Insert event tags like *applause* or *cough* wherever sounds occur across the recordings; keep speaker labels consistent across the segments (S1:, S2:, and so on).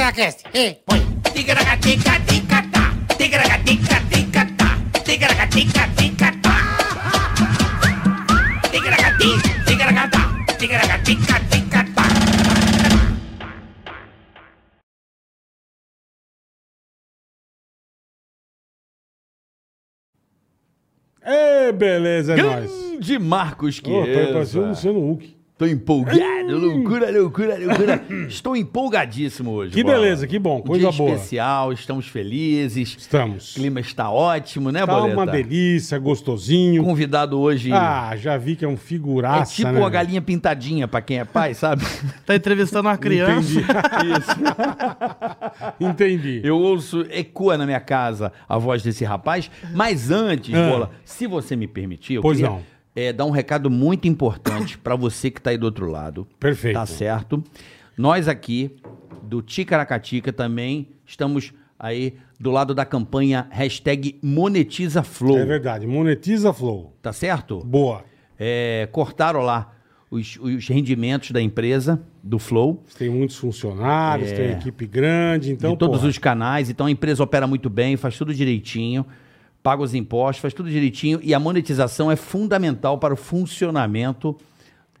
S1: Tigracast. Ei, põe.
S2: Tigracatica, ticatá. Tigracatica, ticatá. Tigracatica, ticatá. Tigracati, tigracatá. Tigracatica, ticatá.
S3: É, beleza, é nóis.
S4: De Marcos
S3: Ô, tô parecendo o
S4: Chiesa.
S3: Luciano Huck.
S4: Tô empolgado, loucura, loucura, loucura. Estou empolgadíssimo hoje.
S3: Que
S4: Bola.
S3: beleza, que bom,
S4: Um
S3: coisa
S4: dia
S3: boa.
S4: especial, estamos felizes.
S3: Estamos.
S4: O clima está ótimo, né,
S3: Tá
S4: Boleta?
S3: uma delícia, gostosinho.
S4: Convidado hoje
S3: Ah, já vi que é um
S4: é
S3: figuraça,
S4: tipo
S3: né?
S4: a galinha pintadinha, pra quem é pai, *laughs* sabe?
S5: Tá entrevistando uma criança.
S3: Entendi. *laughs* Entendi.
S4: Eu ouço, ecoa na minha casa a voz desse rapaz. Mas antes,
S3: Ah.
S4: Bola, se você me permitir, eu
S3: Pois
S4: queria,
S3: não.
S4: eh, dar um recado muito importante pra você que tá aí do outro lado.
S3: Perfeito.
S4: Tá certo? Nós aqui do Ticaracatica também estamos aí do lado da campanha hashtag Monetiza Flow.
S3: É verdade. Monetiza Flow.
S4: Tá certo?
S3: Boa.
S4: É, cortaram lá os, os rendimentos da empresa, do Flow,
S3: Tem muitos funcionários, tem equipe grande, então.
S4: É. de todos
S3: porra,
S4: os canais. Então a empresa opera muito bem, faz tudo direitinho, paga os impostos, faz tudo direitinho. E a monetização é fundamental para o funcionamento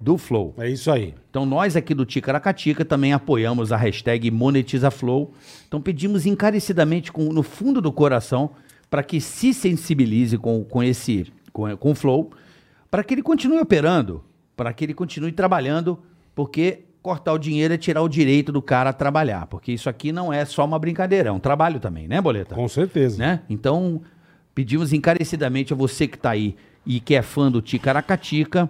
S4: do Flow.
S3: É isso aí.
S4: Então nós aqui do Ticaracatica também apoiamos a hashtag MonetizaFlow. Então pedimos encarecidamente, com- no fundo do coração, para que se sensibilize com, com esse com, com o Flow, para que ele continue operando, para que ele continue trabalhando, porque cortar o dinheiro é tirar o direito do cara a trabalhar, porque isso aqui não é só uma brincadeira, é um trabalho também, né, Boleta?
S3: Com certeza.
S4: né? Então, pedimos encarecidamente a você que está aí e que é fã do Ticaracatica,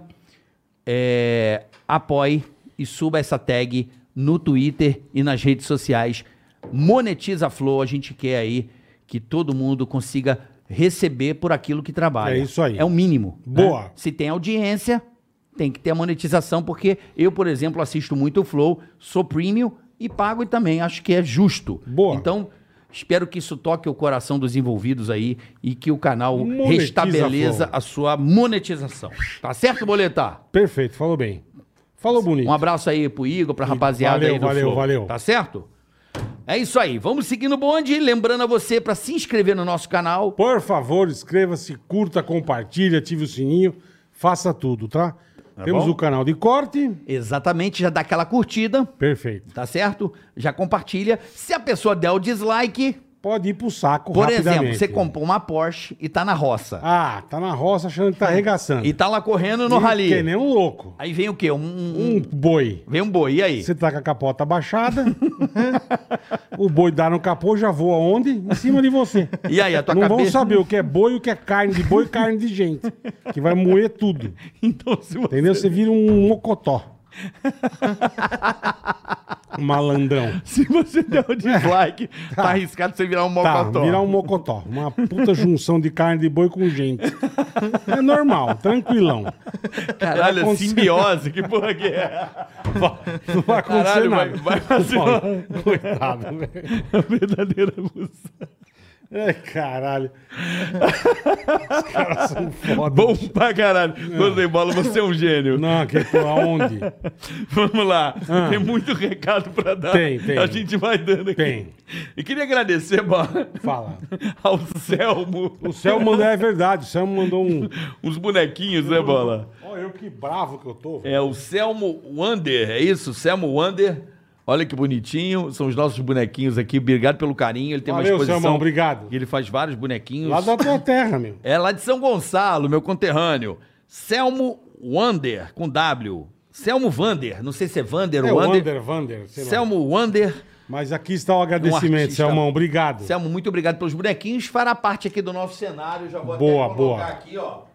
S4: é, apoie e suba essa tag no Twitter e nas redes sociais. Monetiza a Flow, a gente quer aí que todo mundo consiga receber por aquilo que trabalha.
S3: É isso aí.
S4: É o mínimo. né?
S3: Boa.
S4: Se tem audiência, tem que ter a monetização, porque eu, por exemplo, assisto muito o Flow, sou premium e pago e também acho que é justo.
S3: Boa.
S4: Então, espero que isso toque o coração dos envolvidos aí e que o canal
S3: Monetiza,
S4: restabeleça
S3: Flow.
S4: a sua monetização. Tá certo, Boletar?
S3: Perfeito, falou bem. Falou bonito.
S4: Um abraço aí pro Igor, pra rapaziada
S3: valeu,
S4: aí do
S3: valeu,
S4: Flow.
S3: valeu.
S4: Tá certo? É isso aí. Vamos seguindo o bonde. Lembrando a você pra se inscrever no nosso canal.
S3: Por favor, inscreva-se, curta, compartilha, ative o sininho, faça tudo, tá? Temos
S4: bom?
S3: o canal de corte.
S4: Exatamente, já dá aquela curtida,
S3: Perfeito.
S4: tá certo? Já compartilha. Se a pessoa der o dislike,
S3: Pode ir pro saco
S4: por
S3: rapidamente.
S4: exemplo, você comprou uma Porsche e tá na roça.
S3: Ah, tá na roça achando que tá arregaçando.
S4: E tá lá correndo no
S3: E Que
S4: rally.
S3: nem um louco.
S4: Aí vem o quê? Um, um-
S3: Um boi.
S4: Vem um boi, e aí?
S3: Você tá com a capota
S4: *laughs*
S3: baixada, o boi dá no capô, já voa onde? Em cima de você.
S4: E aí, a tua
S3: *laughs* Não vão
S4: cabeça-
S3: saber o que é boi, o que é carne de boi e carne de gente. Que vai moer tudo.
S4: *laughs* Então, se você...
S3: Entendeu? Você vira um
S4: *laughs*
S3: mocotó. Um Malandrão.
S4: se você der o dislike, tá arriscado você virar um
S3: É. Tá,
S4: mocotó.
S3: virar um mocotó. Uma puta junção de carne de boi com gente. É normal, tranquilão.
S4: Caralho, é
S3: Vai acontecer-
S4: simbiose, que porra
S3: *laughs*
S4: que é?
S3: Não vai acontecer
S4: Caralho, vai,
S3: nada.
S4: vai fazer uma
S3: Coitado, velho.
S4: verdadeira abusa.
S3: É, caralho. Os caras são foda.
S4: Bom pra caralho. Gostei, bola, você é um
S3: *laughs*
S4: gênio.
S3: Não, que pô, aonde?
S4: Vamos lá. Tem muito recado pra
S3: Ah.
S4: dar.
S3: Tem, tem.
S4: A gente vai dando aqui.
S3: Tem.
S4: E queria agradecer, bola, *laughs*
S3: Fala.
S4: ao Selmo.
S3: O Céu mandou, é verdade, o Céu mandou um.
S4: Uns bonequinhos, né, bola?
S3: Olha, eu que bravo que eu tô. velho.
S4: É o Selmo Wander, é isso? Selmo Wander. Olha que bonitinho, são os nossos bonequinhos aqui. Obrigado pelo carinho. Ele tem
S3: Valeu,
S4: uma exposição.
S3: Selmão, obrigado.
S4: E ele faz vários bonequinhos.
S3: Lá da tua terra, meu.
S4: É lá de São Gonçalo, meu conterrâneo. Selmo Wander, com W. Selmo Vander, não sei se é Vander
S3: É
S4: ou Wander.
S3: Wander, Wander, sei lá.
S4: Selmo Wander.
S3: Mas aqui está o
S4: Um
S3: agradecimento,
S4: artista.
S3: Selmão. Obrigado.
S4: Selmo, muito obrigado pelos bonequinhos. Fará parte aqui do nosso cenário. Já vou
S3: Boa,
S4: até
S3: boa.
S4: colocar aqui, ó.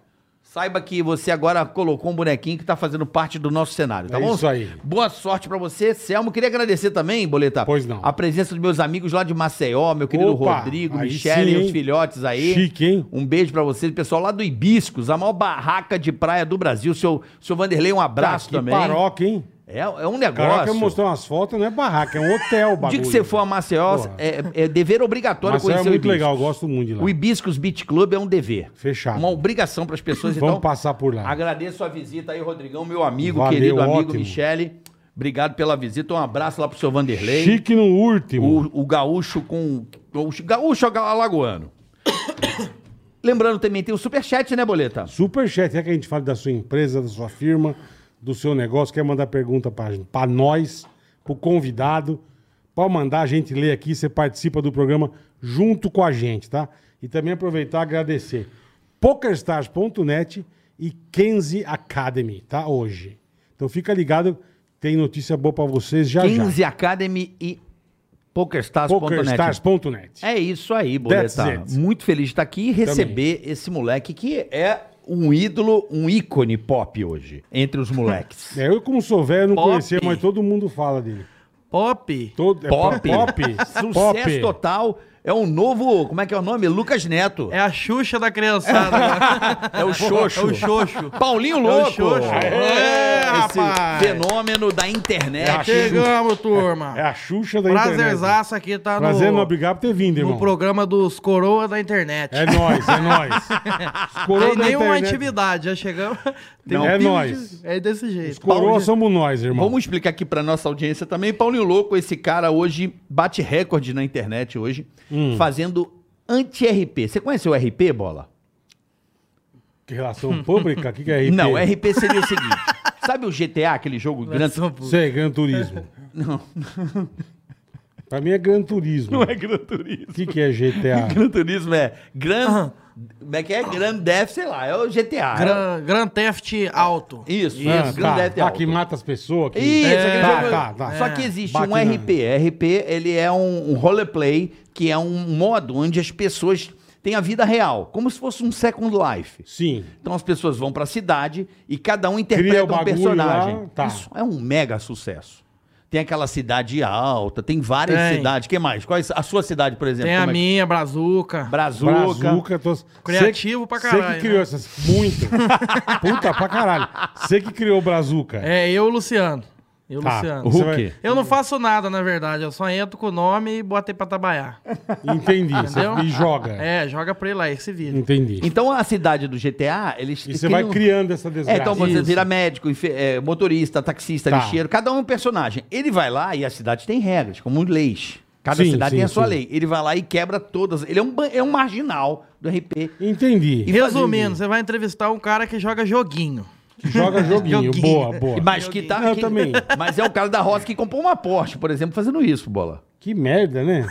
S4: Saiba que você agora colocou um bonequinho que tá fazendo parte do nosso cenário, tá
S3: É
S4: bom?
S3: isso aí.
S4: Boa sorte pra você, Selmo. Queria agradecer também, Boleta.
S3: Pois não.
S4: A presença dos meus amigos lá de Maceió, meu querido
S3: Opa,
S4: Rodrigo,
S3: aí
S4: Michele,
S3: sim,
S4: os
S3: hein?
S4: filhotes aí.
S3: Chique, hein?
S4: Um beijo pra vocês, pessoal lá do Ibiscos, a maior barraca de praia do Brasil. Seu, seu Vanderlei, um
S3: Tá,
S4: abraço
S3: que
S4: também.
S3: paroca, hein?
S4: É, é
S3: Caraca, eu
S4: um negócio.
S3: mostrei umas fotos, não é barraca, é um
S4: *laughs*
S3: hotel, o
S4: O
S3: bagulho.
S4: dia que você for a Maceió,
S3: Porra.
S4: é, é dever obrigatório
S3: Mas é
S4: conhecer
S3: muito
S4: o Ibiscos.
S3: legal, eu gosto muito de lá.
S4: O Ibiscos Beach Club é um dever.
S3: Fechado.
S4: Uma obrigação para as pessoas.
S3: Vamos
S4: então,
S3: passar por lá.
S4: Agradeço a visita aí, Rodrigão, meu amigo,
S3: Valeu,
S4: querido amigo
S3: ótimo.
S4: Michele. Obrigado pela visita. Um abraço lá pro seu Vanderlei.
S3: Chique no último.
S4: O, o gaúcho com. O chi- gaúcho aga- alagoano. *coughs* Lembrando também, tem o superchat, né, Boleta?
S3: Superchat, é que a gente fale da sua empresa, da sua firma, do seu negócio, quer mandar pergunta pra, pra nós, pro convidado, pode mandar, a gente lê aqui, você participa do programa junto com a gente, tá? E também aproveitar e agradecer pokerstars.net e Kenzie Academy, tá? Hoje. Então fica ligado, tem notícia boa pra vocês já já.
S4: 15 Academy e PokerStars.net.
S3: Pokerstars.net.
S4: É isso aí,
S3: That's
S4: Boleta.
S3: it.
S4: Muito feliz de estar aqui e receber esse moleque que é um ídolo, um ícone pop hoje, entre os
S3: *laughs*
S4: moleques.
S3: É, eu como sou velho, não
S5: Pop.
S3: conhecia, mas todo mundo fala dele.
S5: Pop.
S3: Todo, é
S4: Pop.
S3: Pop.
S4: Sucesso
S3: Pop.
S4: total. É um novo, como é que é o nome? Lucas Neto.
S5: É a Xuxa da criançada. né?
S4: É o Xoxo.
S5: É o Xoxo.
S4: Paulinho
S5: É o
S4: Louco.
S5: Xoxo. É,
S4: Esse
S5: rapaz. assim.
S4: fenômeno da internet.
S5: Chegamos, turma.
S3: É a Xuxa da internet. um
S5: Prazerzaço aqui tá no,
S3: Prazer, não, obrigado por ter vindo, irmão.
S5: no programa dos coroas da internet.
S3: É nóis, é nóis. Os coroa
S5: Tem
S3: da
S5: nenhuma
S3: internet-
S5: atividade, já chegamos. Tem
S3: Não, é
S5: pingo
S3: nóis.
S5: de- É desse jeito.
S3: Coroa
S5: Paulo-
S3: somos nós, irmão.
S4: Vamos explicar aqui pra nossa audiência também. Paulinho Louco, esse cara hoje bate recorde na internet hoje, fazendo anti-RP. Você conhece o RP, Bola?
S3: Que Relação pública, o que, que
S4: *laughs*
S3: é RP?
S4: Não, RP seria o seguinte. Sabe o GTA, aquele jogo grande?
S5: São Paulo.
S3: Você é Gran Turismo. Não. pra mim é Gran Turismo. O
S4: Gran Turismo.
S3: que, que é GTA?
S4: Gran Turismo é Gran... Como é que é? Gran Death, sei lá, é o GTA.
S5: Gran, Gran Theft Alto.
S4: Isso, isso.
S3: Ah,
S4: Grand
S3: tá,
S4: Theft
S3: tá,
S4: Auto.
S3: que mata as pessoas. Que...
S4: Isso, aquele
S3: tá,
S4: jogo-
S3: tá, tá.
S4: Só que existe
S3: Bate
S4: um
S3: na-
S4: RP. RP, ele é um, um roleplay, que é um modo onde as pessoas têm a vida real, como se fosse um Second Life.
S3: Sim.
S4: Então as pessoas vão pra cidade e cada um
S3: Cria
S4: interpreta
S3: o
S4: um
S3: bagulho
S4: personagem.
S3: lá, tá.
S4: Isso é um mega sucesso. Tem aquela cidade alta, tem várias
S5: Tem.
S4: cidades. que mais? Qual é a sua cidade, por exemplo?
S5: Tem a
S4: Como é que-
S5: minha, Brazuca.
S4: Brazuca.
S3: Brazuca. Tô...
S5: Criativo
S3: Cê-
S5: pra
S3: Você que
S5: caralho,
S3: criou
S5: né?
S3: essas... Muito. Puta, pra caralho. Você que criou o Brazuca.
S5: É, eu, Luciano. Eu,
S3: Tá.
S5: Luciano.
S3: Você
S4: Hulk.
S3: vai-
S5: Eu não faço nada, na verdade. Eu só entro com o nome e botei pra trabalhar.
S3: Entendi. Você
S5: Entendeu?
S3: e joga.
S5: É, joga pra ele lá, esse vídeo.
S3: Entendi.
S4: Então a cidade do GTA, eles.
S3: E você
S5: um-
S3: vai
S4: criam-
S3: criando essa desgraça.
S4: É, então você
S5: Isso.
S4: vira médico, enfe- é, motorista, taxista,
S3: Tá.
S4: lixeiro, cada um é um personagem. Ele vai lá e a cidade tem regras, como leis. Cada
S3: Sim,
S4: cidade
S3: sim,
S4: tem a sua
S3: sim.
S4: lei. Ele vai lá e quebra todas. Ele é um, ban- é um marginal do RP.
S3: Entendi.
S5: Resumindo, você vai entrevistar um cara que joga joguinho.
S3: Joga joguinho.
S5: *laughs* Joguinho.
S3: Boa, boa.
S4: Mas que tá.
S3: Eu
S4: que-
S3: também.
S4: *laughs* Mas é o cara da roça que comprou uma Porsche, por exemplo, fazendo isso, bola.
S3: *laughs* Que merda, né?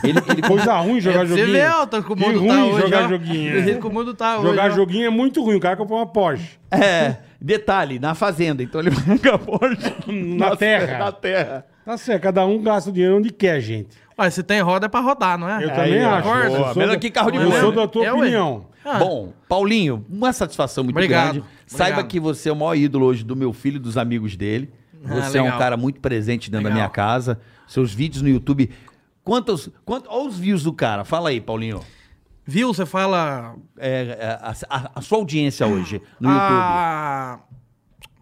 S3: Coisa ruim jogar
S5: É,
S3: joguinho.
S5: Você vê, Elton, como o
S3: que
S5: mundo
S3: ruim
S5: tá hoje.
S3: jogar
S5: ó.
S3: joguinho.
S5: Do
S3: é.
S5: jeito que *laughs* o mundo tá hoje.
S3: jogar
S5: ó.
S3: joguinho é muito ruim. O cara comprou uma Porsche.
S4: É. Detalhe, na fazenda. Então ele *laughs* vai com a Porsche. *laughs*
S3: Na terra.
S4: Na terra.
S3: Tá certo, cada um gasta o dinheiro onde quer, gente.
S5: Ué, se tem roda é pra rodar, não é?
S3: Eu também
S4: ó,
S3: acho.
S5: concordo.
S3: Eu sou
S4: Melhor
S3: da-
S4: que carro de
S3: Eu
S4: boi.
S3: sou da tua
S5: É, ué.
S3: opinião.
S5: Ah.
S4: Bom, Paulinho, uma satisfação muito
S5: Obrigado,
S4: grande.
S5: obrigado.
S4: Saiba que você é o maior ídolo hoje do meu filho e dos amigos dele.
S5: Ah,
S4: Você é um
S5: legal.
S4: cara muito presente dentro da
S5: Legal.
S4: minha casa. Seus vídeos no YouTube. Quantos. Quanto, olha os views do cara. Fala aí, Paulinho.
S5: Viu? Você fala.
S4: É, é, a, a- a sua audiência hoje no YouTube.
S5: ah,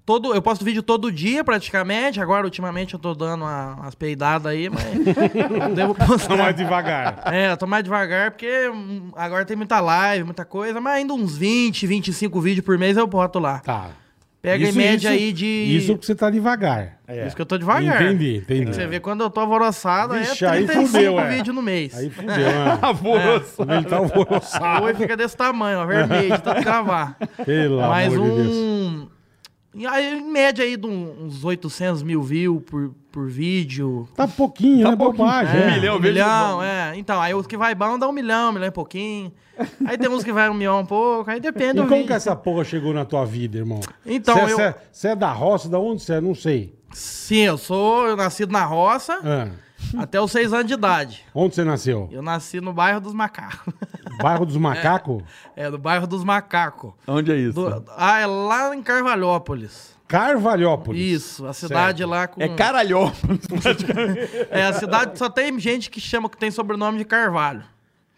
S5: Todo, eu posto vídeo todo dia, praticamente. Agora, ultimamente, eu tô dando uma- umas peidadas
S3: *laughs*
S5: aí, mas. eu devo postar.
S3: Tá mais devagar.
S5: É, eu tô mais devagar, porque hum, agora tem muita live, muita coisa, mas ainda uns 20, 25 vídeos por mês eu boto lá.
S3: Tá.
S5: Pega em
S3: Isso-
S5: média
S3: isso-
S5: aí de. É.
S3: Isso que você tá devagar.
S5: Isso que eu tô devagar.
S3: Entendi, entendi.
S5: É que você vê quando eu tô alvoroçado,
S3: Vixe,
S5: é
S3: aí
S5: 35
S3: fudeu, é.
S5: vídeos no mês. *laughs*
S3: Aí fudeu, né?
S4: Alvoroço.
S3: Ele tá alvoroçado.
S5: Oi, fica desse tamanho, ó, vermelho, de tanto cravar.
S3: *laughs* Pelo
S5: Mais
S3: amor de Deus.
S5: um. e aí, em média aí de um- uns 800 mil views por, por vídeo.
S3: Tá pouquinho, né? Bobagem.
S5: É,
S3: é.
S4: milhão,
S5: um
S4: vejo
S5: milhão, é. Então, aí os que vai bom dá um milhão, um milhão e pouquinho. Aí tem uns que vai um milhão um pouco, aí depende
S3: E
S5: do
S3: como que
S5: vídeo.
S3: essa porra chegou na tua vida, irmão?
S5: Então,
S3: Cê-
S5: eu-
S3: cê- cê é da roça, da onde você é? Não sei.
S5: Sim, eu sou eu nascido na roça
S3: Ah,
S5: até os seis anos de idade.
S3: onde você nasceu?
S5: Eu nasci no bairro dos macacos. *laughs*
S3: Bairro dos Macacos?
S5: É, do bairro dos macacos.
S4: Onde é isso?
S5: Do- ah, é lá em Carvalhópolis.
S3: Carvalhópolis.
S5: Isso, a cidade lá com...
S4: É Caralhópolis.
S5: É, a cidade só tem gente que chama, que tem sobrenome de Carvalho.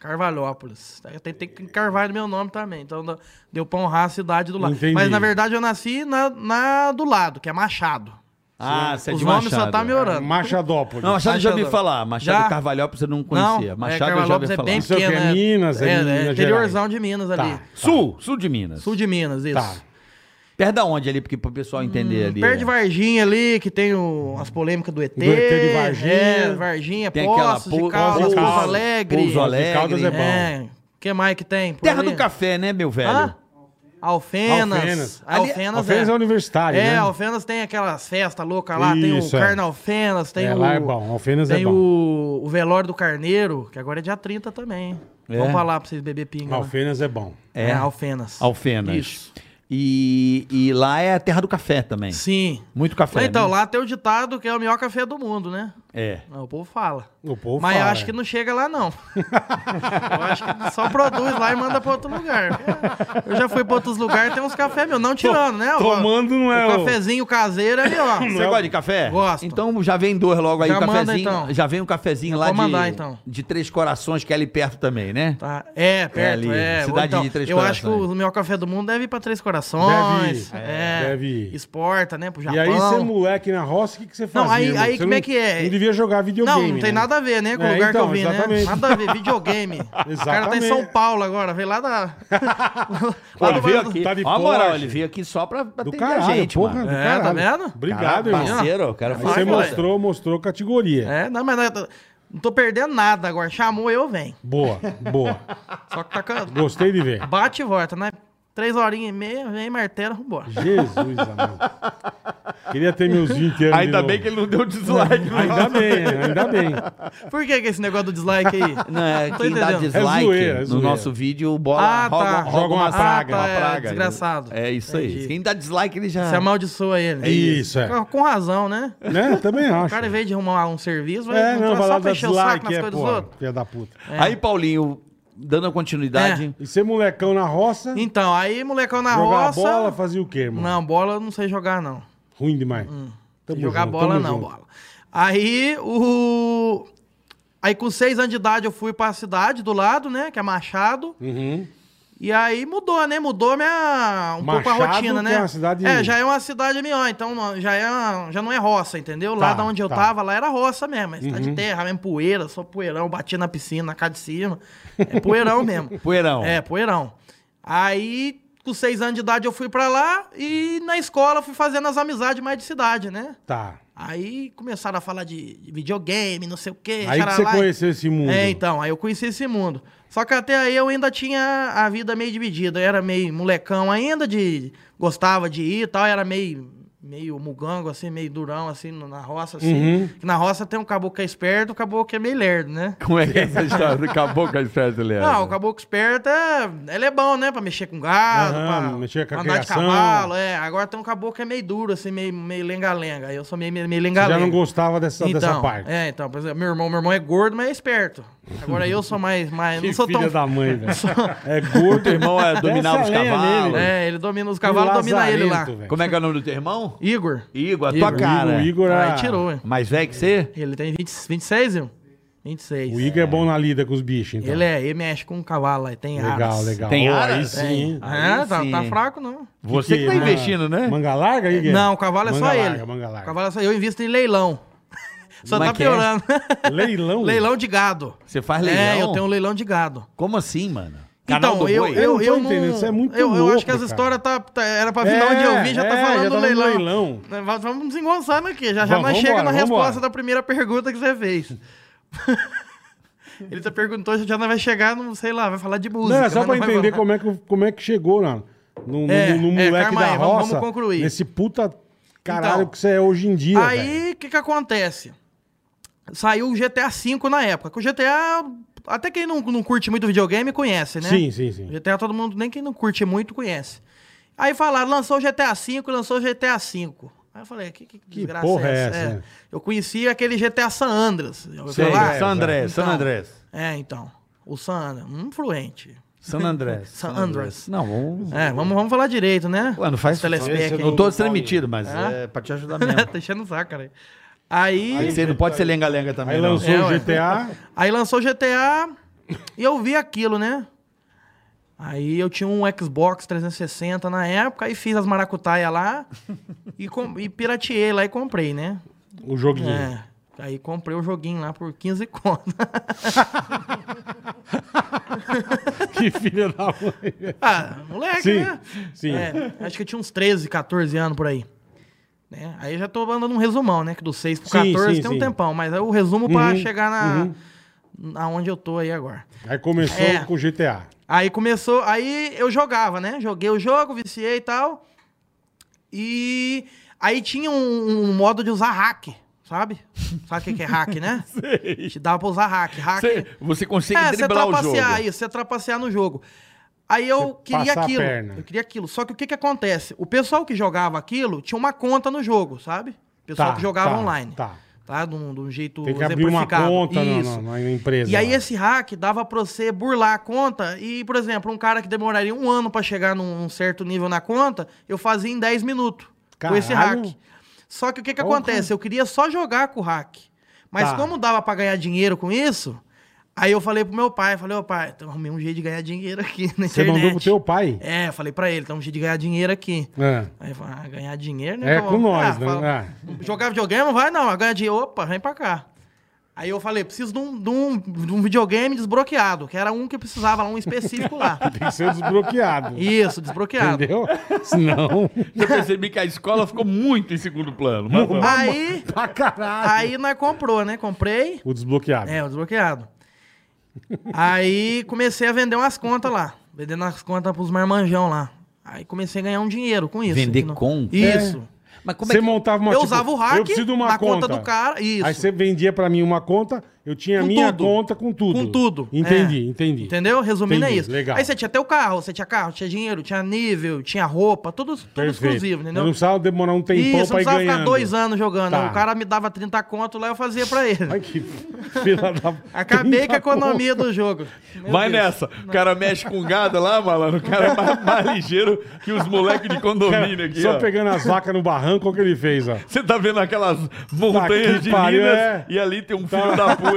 S5: Carvalhópolis. Tem, tem Carvalho no meu nome também. Então dá- deu pra honrar a cidade do lado.
S3: Entendi.
S5: Mas na verdade eu nasci na, na do lado, que é Machado.
S4: *laughs* Ah, você é
S5: Os
S4: de
S5: nomes
S4: Machado.
S5: só tá melhorando.
S3: É, Machadópolis.
S4: Não, Machado eu já ouvi
S5: Machado.
S4: falar. Machado
S5: Já?
S4: Carvalhópolis você não conhecia. Machado eu já
S5: é,
S4: ouvi
S5: Carvalhópolis
S4: falar.
S5: É bem
S3: Isso aqui é
S5: pequeno, é
S3: Minas, é
S5: é,
S3: Minas
S5: é interiorzão de Minas
S3: Tá.
S5: ali.
S4: Sul, sul de Minas.
S5: Sul de Minas, isso.
S3: Tá.
S4: Perto da onde ali, porque pro pessoal entender ali.
S5: Hum, Perto de
S4: é.
S5: Varginha ali, que tem o- as polêmicas do ET.
S3: Do ET de Varginha.
S5: É, Varginha,
S4: Tem aquela
S5: Poços
S4: Pou-
S5: de Caldas,
S4: Pouso-
S5: Pouso
S3: Caldas,
S5: Alegre.
S4: Pouso Alegre.
S3: Caldas é bom.
S5: É, o que mais que tem? por
S4: Terra
S5: ali?
S4: do café, né, meu velho?
S5: Hã? Alfenas.
S3: Alfenas.
S5: Alfenas,
S4: Ali-
S3: Alfenas é universitário,
S5: É,
S3: né?
S5: Alfenas tem aquelas festas loucas lá, tem o
S3: Isso, é.
S5: Carna Alfenas, tem
S3: É,
S5: o...
S3: lá é bom, Alfenas é
S5: tem
S3: bom.
S5: o, o velório do Carneiro, que agora é dia 30 também.
S4: É?
S5: Vamos pra lá pra vocês beber pinga. né?
S3: Alfenas é bom.
S5: É, Alfenas.
S4: Alfenas.
S5: Isso.
S4: E, e lá é a terra do café também.
S5: Sim.
S4: Muito café.
S5: Mas então,
S4: né?
S5: lá tem o ditado que é o melhor café do mundo, né?
S4: É.
S5: Não, o povo fala.
S3: O povo
S5: Mas eu
S3: fala,
S5: acho
S3: é.
S5: que não chega lá, não. eu acho que só produz lá e manda pra outro lugar. Eu já fui pra outros lugares, tem uns cafés meus, não tirando, né? O-
S3: tomando não é
S5: O
S3: o-
S5: cafezinho caseiro ali,
S3: *laughs*
S5: ó.
S4: Você gosta de café?
S5: é Gosto.
S4: Então já vem dois logo aí
S5: Já
S4: o
S5: manda,
S4: cafezinho.
S5: então.
S4: Já vem um cafezinho lá
S5: vou mandar,
S4: de,
S5: então.
S4: de Três Corações, que é ali perto também, né?
S5: Tá. É, perto,
S4: ali,
S5: é. Ou
S4: cidade de Três
S5: Eu acho que
S4: Corações.
S5: o melhor café do mundo deve ir pra Três Corações.
S3: Deve ir,
S5: é,
S3: deve ir.
S5: Exporta, né, pro Japão.
S3: E aí, você é moleque na roça, o que, que você fazia?
S5: Não, aí-
S3: irmão?
S5: aí
S3: Você
S5: como
S3: não-
S5: é que é?
S3: Não devia jogar videogame,
S5: Não, não tem
S3: né?
S5: nada a ver, né, com
S3: É,
S5: o lugar
S3: então,
S5: que eu vim,
S3: exatamente.
S5: né? Nada a ver,
S3: *laughs*
S5: videogame. O cara tá em
S3: Exatamente.
S5: São Paulo agora, veio lá
S3: *laughs*
S5: da...
S4: Pô, ele veio
S5: do-
S4: aqui.
S3: tá de
S4: Ó a moral,
S3: Porsche.
S4: ele veio aqui só pra, pra
S3: Do
S4: atender
S3: caralho,
S4: a gente,
S3: porra.
S4: mano.
S3: do
S5: É,
S3: caralho.
S5: tá vendo? tá
S3: Obrigado,
S4: Cara,
S3: irmão.
S4: Parceiro, o cara
S3: Aí
S4: foi
S5: Vai,
S3: você
S5: moleque.
S3: mostrou, mostrou categoria.
S5: É, não, mas não, eu tô- não tô perdendo nada agora. Chamou, eu venho.
S3: Boa, boa.
S5: Só que tá can-
S3: Gostei de ver.
S5: Bate e volta, né? Três horinhas e meia, vem, martelo, vambora.
S3: Jesus, amado. Queria ter meus 20 anos. de
S4: Ainda
S3: novo.
S4: bem que ele não deu dislike. não.
S3: Ainda bem, ainda bem.
S5: Por que, que esse negócio do dislike
S3: *laughs*
S5: aí?
S4: Não, é,
S5: Não tô
S4: quem dá
S5: entendendo.
S4: dislike
S3: É zoeira, é
S4: no
S3: zoeira.
S4: nosso vídeo, bola,
S5: Ah,
S4: roga,
S5: tá.
S4: roga
S3: Joga uma
S4: uma
S3: praga,
S4: praga.
S3: uma
S5: é,
S4: praga.
S5: desgraçado.
S4: É isso aí.
S5: Entendi. é
S4: Quem dá dislike, ele já...
S5: Você amaldiçoa ele.
S3: Isso, é.
S5: Com- Com razão, né?
S3: Né? Também
S5: O
S3: acho.
S5: cara, em vez de arrumar um serviço, vai
S3: É, não,
S5: entrar
S3: vai
S5: só
S3: lá
S5: pra
S3: dar
S5: encher o saco
S3: dislike,
S5: nas
S3: é,
S5: coisas dos
S3: porra.
S5: outros.
S3: Filha da puta.
S5: é.
S4: Aí, Paulinho, dando a continuidade...
S3: E ser molecão na roça,
S5: Então, aí, molecão na
S3: jogar
S5: roça.
S3: bola, fazia o quê, irmão?
S5: Não, bola eu não sei jogar, não.
S3: Ruim demais. Tamo
S5: jogar
S3: junto,
S5: bola,
S3: tamo
S5: não,
S3: junto.
S5: bola. Aí, o. Aí, com seis anos de idade, eu fui pra cidade do lado, né? Que é Machado.
S3: Uhum.
S5: E aí mudou, né? Mudou minha um pouco
S3: Machado,
S5: a rotina,
S3: que
S5: né?
S3: é uma cidade-
S5: É, já é uma cidade melhor, então não- já é uma- já não é roça, entendeu? Lá
S3: Tá,
S5: da onde eu
S3: tá. Uhum.
S5: tava, lá era roça mesmo, é cidade de terra, mesmo poeira, só poeirão, batia na piscina, na casa de cima. É
S3: *laughs*
S5: poeirão mesmo.
S4: Poeirão.
S5: É, poeirão. Aí, com seis anos de idade, eu fui pra lá e na escola eu fui fazendo as amizades mais de cidade, né?
S3: Tá.
S5: Aí começaram a falar de de videogame, não sei o quê.
S3: Aí que
S5: xaralá.
S3: você conheceu esse mundo.
S5: É, então, aí eu conheci esse mundo. Só que até aí eu ainda tinha a vida meio dividida. Eu era meio molecão ainda, de gostava de ir e tal. Era meio, meio mugango, assim, meio durão, assim, no- na roça, assim.
S3: Uhum.
S5: Que Na roça tem um caboclo que é esperto, um caboclo que é meio lerdo, né?
S4: Como é que é essa história do caboclo às festas,
S3: É.
S4: Leandro?
S5: Não, o caboclo esperto é. Ele é bom, né? Pra mexer com gado,
S3: Aham,
S5: pra
S3: mexer com a
S5: andar de
S3: criação.
S5: cavalo. É, agora tem um caboclo que é meio duro, assim, meio, meio lenga-lenga. Aí eu sou meio, meio meio
S3: Você
S5: lenga-lenga.
S3: já não gostava dessa, dessa parte.
S5: É, então, por exemplo, meu irmão, meu irmão é gordo, mas é esperto. Agora eu sou mais. mais não
S3: Que
S5: sou
S3: filha
S5: tão.
S3: da mãe,
S5: *laughs*
S3: velho. É gordo,
S4: Teu irmão é, dominava
S3: Essa
S4: os
S3: lenha
S4: cavalos.
S3: nele.
S5: É, ele domina os cavalos, domina ele lá.
S3: lazarento, velho.
S4: Como é que é o nome do teu irmão?
S5: Igor.
S4: Igor, a
S5: Igor.
S4: tua cara.
S3: O Igor,
S5: Aí
S3: é-
S5: Ah, tirou, hein?
S4: Mais velho que você?
S5: Ele tem 20, 26, viu? 26.
S3: O Igor é bom na lida com os bichos, então.
S5: Ele é, ele mexe com um cavalo aí, tem
S3: Legal,
S5: aras.
S3: legal.
S4: Tem
S3: Ó,
S4: aras?
S3: Aí sim.
S5: Ah, É,
S4: Aí
S5: tá,
S4: sim.
S5: tá fraco não.
S4: Você que, tá
S3: manga-
S4: investindo, né?
S3: é? Manga larga, Igor?
S5: Não, o cavalo é
S3: manga
S5: só
S3: larga,
S5: ele.
S3: Manga
S5: O
S3: larga,
S5: cavalo é só Eu invisto em leilão. *laughs* Só
S4: Mas
S5: tá
S4: que é?
S5: piorando. *laughs*
S3: Leilão?
S5: leilão de gado.
S4: Você faz leilão?
S5: É, eu tenho um leilão de gado.
S4: Como assim, mano?
S5: Então, eu,
S4: Boi?
S5: eu,
S3: Eu não tô
S5: eu
S3: entendendo, isso é muito
S5: eu, eu
S3: louco,
S5: acho que as
S3: cara.
S5: histórias tá, tá- era pra vir da onde eu vi, já tá
S3: é,
S5: falando
S3: já
S5: do
S3: tá falando
S5: leilão.
S3: leilão.
S5: Nós Vamos desengonçando aqui, já, já
S3: Vamos,
S5: nós chega na
S3: vambora,
S5: resposta
S3: vambora.
S5: da primeira pergunta que você fez. *laughs* Ele tá perguntou, já nós vai chegar, não sei lá, vai falar de música.
S3: Não, é só pra
S5: mas vai
S3: entender
S5: falar.
S3: como é, que, como é que chegou na, no, no-
S5: É,
S3: no- no
S5: é,
S3: moleque
S5: calma
S3: da
S5: aí, vamos-
S3: roça.
S5: vamos concluir.
S3: Nesse puta caralho
S5: Então,
S3: que você é hoje em dia, velho.
S5: Aí, o que que acontece? Saiu o GTA V na época, que o GTA, até quem não, não curte muito videogame conhece, né?
S3: Sim, sim, sim.
S5: GTA todo mundo, nem quem não curte muito, conhece. Aí falaram, lançou o GTA V, lançou o GTA V. Aí eu falei, que, que, desgraça
S3: porra
S5: é
S3: é
S5: essa?
S3: essa,
S5: É.
S3: né?
S5: Eu conheci aquele GTA San Andreas. Eu ouvi
S4: Sei,
S5: falar?
S4: San Andrés,
S5: Então,
S4: San Andrés.
S5: É, então. O San Andreas, um fluente.
S4: San Andrés.
S5: San Andrés.
S4: Não, vamos...
S5: É, vamos, vamos falar direito, né?
S4: Ué, não faz...
S5: Telespec,
S4: Eu
S5: hein?
S4: tô sendo metido, mas
S5: Hã?
S4: é pra te ajudar mesmo.
S5: *laughs*
S4: *laughs*
S5: tá enchendo o saco, cara. Aí...
S4: Aí você não pode ser lenga-lenga também,
S3: Aí
S4: não.
S3: lançou
S5: É,
S3: o
S5: ué.
S3: GTA.
S5: Aí lançou o GTA e eu vi aquilo, né? Aí eu tinha um Xbox 360 na época e fiz as
S3: *laughs*
S5: maracutaias lá e, com, e pirateei lá e comprei, né?
S3: O joguinho.
S5: É. Aí comprei o joguinho lá por 15 contas.
S3: *laughs* que filha da
S5: *laughs*
S3: mãe.
S5: Ah, moleque,
S3: Sim,
S5: né?
S3: sim.
S5: É, acho que eu tinha uns 13, 14 anos por aí. Né? Aí eu já tô mandando um resumão, né? Que do 6 pro
S3: Sim,
S5: 14
S3: sim,
S5: tem
S3: sim.
S5: um tempão, mas é o resumo pra
S3: Uhum,
S5: chegar na aonde eu tô aí agora.
S3: Aí começou
S5: É.
S3: com GTA.
S5: Aí começou, aí eu jogava, né? Joguei o jogo, viciei e tal. E aí tinha um, um modo de usar hack, sabe?
S3: *laughs*
S5: Sabe o que que é hack, né? Te dava pra usar hack. Hack.
S4: Você, você consegue
S3: Ah,
S5: é,
S3: tá
S5: você
S4: driblar o jogo.
S5: trapacear, isso, você trapacear no jogo. Aí eu queria
S3: passar a
S5: aquilo.
S3: perna.
S5: Eu queria aquilo. Só que o que que acontece? O pessoal que jogava aquilo tinha uma conta no jogo, sabe? O pessoal
S3: Tá,
S5: que jogava
S3: tá,
S5: online.
S3: tá.
S5: Tá, de um, de um jeito
S3: Tem que abrir uma
S5: exemplificado.
S3: conta na-
S5: Isso.
S3: na, na empresa.
S5: E aí
S3: lá.
S5: esse hack dava pra você burlar a conta e, por exemplo, um cara que demoraria um ano pra chegar num, num certo nível na conta, eu fazia em 10 minutos com esse
S3: Caralho.
S5: hack. Só que o que que
S3: Porra.
S5: acontece? Eu queria só jogar com o hack. Mas
S3: Tá.
S5: como dava pra ganhar dinheiro com isso, aí eu falei pro meu pai, falei, ô pai, então arrumei um jeito de ganhar dinheiro aqui na
S3: Você
S5: internet.
S3: mandou pro teu pai.
S5: É, eu falei pra ele, então um jeito de ganhar dinheiro aqui.
S3: É.
S5: Aí eu falei, ah, ganhar dinheiro, né?
S3: É,
S5: Então,
S3: com nós,
S5: ah,
S3: né?
S5: fala-
S3: É.
S5: Jogar videogame não vai, não. Agora é de opa, vem pra cá. Aí eu falei, preciso de um, de um, de um videogame desbloqueado, que era um que eu precisava, lá, um
S3: *laughs*
S5: específico lá.
S3: Tem que ser
S5: *laughs*
S3: desbloqueado.
S5: Isso, desbloqueado.
S3: Entendeu?
S4: *laughs*
S3: Senão.
S4: Eu percebi que a escola ficou muito em segundo plano. Mas vamos.
S5: Aí,
S3: Pra caralho.
S5: aí nós comprou, né? Comprei.
S3: O desbloqueado.
S5: É, o desbloqueado. Aí comecei a vender umas contas lá. Vendendo as contas pros marmanjão lá. Aí comecei a ganhar um dinheiro com isso.
S4: Vender
S5: que não-
S4: conta?
S5: Isso.
S4: Mas como
S3: Você montava uma
S5: é Eu
S3: É. tipo,
S5: usava o hack
S3: Eu preciso de uma
S5: na
S3: conta.
S5: conta do cara, isso.
S3: Aí você vendia pra mim uma conta, eu tinha a
S5: Com
S3: minha
S5: tudo.
S3: conta com tudo.
S5: Com tudo.
S3: Entendi,
S5: é.
S3: entendi.
S5: Entendeu? Resumindo,
S3: Entendi,
S5: é isso.
S3: legal.
S5: Aí você tinha até o carro, você tinha carro, tinha dinheiro, tinha nível, tinha roupa, tudo, tudo
S3: Perfeito.
S5: exclusivo,
S3: Eu
S5: entendeu?
S3: não precisava demorar um tempão
S5: Isso, eu
S3: pra ir
S5: precisava ficar
S3: ganhando.
S5: dois anos jogando. né?
S3: Tá.
S5: O cara me dava 30 conto lá, eu fazia pra ele.
S3: Ai, que fila da...
S5: *laughs* Acabei é com a
S3: Trinta conto.
S5: economia do jogo. Meu
S4: Vai
S5: Deus.
S4: nessa. O cara mexe com gado lá, malandro. O cara é mais, mais ligeiro que os moleques de condomínio aqui.
S3: *laughs* Só
S4: ó.
S3: pegando as vacas no barranco, olha o que ele fez, ó.
S4: Você tá vendo aquelas montanhas
S3: que
S4: de
S3: pariu,
S4: Minas
S3: é.
S4: e ali tem um filho da puta.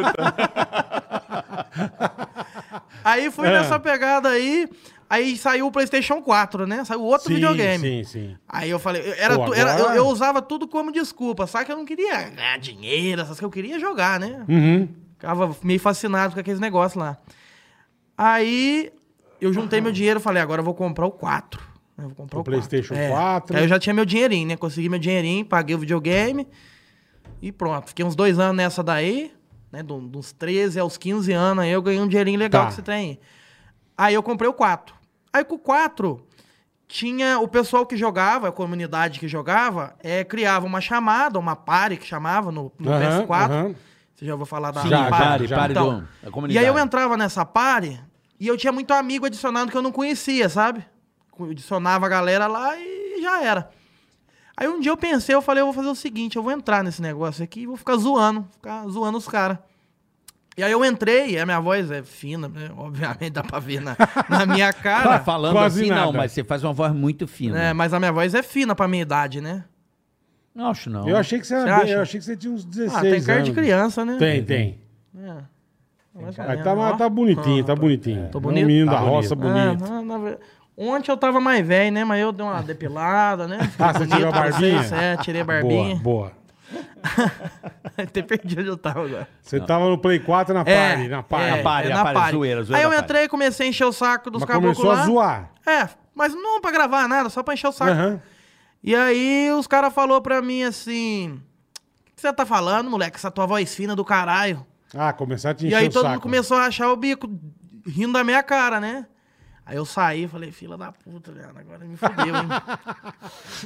S5: Aí fui
S3: Ah.
S5: nessa pegada aí, aí saiu o PlayStation 4, né? Saiu outro
S3: Sim,
S5: videogame.
S3: sim.
S5: Aí eu falei, eu- era,
S3: Pô,
S5: tu- era- eu,
S3: agora-
S5: eu usava tudo como desculpa, só que eu não queria ganhar dinheiro, essas que eu queria jogar, né?
S3: Uhum.
S5: Ficava meio fascinado com aqueles negócios lá. Aí eu juntei meu dinheiro e falei, agora eu vou comprar o 4. Eu vou comprar
S3: O
S5: o,
S3: PlayStation
S5: 4.
S3: 4.
S5: Aí eu já tinha meu dinheirinho, né? Consegui meu dinheirinho, paguei o videogame e pronto. Fiquei uns dois anos nessa daí, né? Do- Dos 13 aos 15 anos aí eu ganhei um dinheirinho legal
S3: Tá.
S5: que você tem aí. Aí eu comprei o 4. Aí com o 4 tinha o pessoal que jogava, a comunidade que jogava, eh, criava uma chamada, uma party que chamava no, no
S3: Aham,
S5: PS4.
S3: aham.
S5: Você já ouviu falar da
S3: Sim, já,
S5: party?
S3: já, já.
S5: Então, e aí eu entrava nessa party e eu tinha muito amigo adicionado que eu não conhecia, sabe? Eu Adicionava a galera lá e já era. Aí um dia eu pensei, eu falei, eu vou fazer o seguinte, eu vou entrar nesse negócio aqui e vou ficar zoando, ficar zoando os caras. E aí eu entrei, e a minha voz é fina, né? *laughs* obviamente dá pra ver na, na minha cara.
S4: falando
S3: Quase
S4: assim, não,
S3: nada.
S4: mas você faz uma voz muito fina.
S5: né? Mas a minha voz é fina pra minha idade, né?
S4: Não acho, não.
S3: Eu achei que você
S5: Você
S3: era bem,
S5: acha?
S3: eu achei que você tinha uns 16
S5: Ah, tem cara de
S3: anos.
S5: criança, né?
S3: Tem, tem.
S5: É. Mais ou
S3: Aí
S5: menos,
S3: tá,
S5: ó.
S3: tá bonitinho,
S5: Ah,
S3: tá bonitinho. É
S5: Tô
S3: um
S5: bonito?
S3: menino
S4: Tá
S3: da roça
S5: Ah,
S3: bonito.
S5: na- na ver- Ontem eu tava mais velho, né? Mas eu dei uma depilada, né? Fiquei
S3: Ah, você
S5: bonito
S3: tirou a
S5: pra
S3: barbinha?
S5: vocês, É, tirei a barbinha.
S3: Boa, boa.
S5: *laughs* Até perdi onde eu tava agora.
S3: Você tava no Play 4 na party, na party.
S4: é. Na party, na party, zoeira, zoeira
S5: Aí eu
S4: da party.
S5: entrei e comecei a encher o saco dos
S3: Mas
S5: caboclos
S3: começou
S5: lá.
S3: a zoar.
S5: É, mas não pra gravar nada, só pra encher o saco.
S3: Aham.
S5: E aí os caras falaram pra mim assim... O que você tá falando, moleque? Essa tua voz fina do caralho.
S3: Ah, começar a te
S5: E
S3: encher
S5: aí
S3: o
S5: todo
S3: saco.
S5: mundo começou a achar o bico, rindo da minha cara, né? Aí eu saí e falei, fila da puta, Leandro, agora me
S3: *laughs*
S5: fudeu, hein?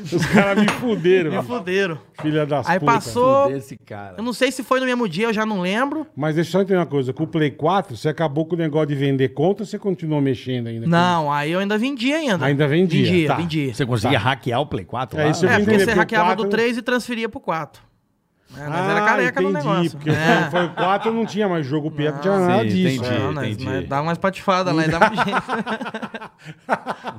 S3: *laughs* Os caras me fuderam,
S5: *laughs* me
S3: mano.
S5: fuderam.
S3: filha das
S5: Aí
S3: putas.
S5: passou.
S4: Desse cara.
S5: Eu não sei se foi no mesmo dia, eu já não lembro.
S3: Mas deixa eu só entender uma coisa. Com o Play 4, você acabou com o negócio de vender conta ou você continuou mexendo ainda?
S5: Não, aí eu ainda vendia ainda.
S3: Ainda vendia,
S5: Vendia,
S3: tá.
S5: vendia.
S4: Você conseguia hackear o Play 4
S3: É,
S4: lá?
S3: isso eu
S5: É,
S3: vi
S5: porque
S3: entender,
S5: você
S3: porque o
S5: hackeava
S3: quatro-
S5: do 3 e transferia pro 4. É,
S3: Ah,
S5: nós era careca
S3: entendi,
S5: no negócio. Ah,
S3: porque
S5: É.
S3: foi o
S5: *laughs*
S3: 4 não tinha mais jogo Pia, não tinha nada
S4: Sim,
S3: disso.
S4: *laughs*
S3: né?
S4: entendi.
S5: Não, nós-
S4: entendi.
S5: nós dava umas patifadas lá e dava um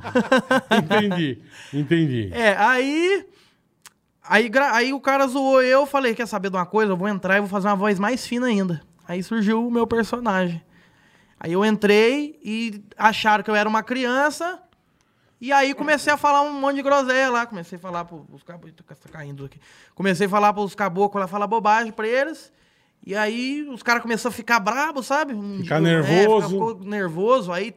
S5: jeito.
S3: *laughs* Entendi, entendi.
S5: É, aí. Aí, gra- aí o cara zoou eu, falei: quer saber de uma coisa? Eu vou entrar e vou fazer uma voz mais fina ainda. Aí surgiu o meu personagem. Aí eu entrei e acharam que eu era uma criança. E aí comecei a falar um monte de groselha lá. Comecei a falar pros caboclos. Tá caindo aqui. Comecei a falar pros caboclos lá, falar bobagem pra eles. E aí os caras começaram a ficar brabos, sabe? Um
S3: Ficar
S5: dia-
S3: nervoso.
S5: ficou nervoso. Aí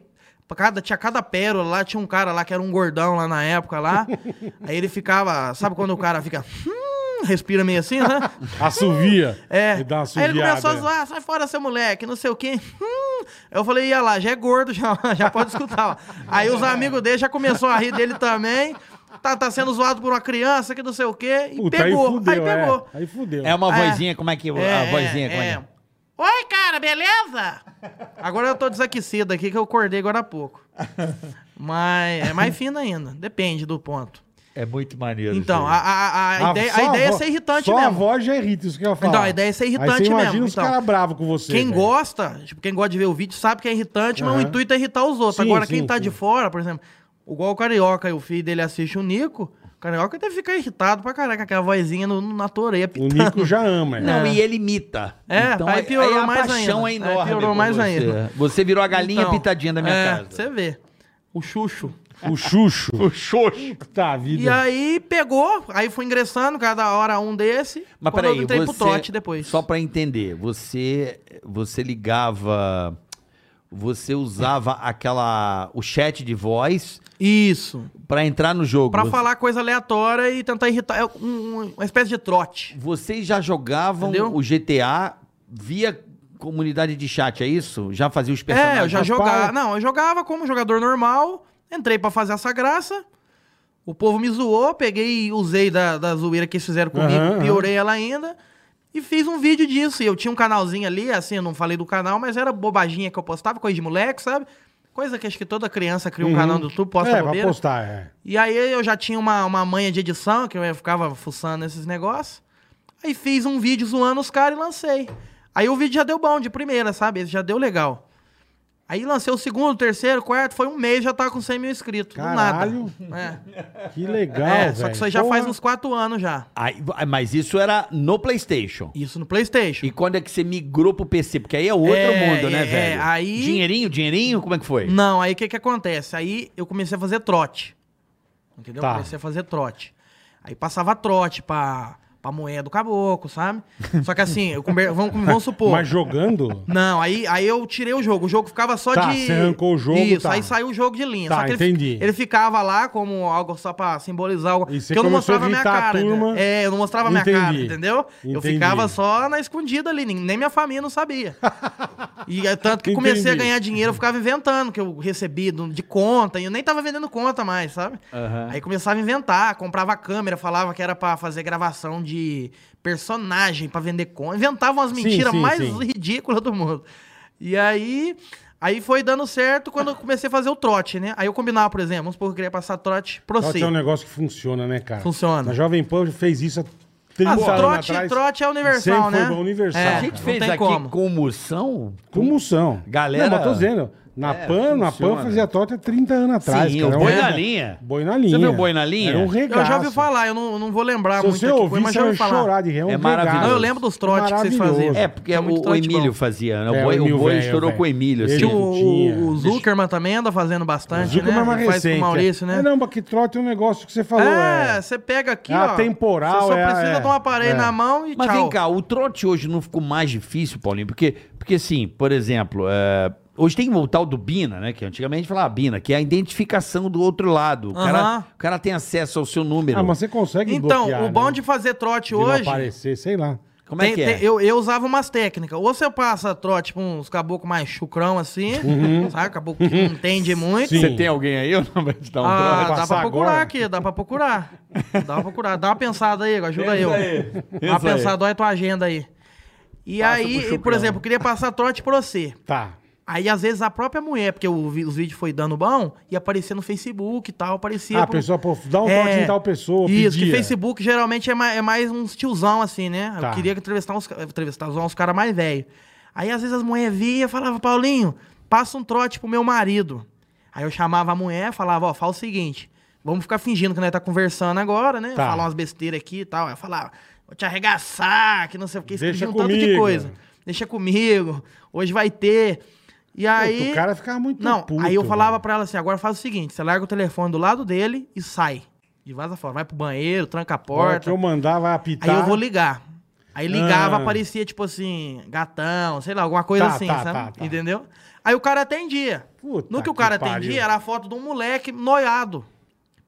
S5: Cada, tinha cada pérola lá, tinha um cara lá que era um gordão lá na época lá. aí ele ficava. Sabe quando o cara fica. "Hum", respira meio assim, né?
S3: Assovia.
S5: É.
S3: E dá uma
S5: Aí ele começou a
S3: assoviada,
S5: zoar, sai fora, seu moleque, não sei o quê. *laughs* Hum. Eu falei, ia lá, já é gordo, já, *laughs* já pode escutar. Lá. Aí os amigos dele já começou a rir dele também. Tá, tá sendo zoado por uma criança que não sei o quê. E
S3: Puta,
S5: pegou,
S3: aí fudeu. é.
S5: pegou.
S3: Aí fudeu.
S1: É uma
S5: É.
S1: vozinha, como é que...
S5: É,
S1: a vozinha,
S5: é,
S1: como é
S5: é. Oi, cara, beleza? Agora eu tô desaquecido aqui que eu acordei agora há pouco. Mas é mais fino ainda, depende do ponto.
S1: que é? É muito maneiro.
S5: Então, a, a, a
S3: Ah,
S5: ideia,
S3: só
S5: a ideia é
S3: vo-
S5: ser irritante
S3: só a
S5: mesmo.
S3: voz já irrita, isso que eu ia falar.
S5: Então, a ideia é ser
S3: Aí
S5: irritante
S3: você imagina
S5: mesmo,
S3: os
S5: então.
S3: caras bravos com você.
S5: Quem
S3: velho.
S5: gosta, tipo, quem gosta de ver o vídeo sabe que é irritante, mas
S3: Aham.
S5: o intuito é irritar os outros.
S3: Sim,
S5: Agora, quem
S3: sim,
S5: tá
S3: sim.
S5: de fora, por exemplo, igual o Carioca e o filho dele assiste o Nico, o Carioca deve ficar irritado pra caraca, aquela vozinha no, na toreia
S3: O
S5: pitando.
S3: Nico já ama. é.
S4: Não, e ele imita. Então,
S5: É, aí piorou
S4: a
S5: mais
S4: paixão
S5: ainda.
S4: é
S5: Aí
S4: enorme.
S5: piorou
S4: por
S5: mais
S4: você.
S5: ainda.
S4: Você virou a galinha
S5: Então,
S4: pitadinha da minha
S5: é,
S4: casa.
S5: Você vê. O Xuxo.
S3: O Xuxo.
S1: O xoxo.
S3: Tá,
S5: E
S3: vida.
S5: aí pegou, aí foi ingressando, cada hora um desse.
S4: Mas
S5: Quando
S4: peraí,
S5: eu entrei
S4: você,
S5: pro trote depois.
S4: só pra entender, você você ligava, você usava aquela o chat de voz
S5: Isso.
S4: pra entrar no jogo.
S5: Pra
S4: Você-
S5: falar coisa aleatória e tentar irritar. É um- um- uma espécie de trote.
S4: Vocês já jogavam
S5: Entendeu?
S4: o GTA via comunidade de chat, é isso? Já fazia os
S5: É, eu
S4: personagens?
S5: já
S3: Mas para.
S5: jogava. Não, eu jogava como jogador normal. Entrei pra fazer essa graça. O povo me zoou, peguei e usei da, da zoeira que eles fizeram comigo,
S3: Aham, aham.
S5: piorei ela ainda. E fiz um vídeo disso. E eu tinha um canalzinho ali, assim, eu não falei do canal, mas era bobaginha que eu postava, coisa de moleque, sabe? Coisa que acho que toda criança cria um
S3: Uhum.
S5: canal do YouTube, posta
S3: é, pra
S5: bobeira.
S3: postar, é.
S5: E aí eu já tinha uma, uma manha de edição, que eu ficava fuçando esses negócios. Aí fiz um vídeo zoando os caras e lancei. Aí o vídeo já deu bom de primeira, sabe? Esse já deu legal. Aí lancei o segundo, terceiro, quarto, foi um mês, já tava com 100 mil inscritos.
S3: Caralho.
S5: Do nada. É,
S3: Que legal,
S5: É,
S3: velho.
S5: só que isso aí já
S3: Porra.
S5: faz uns quatro anos já.
S4: Aí- mas isso era no PlayStation.
S5: Isso no Playstation.
S4: E quando é que você migrou pro PC? Porque aí é outro
S5: É,
S4: mundo, né,
S5: é,
S4: velho?
S5: aí-
S4: Dinheirinho, dinheirinho, como é que foi?
S5: Não, aí o que que acontece? Aí eu comecei a fazer trote. Entendeu?
S3: Tá.
S5: Comecei a fazer trote. Aí passava trote pra, pra moeda do caboclo, sabe? Só que assim, eu conver-
S3: *laughs*
S5: vamos, vamos supor.
S3: Mas
S5: *laughs*
S3: jogando?
S5: Não, aí, aí eu tirei o jogo. O jogo ficava só
S3: Tá,
S5: de.
S3: você arrancou o jogo,
S5: Isso,
S3: tá.
S5: aí saiu o jogo de linha.
S3: Tá,
S5: só que ele fi-
S3: entendi.
S5: Ele ficava lá como algo só pra simbolizar algo.
S3: E você
S5: Porque eu não
S3: começou a
S5: mostrava a minha
S3: irritar a
S5: cara.
S3: turma.
S5: entendeu? É, eu não mostrava a minha
S3: Entendi.
S5: cara, entendeu? Eu
S3: Entendi.
S5: ficava só na escondida ali, nem nem minha família não
S3: *laughs*
S5: sabia. E é tanto que comecei a
S3: Entendi.
S5: ganhar dinheiro, eu ficava inventando que eu recebi do- de conta, e eu nem tava vendendo conta mais, sabe? Aí começava a inventar, comprava câmera, falava que era pra fazer gravação de personagem, pra vender conta. Inventava umas
S3: Sim,
S5: mentiras
S3: sim,
S5: mais
S3: sim.
S5: *laughs* ridículas do mundo. E aí, aí foi dando certo quando eu comecei a fazer o trote, né? Aí eu combinava, por exemplo, vamos supor que eu queria passar trote pro
S3: Trote
S5: você.
S3: é um negócio que funciona, né, cara?
S5: Funciona.
S3: A Jovem Pan fez isso há 30
S5: Ah,
S3: anos
S5: trote-
S3: atrás.
S5: trote é universal,
S3: Sempre
S5: né?
S3: foi bom, universal.
S5: É.
S4: a
S3: cara.
S4: gente
S5: não
S4: fez
S5: tem
S4: aqui
S5: como.
S4: comoção.
S3: Comoção.
S4: Galera-
S3: Não, mas tô dizendo, na
S5: É,
S3: PAN, na PAN
S4: funciona.
S3: fazia trote há 30 anos atrás.
S4: Sim,
S3: cara. Era
S4: o Boi
S3: um-
S4: na Linha.
S3: Boi na linha.
S4: Você viu o Boi na Linha?
S3: Era um regaço.
S5: Eu já ouvi falar, eu não, não vou lembrar
S3: Se
S5: muito
S3: você
S5: aqui,
S3: ouvir,
S5: mas
S3: você
S5: já
S3: vai
S5: ouvi falar.
S3: chorar de rir. um
S4: É maravilhoso.
S5: Não, eu lembro dos trotes que vocês
S3: Maravilhoso.
S5: faziam.
S4: É, porque
S5: Tinha
S4: o,
S5: muito
S4: o
S5: trote
S4: Emílio
S5: bom.
S4: fazia, né? O
S3: É, o
S4: Boi, o
S3: Emílio
S4: Boi
S3: velho,
S4: estourou
S3: velho.
S4: com o Emílio, assim.
S3: Ele-
S5: Tinha um o, o
S3: Tinha.
S5: Zuckerman também anda fazendo bastante,
S3: Zucca
S5: né?
S3: é mais
S5: Ele faz
S3: recente.
S5: com o Maurício, né?
S3: É, não, porque trote é um negócio que você falou.
S5: É,
S3: É,
S5: você pega aqui,
S3: É
S5: ó.
S3: atemporal,
S5: Você só
S3: é-
S5: precisa
S3: é.
S5: de um aparelho
S3: É.
S5: na mão e
S4: Mas
S5: tchau.
S4: vem cá, o trote hoje não ficou mais difícil, Paulinho? Porque, porque assim, por exemplo, é, hoje tem o tal do Bina, né? Que antigamente falava Bina, que é a identificação do outro lado. O, cara,
S5: Aham.
S4: o cara tem acesso ao seu número.
S3: Ah, mas você consegue
S5: Então,
S3: bloquear,
S5: o bom
S3: né?
S5: de fazer trote
S3: não
S5: hoje.
S3: aparecer, sei lá.
S4: Como é
S5: tem-
S4: que é?
S5: tem- eu, eu usava umas técnicas. Ou você passa trote pra uns caboclos mais chucrão assim, sabe? Caboclo que não entende muito.
S3: Sim.
S1: Você tem alguém aí ou não vai te dar
S4: Então,
S1: um
S5: Ah,
S1: trote?
S5: dá
S3: Passar
S5: pra procurar
S3: agora.
S5: aqui, dá pra procurar. dá pra procurar. Dá uma pensada aí, Igor, ajuda
S1: Pensa
S5: eu.
S1: aí,
S5: Dá
S1: pensa
S5: uma
S1: aí.
S5: pensada, olha a tua agenda aí. E
S1: Passa pro
S5: aí,
S1: chucrão.
S5: por exemplo, eu queria passar trote pra você.
S3: Tá.
S5: Aí, às vezes, a própria mulher, porque o vi- os vídeos foi dando bom, e aparecia no Facebook e tal, aparecia...
S3: Ah, a
S5: pro-
S3: pessoa, pô, dá um trote em tal pessoa,
S5: É, Isso, que
S3: pedia.
S5: Facebook geralmente é mais, é mais uns tiozão, assim, né?
S3: Tá.
S5: Eu queria entrevistar uns, entrevistar zoar uns caras mais velhos. Aí, às vezes, as mulheres via e falavam, Paulinho, passa um trote pro meu marido. Aí eu chamava a mulher falava, ó, fala o seguinte, vamos ficar fingindo que nós tá conversando agora, né?
S3: Tá.
S5: Falar umas besteiras aqui e tal. Aí eu falava, vou te arregaçar, que não sei o que,
S3: Deixa
S5: escrevia um tanto de
S3: comigo.
S5: coisa. Deixa comigo, hoje vai ter. E aí...
S3: o cara ficava muito
S5: Não,
S3: puto,
S5: aí eu falava
S3: velho.
S5: pra ela assim: agora faz o seguinte, você larga o telefone do lado dele e sai. E vaza fora. Vai pro banheiro, tranca
S3: A
S5: a
S3: hora
S5: porta.
S3: que eu mandar, vai apitar.
S5: Aí eu vou ligar. Aí ligava,
S3: Ah.
S5: aparecia, tipo assim, gatão, sei lá, alguma coisa
S3: Tá,
S5: assim,
S3: tá,
S5: sabe?
S3: tá, tá.
S5: Entendeu? Aí o cara atendia.
S3: Puta
S5: no que o
S3: que
S5: cara
S3: pariu.
S5: atendia era a foto de um moleque noiado.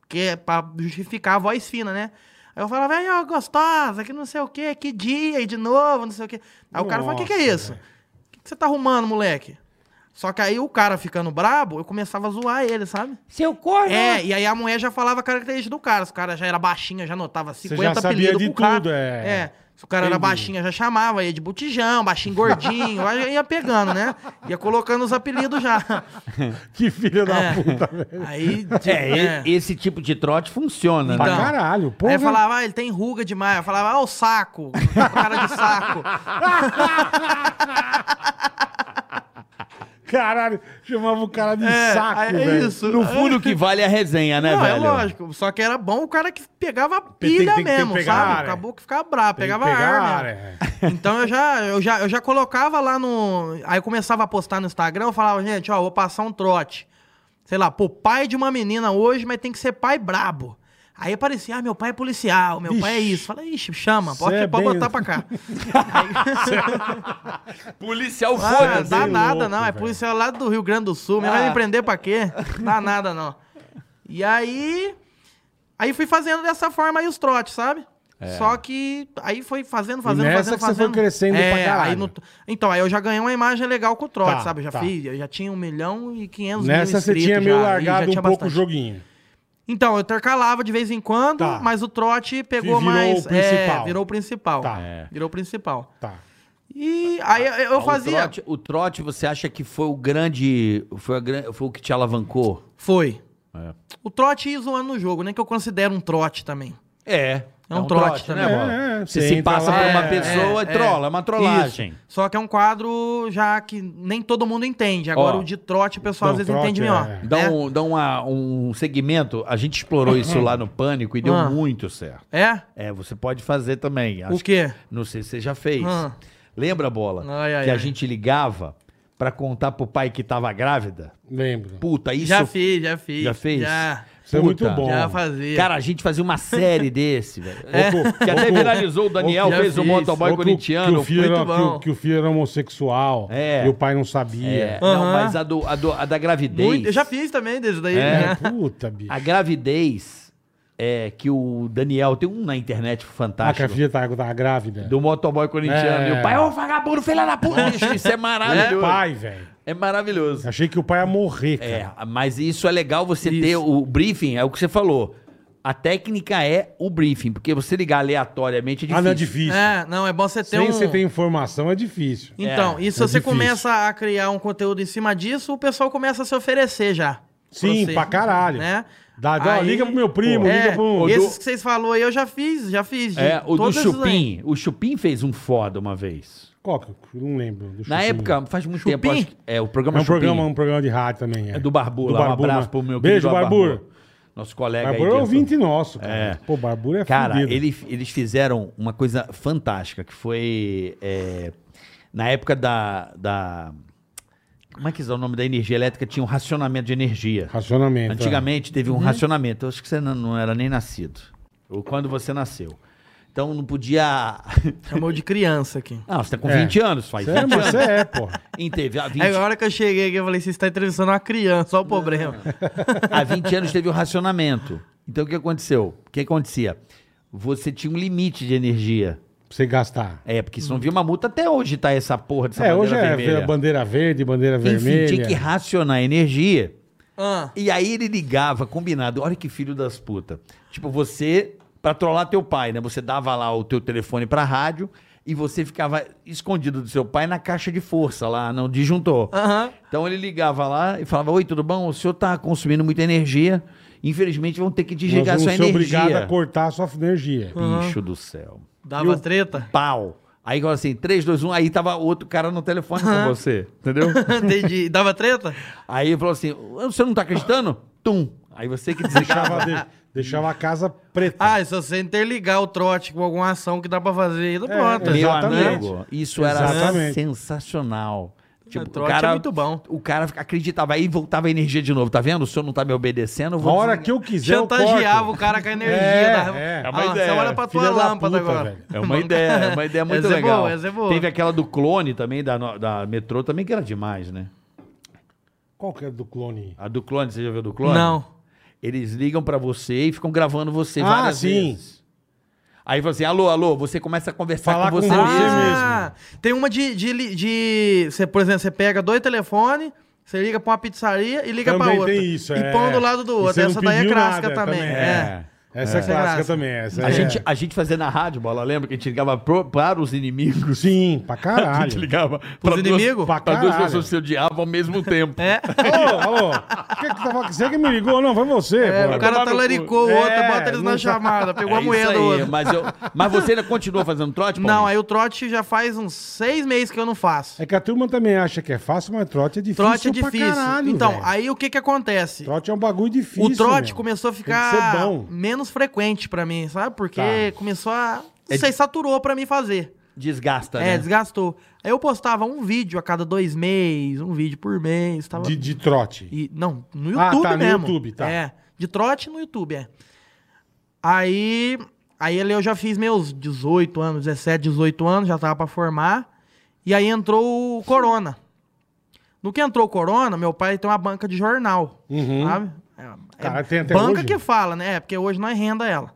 S5: Que é pra justificar a voz fina, né? Aí eu falava, aí, ó, gostosa, que não sei o quê, que dia, e de novo, não sei o quê. Aí o cara falou, o que, que é
S3: Nossa,
S5: isso? O
S3: velho.
S5: que, que você tá arrumando, moleque? Só que aí o cara ficando brabo, eu começava a zoar ele, sabe?
S4: Seu
S3: Ah,
S4: corno!
S5: É, e aí a mulher já falava a característica do cara. Se o cara já era baixinha, já notava
S3: já
S5: 50
S3: sabia
S5: apelidos
S3: de
S5: pro cara.
S3: tudo, é.
S5: Se o cara era
S3: Entendi.
S5: baixinha, já chamava, ia de botijão,
S3: *laughs*
S5: baixinho gordinho, aí ia pegando, né? Ia colocando os apelidos já.
S3: *laughs* Que filha da
S5: É.
S3: puta, velho.
S5: Aí.
S4: É,
S5: né?
S4: e- esse tipo de trote funciona,
S3: Pra
S4: né?
S5: Então,
S3: caralho, é porra.
S5: Aí eu falava, ah, ele tem ruga demais. Eu falava, ah, o saco. O cara de
S3: *laughs*
S5: saco.
S3: Caralho, chamava o cara de
S5: É,
S3: saco,
S5: é
S3: velho.
S5: isso.
S4: No fundo que vale a resenha, né,
S5: Não,
S4: velho?
S5: é lógico. Só que era bom o cara que pegava
S3: tem-
S5: pilha
S3: tem que
S5: mesmo,
S3: pegar a
S5: sabe?
S3: área.
S5: Acabou que ficava bravo,
S3: Tem que
S5: pegava
S3: pegar é.
S5: ar
S3: a
S5: mesmo.
S3: área.
S5: Então eu já, eu, já, eu já colocava lá no. Aí eu começava a postar no Instagram, eu falava, gente, ó, vou passar um trote. Sei lá, pô, pai de uma menina hoje, mas tem que ser pai brabo. Aí aparecia, ah, meu pai é policial, meu pai é
S3: Ixi.
S5: isso. Fala, ixi, chama, pode,
S3: Cê é
S5: pode
S3: bem-
S5: botar pra cá.
S3: *laughs*
S4: Policial
S5: Ah,
S4: foda-se.
S5: dá
S3: bem
S5: nada
S3: louco,
S5: não, é
S3: velho. Ah.
S5: policial lá do Rio Grande do Sul, mas vai me prender pra
S3: *laughs*
S5: quê? Dá nada não. E aí. Aí fui fazendo dessa forma aí os trotes, sabe? Só que aí foi fazendo, fazendo,
S3: É. nessa
S5: fazendo,
S3: que você foi
S5: fazendo. É,
S3: crescendo pra caralho.
S5: aí Então, aí eu já ganhei uma imagem legal com o trote,
S3: Tá,
S5: sabe? Eu já
S3: tá.
S5: fiz, eu já tinha um milhão e quinhentos mil
S3: Nessa
S5: inscritos.
S3: você tinha meio
S5: já, e já
S3: largado um
S5: tinha
S3: pouco o
S5: bastante.
S3: joguinho.
S5: Então, eu intercalava de vez em quando,
S3: Tá.
S5: mas o trote
S3: virou
S5: pegou
S3: o
S5: mais.
S3: principal.
S5: É, virou o principal.
S3: Tá. Ah,
S5: Virou o principal.
S3: Tá.
S5: E aí eu- eu
S4: O
S5: fazia.
S4: trote- O trote, você acha que foi o grande. Foi, a gran- foi o que te alavancou?
S5: Foi.
S4: É.
S5: O trote ia zoando no jogo, né? Que eu considero um trote também.
S4: É.
S5: É um trote também.
S4: bola?
S3: É, é,
S4: Você
S3: você
S4: se
S3: entra
S4: passa
S3: lá,
S4: por uma
S3: é,
S4: pessoa e trola, então é uma trollagem.
S5: Isso. Só que é um quadro já que nem todo mundo entende. Agora
S4: Ó.
S5: o de trote o
S3: Então,
S5: pessoal às vezes
S3: trote
S5: entende
S3: é-
S5: melhor.
S4: Dá,
S5: né?
S4: um, dá uma- um segmento, a gente explorou isso lá no Pânico e deu
S5: Ah.
S4: muito certo.
S5: É?
S4: É, você pode fazer também.
S5: O quê?
S4: Não sei se você já fez.
S5: Ah.
S4: Lembra, Bola?
S5: Ai, ai,
S4: que a
S5: ai.
S4: gente ligava pra contar pro pai que tava grávida?
S3: Lembro.
S4: Puta, isso...
S5: Já fiz, já fiz.
S4: Já fez?
S5: Já,
S3: Isso é muito
S4: Puta.
S3: bom.
S5: já fazia.
S4: Cara, a gente fazia uma série desse, *laughs* velho.
S3: Ou que o-
S4: Que
S3: ou
S4: até
S3: que o-
S4: viralizou, o Daniel
S5: ou que-
S4: fez o
S5: É. já fiz.
S4: motoboy
S3: ou que o- Que
S4: corintiano.
S3: o, filho
S5: muito
S3: era, que, o-
S5: um bom.
S3: que o filho era homossexual
S4: É.
S3: e o pai não sabia.
S4: É, Não,
S5: Aham.
S4: mas a, do- a do- a da gravidez...
S5: Muito- eu já fiz também desde daí.
S3: É,
S5: né?
S3: puta, bicho.
S4: A gravidez é que o Daniel tem um na internet
S3: Ah, que a
S4: fantástico.
S3: filha tava, tava grávida.
S4: do motoboy corintiano.
S3: É.
S4: E o pai, ô vagabundo, filha da puta. Bicho, Isso
S3: *laughs*
S4: é
S3: É
S4: maravilhoso.
S3: pai, velho.
S4: É maravilhoso.
S3: Achei que o pai ia morrer, cara.
S4: É, mas isso é legal você ter o briefing, é o que você falou. A técnica é o briefing, porque você ligar aleatoriamente é
S3: ah,
S4: difícil.
S3: não, é difícil.
S5: É, não, é bom você ter
S3: Sem
S5: um...
S4: Então-
S3: você ter informação é difícil.
S5: Então,
S4: É,
S5: e se
S3: é
S5: você
S3: difícil.
S5: começa a criar um conteúdo em cima disso, o pessoal começa a se oferecer já.
S3: Sim,
S5: você,
S3: pra caralho.
S5: Né?
S3: Dá- dá-
S5: Aí-
S3: liga pro meu primo,
S5: É,
S3: liga pro... um
S5: e esses que vocês falaram aí, eu já fiz, já fiz.
S4: É, o do
S5: Todos esses aí.
S4: Chupim. O Chupim fez um foda uma vez.
S3: Qual que eu- Não lembro. do
S4: Na
S3: Chupim.
S4: época, faz muito
S5: Chupim?
S4: tempo. acho que- é, o
S3: É
S4: programa
S3: um
S4: Chupim.
S3: programa, um programa de rádio também.
S4: É do Barbura.
S3: Do
S4: lá,
S3: Barbura.
S4: Um abraço pro meu
S3: Beijo,
S4: querido
S3: Barbura.
S4: Nosso colega aí.
S3: Barbura é
S4: diretor.
S3: ouvinte nosso, cara.
S4: É.
S3: Pô, Barbura é
S4: Cara,
S3: fudido.
S4: ele- eles fizeram uma coisa fantástica, que foi é, na época da, da- Como é que é o nome da energia elétrica? Tinha um racionamento de energia.
S3: Racionamento. é.
S4: Antigamente teve um racionamento. Eu acho que você não, não era nem nascido. Ou quando você nasceu. Então não podia... *laughs*
S5: Chamou de criança aqui.
S4: Não, você tá com
S3: É.
S4: 20 anos,
S3: é.
S4: faz
S3: Você
S4: 20
S3: é, mas
S4: anos.
S3: você
S4: *laughs*
S3: é, porra.
S4: Em TV, há 20,
S5: É a hora que eu cheguei aqui, eu falei, você está entrevistando uma criança, olha o *laughs* problema.
S4: há 20 anos teve o racionamento. Então o que aconteceu? O que acontecia? Você tinha um limite de energia.
S3: Pra você gastar.
S4: É, porque se não viu uma multa, até hoje tá essa porra dessa
S3: Hum. é,
S4: bandeira
S3: hoje é
S4: vermelha.
S3: ver- bandeira verde, bandeira
S4: Enfim,
S3: vermelha.
S4: tinha que racionar energia.
S5: Ah,
S4: E aí ele ligava, combinado. Olha que filho das putas. Tipo, você, pra trollar teu pai, né? Você dava lá o teu telefone pra rádio e você ficava escondido do seu pai na caixa de força lá, não disjuntor.
S5: Aham.
S4: Então ele ligava lá e falava: Oi, tudo bom? O senhor tá consumindo muita energia. Infelizmente vão ter que
S3: Nós
S4: desligar
S3: vamos
S4: sua
S3: ser obrigado a
S4: energia.
S3: cortar a sua energia.
S4: Bicho do céu.
S5: dava treta?
S4: Pau. Aí agora assim, 3, 2, 1, aí tava outro cara no telefone com você, *laughs* entendeu?
S5: *laughs* Entendi. Dava treta?
S4: Aí ele falou assim: você não tá acreditando? Tum. Aí você que
S3: Deixava,
S4: desligava.
S3: de- deixava a casa preta.
S5: Ah, e se você interligar o trote com alguma ação que dá pra fazer, aí tá
S3: é.
S5: pronto.
S4: *laughs* Meu
S3: Exatamente.
S4: amigo, isso era
S3: Exatamente.
S4: sensacional. Tipo,
S5: trote é muito bom.
S4: O cara acreditava aí e voltava a energia de novo. Tá vendo? O senhor não tá me obedecendo. eu
S3: Na
S4: vou
S3: hora
S4: desligar.
S3: que eu quiser, eu
S5: Chantageava
S3: corto.
S5: o cara com a energia.
S3: É,
S5: da-
S3: é.
S1: É uma
S5: Ah,
S1: ideia.
S5: Você olha pra tua
S3: Filha da
S5: lâmpada
S3: puta,
S5: agora.
S3: velho.
S4: É uma ideia, é uma ideia muito
S5: Essa é
S4: legal.
S5: boa, essa é boa.
S4: Teve aquela do clone também, da, no- da metrô também, que era demais, né?
S3: Qual que é do clone?
S4: A do clone, você já viu do clone?
S5: Não.
S4: Eles ligam pra você e ficam gravando você
S3: Ah,
S4: várias
S3: sim.
S4: vezes. Aí você, alô, alô, você começa a conversar
S3: Falar
S4: com você,
S3: com você
S4: mesmo.
S5: Ah, tem uma de, de, li- de- Você, por exemplo, você pega dois telefones, você liga pra uma pizzaria e liga pra
S3: Também
S5: outra.
S3: tem isso,
S5: e
S3: é.
S5: põe um do lado
S3: E
S5: do outro.
S3: você não
S5: Essa daí é
S3: pediu
S5: clássica
S3: nada
S5: também.
S3: também,
S5: É.
S3: Essa é,
S5: Essa é
S3: clássica
S5: graça.
S3: também. Essa
S4: A,
S3: é...
S4: gente, a gente fazia na rádio, bola, lembra? Que a gente ligava pro- para os inimigos. *laughs*
S3: Sim,
S5: *laughs*
S3: pra
S4: A gente
S3: caralho.
S4: ligava para
S5: inimigos?
S4: Duas,
S3: Pra
S4: pra Tá duas
S3: caralho.
S4: pessoas que se odiavam ao mesmo tempo.
S5: É.
S3: Alô, alô. Que que tá falando? Você que me ligou? Não, foi você.
S5: É,
S3: pô.
S5: o cara
S1: tomar no cu.
S5: talaricou o outro,
S3: É,
S5: bota eles na
S3: não-
S5: chamada, pegou
S4: É
S5: a mulher
S4: isso
S5: do
S4: aí,
S5: outro.
S4: Mas, eu- mas você ainda continua fazendo trote, Paulinho?
S5: Não, é- aí o trote já faz uns seis meses que eu não faço.
S3: É que a turma também acha que é fácil, mas trote é difícil
S5: trote é
S3: pra
S5: difícil.
S3: caralho,
S5: então,
S3: velho.
S5: aí o que que acontece?
S3: Trote é um bagulho difícil,
S5: o trote
S3: meu.
S5: começou a
S3: Tem que
S5: ficar
S3: ser bom.
S5: menos frequente pra mim, sabe? Porque
S3: Tá.
S5: começou a...
S4: É
S5: Não sei, saturou pra mim fazer.
S4: Desgasta,
S5: é,
S4: né?
S5: desgastou. Aí eu postava um vídeo a cada dois meses, um vídeo por mês. Tava...
S3: De, de trote.
S5: E, não, no
S3: Ah,
S5: YouTube
S3: tá, no
S5: mesmo.
S3: YouTube, tá.
S5: É, de trote no YouTube, é. Aí, aí ali eu já fiz meus 18 anos, 17, 18 anos, já tava pra formar. E aí entrou o Corona. No que entrou o Corona, meu pai tem uma banca de jornal,
S3: Uhum.
S5: sabe? É, é
S3: Cara, tem até
S5: banca
S3: hoje?
S5: que fala, né? É, porque hoje nós renda ela.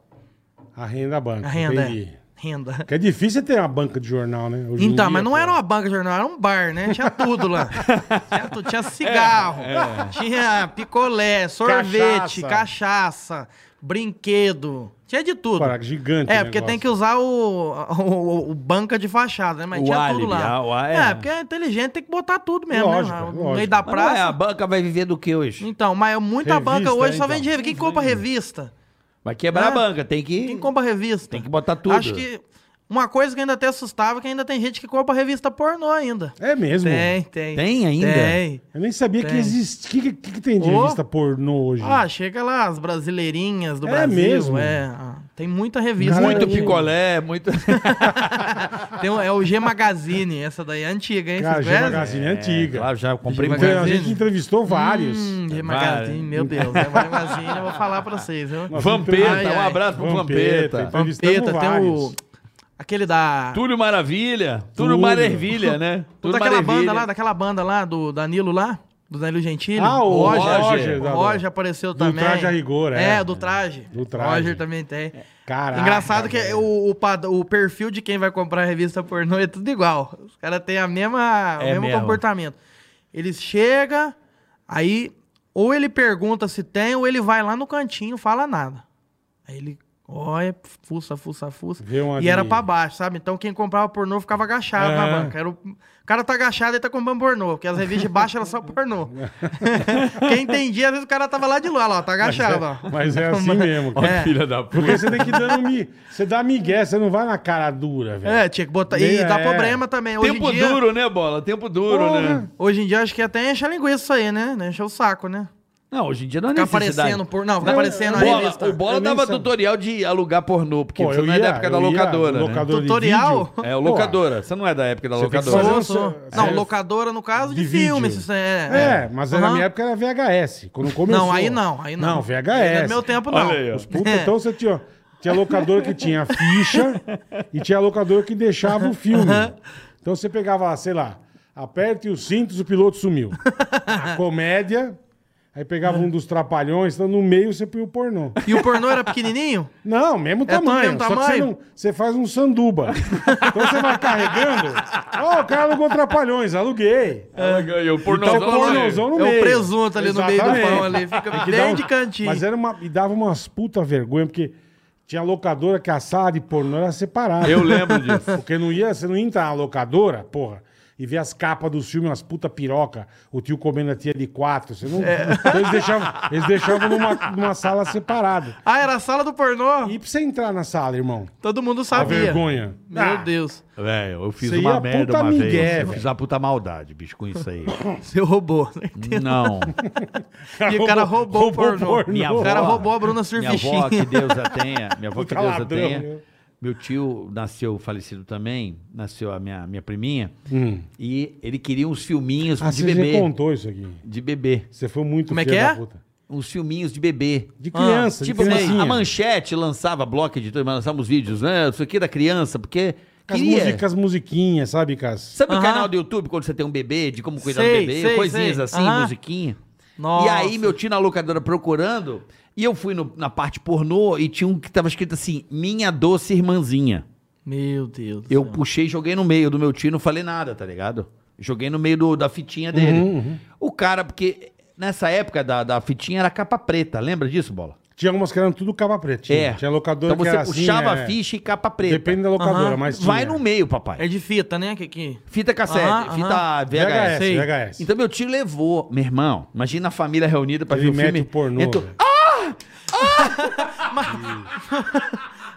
S3: A renda da banca.
S5: A renda,
S3: entendi.
S5: é. Renda.
S3: Porque é difícil ter uma banca de jornal, né? Hoje em
S5: Então,
S3: dia,
S5: mas não
S3: pô.
S5: era uma banca de jornal, era um bar, né? Tinha tudo
S4: *laughs*
S5: lá. tinha, tu- tinha cigarro,
S4: É,
S5: tinha picolé, sorvete,
S3: Cachaça.
S5: cachaça. brinquedo. Tinha de tudo.
S3: Cara, gigante
S5: é,
S3: o
S5: porque
S3: negócio.
S5: tem que usar o, o, o banca de fachada, né? Mas
S4: O
S5: tinha
S4: álibi,
S5: tudo lá.
S4: ah, o- ah, é.
S5: é. porque é inteligente, tem que botar tudo mesmo,
S3: Lógico,
S5: né? No
S3: lógico.
S5: meio da
S4: Mas não é, a
S5: praça.
S4: banca vai viver do que hoje?
S5: Então, mas muita
S3: Revista,
S5: banca hoje só
S3: então.
S5: vende revista. Quem compra revista?
S4: Vai quebrar a
S5: É.
S4: banca, tem que...
S5: Quem compra revista?
S4: Tem que botar tudo.
S5: Acho que uma coisa que ainda até assustava é que ainda tem gente que compra revista pornô ainda.
S3: É mesmo.
S5: Tem, tem.
S4: Tem ainda?
S5: Tem.
S3: Eu nem sabia que
S5: Tem.
S3: existe. O que, que, que tem de
S5: Ô.
S3: revista pornô hoje?
S5: Ah, chega lá as brasileirinhas do
S3: É
S5: Brasil.
S3: mesmo?
S5: É, ah, tem muita revista.
S3: Caralho,
S4: Muito
S3: que-
S4: picolé, muito...
S5: Tem um- é o G Magazine, essa daí é antiga, hein?
S3: Cara,
S5: Vocês
S3: G
S5: conhecem?
S3: Magazine é antiga.
S4: Claro, já comprei
S5: G
S4: muito.
S3: Então, a
S5: Magazine.
S3: gente entrevistou vários.
S5: Hum, G
S4: É,
S5: Magazine, meu Deus. É o G Magazine, eu vou falar pra vocês. viu?
S3: Nossa,
S4: Vampeta,
S5: Ai,
S4: um
S5: ai.
S4: abraço pro Vampeta.
S3: Vampeta, então- entrevistamos
S5: Vampeta, tem
S3: vários.
S5: o... Aquele da...
S4: Ah. Túlio Maravilha. Túlio
S3: Túlio.
S4: Maravilha, né? Túlio
S5: daquela
S4: Maravilha.
S5: banda lá, daquela banda lá, do Danilo lá, do Danilo Gentili.
S3: Ah, o
S5: Roger.
S4: Roger,
S5: O
S3: da-
S5: Roger apareceu
S3: do
S5: também.
S3: Traje a Rigor, é.
S5: É, do traje.
S3: Do Traje. É.
S5: Roger também tem.
S3: Caraca,
S5: Engraçado que
S3: velho.
S5: o, o, pad- o perfil de quem vai comprar a revista pornô é tudo igual. Os caras têm a mesma, o
S4: É
S5: mesmo,
S4: mesmo.
S5: comportamento. Eles chegam, aí ou ele pergunta se tem, ou ele vai lá no cantinho, fala nada. Aí ele olha, fuça, fuça, fuça.
S3: Vê uma
S5: E era
S3: de-
S5: pra baixo, sabe? Então quem comprava pornô ficava agachado na
S3: É.
S5: banca. Era o... o cara tá agachado e tá comprando pornô, porque as revistas de baixo eram só pornô.
S3: *laughs*
S5: *laughs* quem entendia, às vezes o cara tava lá de lá, lá, ó, tá agachado, ó.
S3: Mas é
S5: *laughs*
S3: assim mesmo, cara.
S5: É.
S4: Filha da puta.
S3: Porque você tem que dar um mi... Você dá migué, você não vai na cara dura, velho.
S5: É, tinha que botar.
S3: Meia,
S5: E dá
S3: é.
S5: problema também. Hoje
S4: Tempo
S5: em dia,
S4: duro, né, Bola? Tempo duro,
S3: Porra.
S4: né?
S5: Hoje em dia acho que até enche a linguiça isso aí, né? Enche o saco, né?
S4: Não, hoje em dia não é
S5: Fica
S4: necessidade.
S5: aparecendo por. Não, fica
S3: Não,
S5: aparecendo a
S4: Bola,
S5: revista.
S4: o Bola
S3: Eu nem
S4: dava
S3: sei.
S4: tutorial de alugar pornô, porque
S5: tipo,
S3: Pô,
S4: você
S3: eu
S4: não é
S3: ia,
S4: da época da
S3: eu ia
S4: locadora,
S3: no
S4: né?
S3: locador de
S5: Tutorial?
S3: vídeo.
S4: É, o locadora. Você não é da época da
S3: Você tem que
S4: locadora.
S3: fazer
S4: *laughs*
S5: Sou,
S3: um
S5: sou.
S3: seu-
S5: Não,
S3: seu-
S5: locadora no caso de,
S3: de
S5: filme.
S3: vídeo.
S5: isso é,
S3: É, mas era na
S5: Aham.
S3: minha época era VHS. Quando começou.
S5: Não, aí não, aí não.
S3: Não,
S5: Aí Não é
S3: VHS.
S5: do meu tempo, não.
S1: Olha aí, ó.
S3: Os puta, então você tinha. Tinha locador que tinha ficha e tinha locador que deixava o filme. Então você pegava lá, sei lá, aperte os cintos, o piloto sumiu. A comédia, aí pegava um dos trapalhões, então no meio você põe o pornô.
S5: E o pornô era pequenininho?
S3: Não, mesmo
S5: É tudo
S3: tamanho.
S5: mesmo
S3: só que você,
S5: tamanho?
S3: não- você faz um sanduba. então você vai carregando. Ó, o cara alugou trapalhões, aluguei.
S4: Ela É, ganhou né? o
S3: Então,
S4: pornôzão. no meio.
S3: pornozão no
S5: é
S3: meio.
S5: o presunto ali no meio do pão
S3: Exatamente.
S5: ali. Fica
S3: Que
S5: bem
S3: dava-
S5: de cantinho.
S3: Mas era uma, e dava umas puta vergonha, porque tinha locadora que a sala de pornô era separada.
S4: Eu lembro disso.
S3: Porque não ia, você não ia entrar na locadora, porra, e ver as capas dos filmes, umas puta piroca, o tio comendo a tia de quatro. Você não,
S5: É.
S3: então eles deixavam, eles deixavam numa, numa sala separada.
S5: Ah, era a sala do pornô?
S3: E pra você entrar na sala, irmão?
S5: Todo mundo
S3: A
S5: sabia.
S3: vergonha. Ah,
S5: Meu Deus.
S4: Velho, eu fiz
S3: Você ia
S4: uma merda
S3: puta
S4: uma
S3: migué,
S4: vez. Eu
S3: velho.
S4: fiz uma puta maldade, bicho, com isso aí.
S3: *laughs*
S5: Você roubou.
S4: Não.
S5: E o cara roubou, o pornô.
S3: pornô.
S4: Minha
S5: O cara
S4: avó-
S5: roubou a Bruna
S4: Minha avó,
S3: *laughs*
S5: Surfichinha.
S4: que Deus a tenha. Minha avó, que
S3: Puta
S4: Deus a
S3: ladrão,
S4: tenha.
S3: meu.
S4: Meu tio nasceu falecido também, nasceu a minha, minha priminha,
S3: Hum.
S4: e ele queria uns filminhos
S3: Ah,
S4: de
S3: você já
S4: bebê.
S3: contou isso aqui.
S4: De bebê.
S3: Você foi muito
S5: Como é
S3: filho
S5: que
S3: da
S5: é?
S3: puta.
S4: Uns filminhos de bebê.
S3: De criança,
S4: Tipo,
S3: de
S4: a
S3: criancinha.
S4: manchete lançava bloco de mas lançava os vídeos, né? Isso aqui da criança, porque
S3: Com as,
S4: queria.
S3: músicas, as musiquinhas, sabe, Cas?
S4: Sabe o
S5: Aham.
S4: canal do YouTube quando você tem um bebê, de como cuidar
S5: Sei,
S4: do bebê,
S5: sei,
S4: coisinhas
S5: sei.
S4: assim,
S5: Aham.
S4: musiquinha. E
S5: *laughs* Nossa.
S4: aí meu tio na locadora procurando, e eu fui no- na parte pornô e tinha um que tava escrito assim: "Minha doce irmãzinha".
S5: Meu Deus do
S4: Eu
S5: céu.
S4: puxei e joguei no meio do meu tio, não falei nada, tá ligado? Joguei no meio do- da fitinha dele.
S3: Uhum.
S4: O cara, porque nessa época da, da fitinha era capa preta, lembra disso, bola?
S3: Tinha umas que eram tudo capa preta. Tinha, tinha locadora
S4: Então
S3: que
S4: você
S3: era
S4: puxava
S3: assim, é.
S4: a ficha e capa preta.
S3: Depende da locadora,
S5: Aham.
S3: mas tinha.
S4: Vai no meio, papai.
S5: É de fita, né? Que, que...
S4: Fita cassete,
S5: Aham,
S4: fita
S5: aham.
S4: VHS.
S3: VHS, VHS.
S4: Então meu tio levou, meu irmão. Imagina a família reunida pra
S3: Ele
S4: ver o
S3: mete
S4: filme.
S3: o pornô,
S4: Entrou-
S3: velho.
S4: Ah,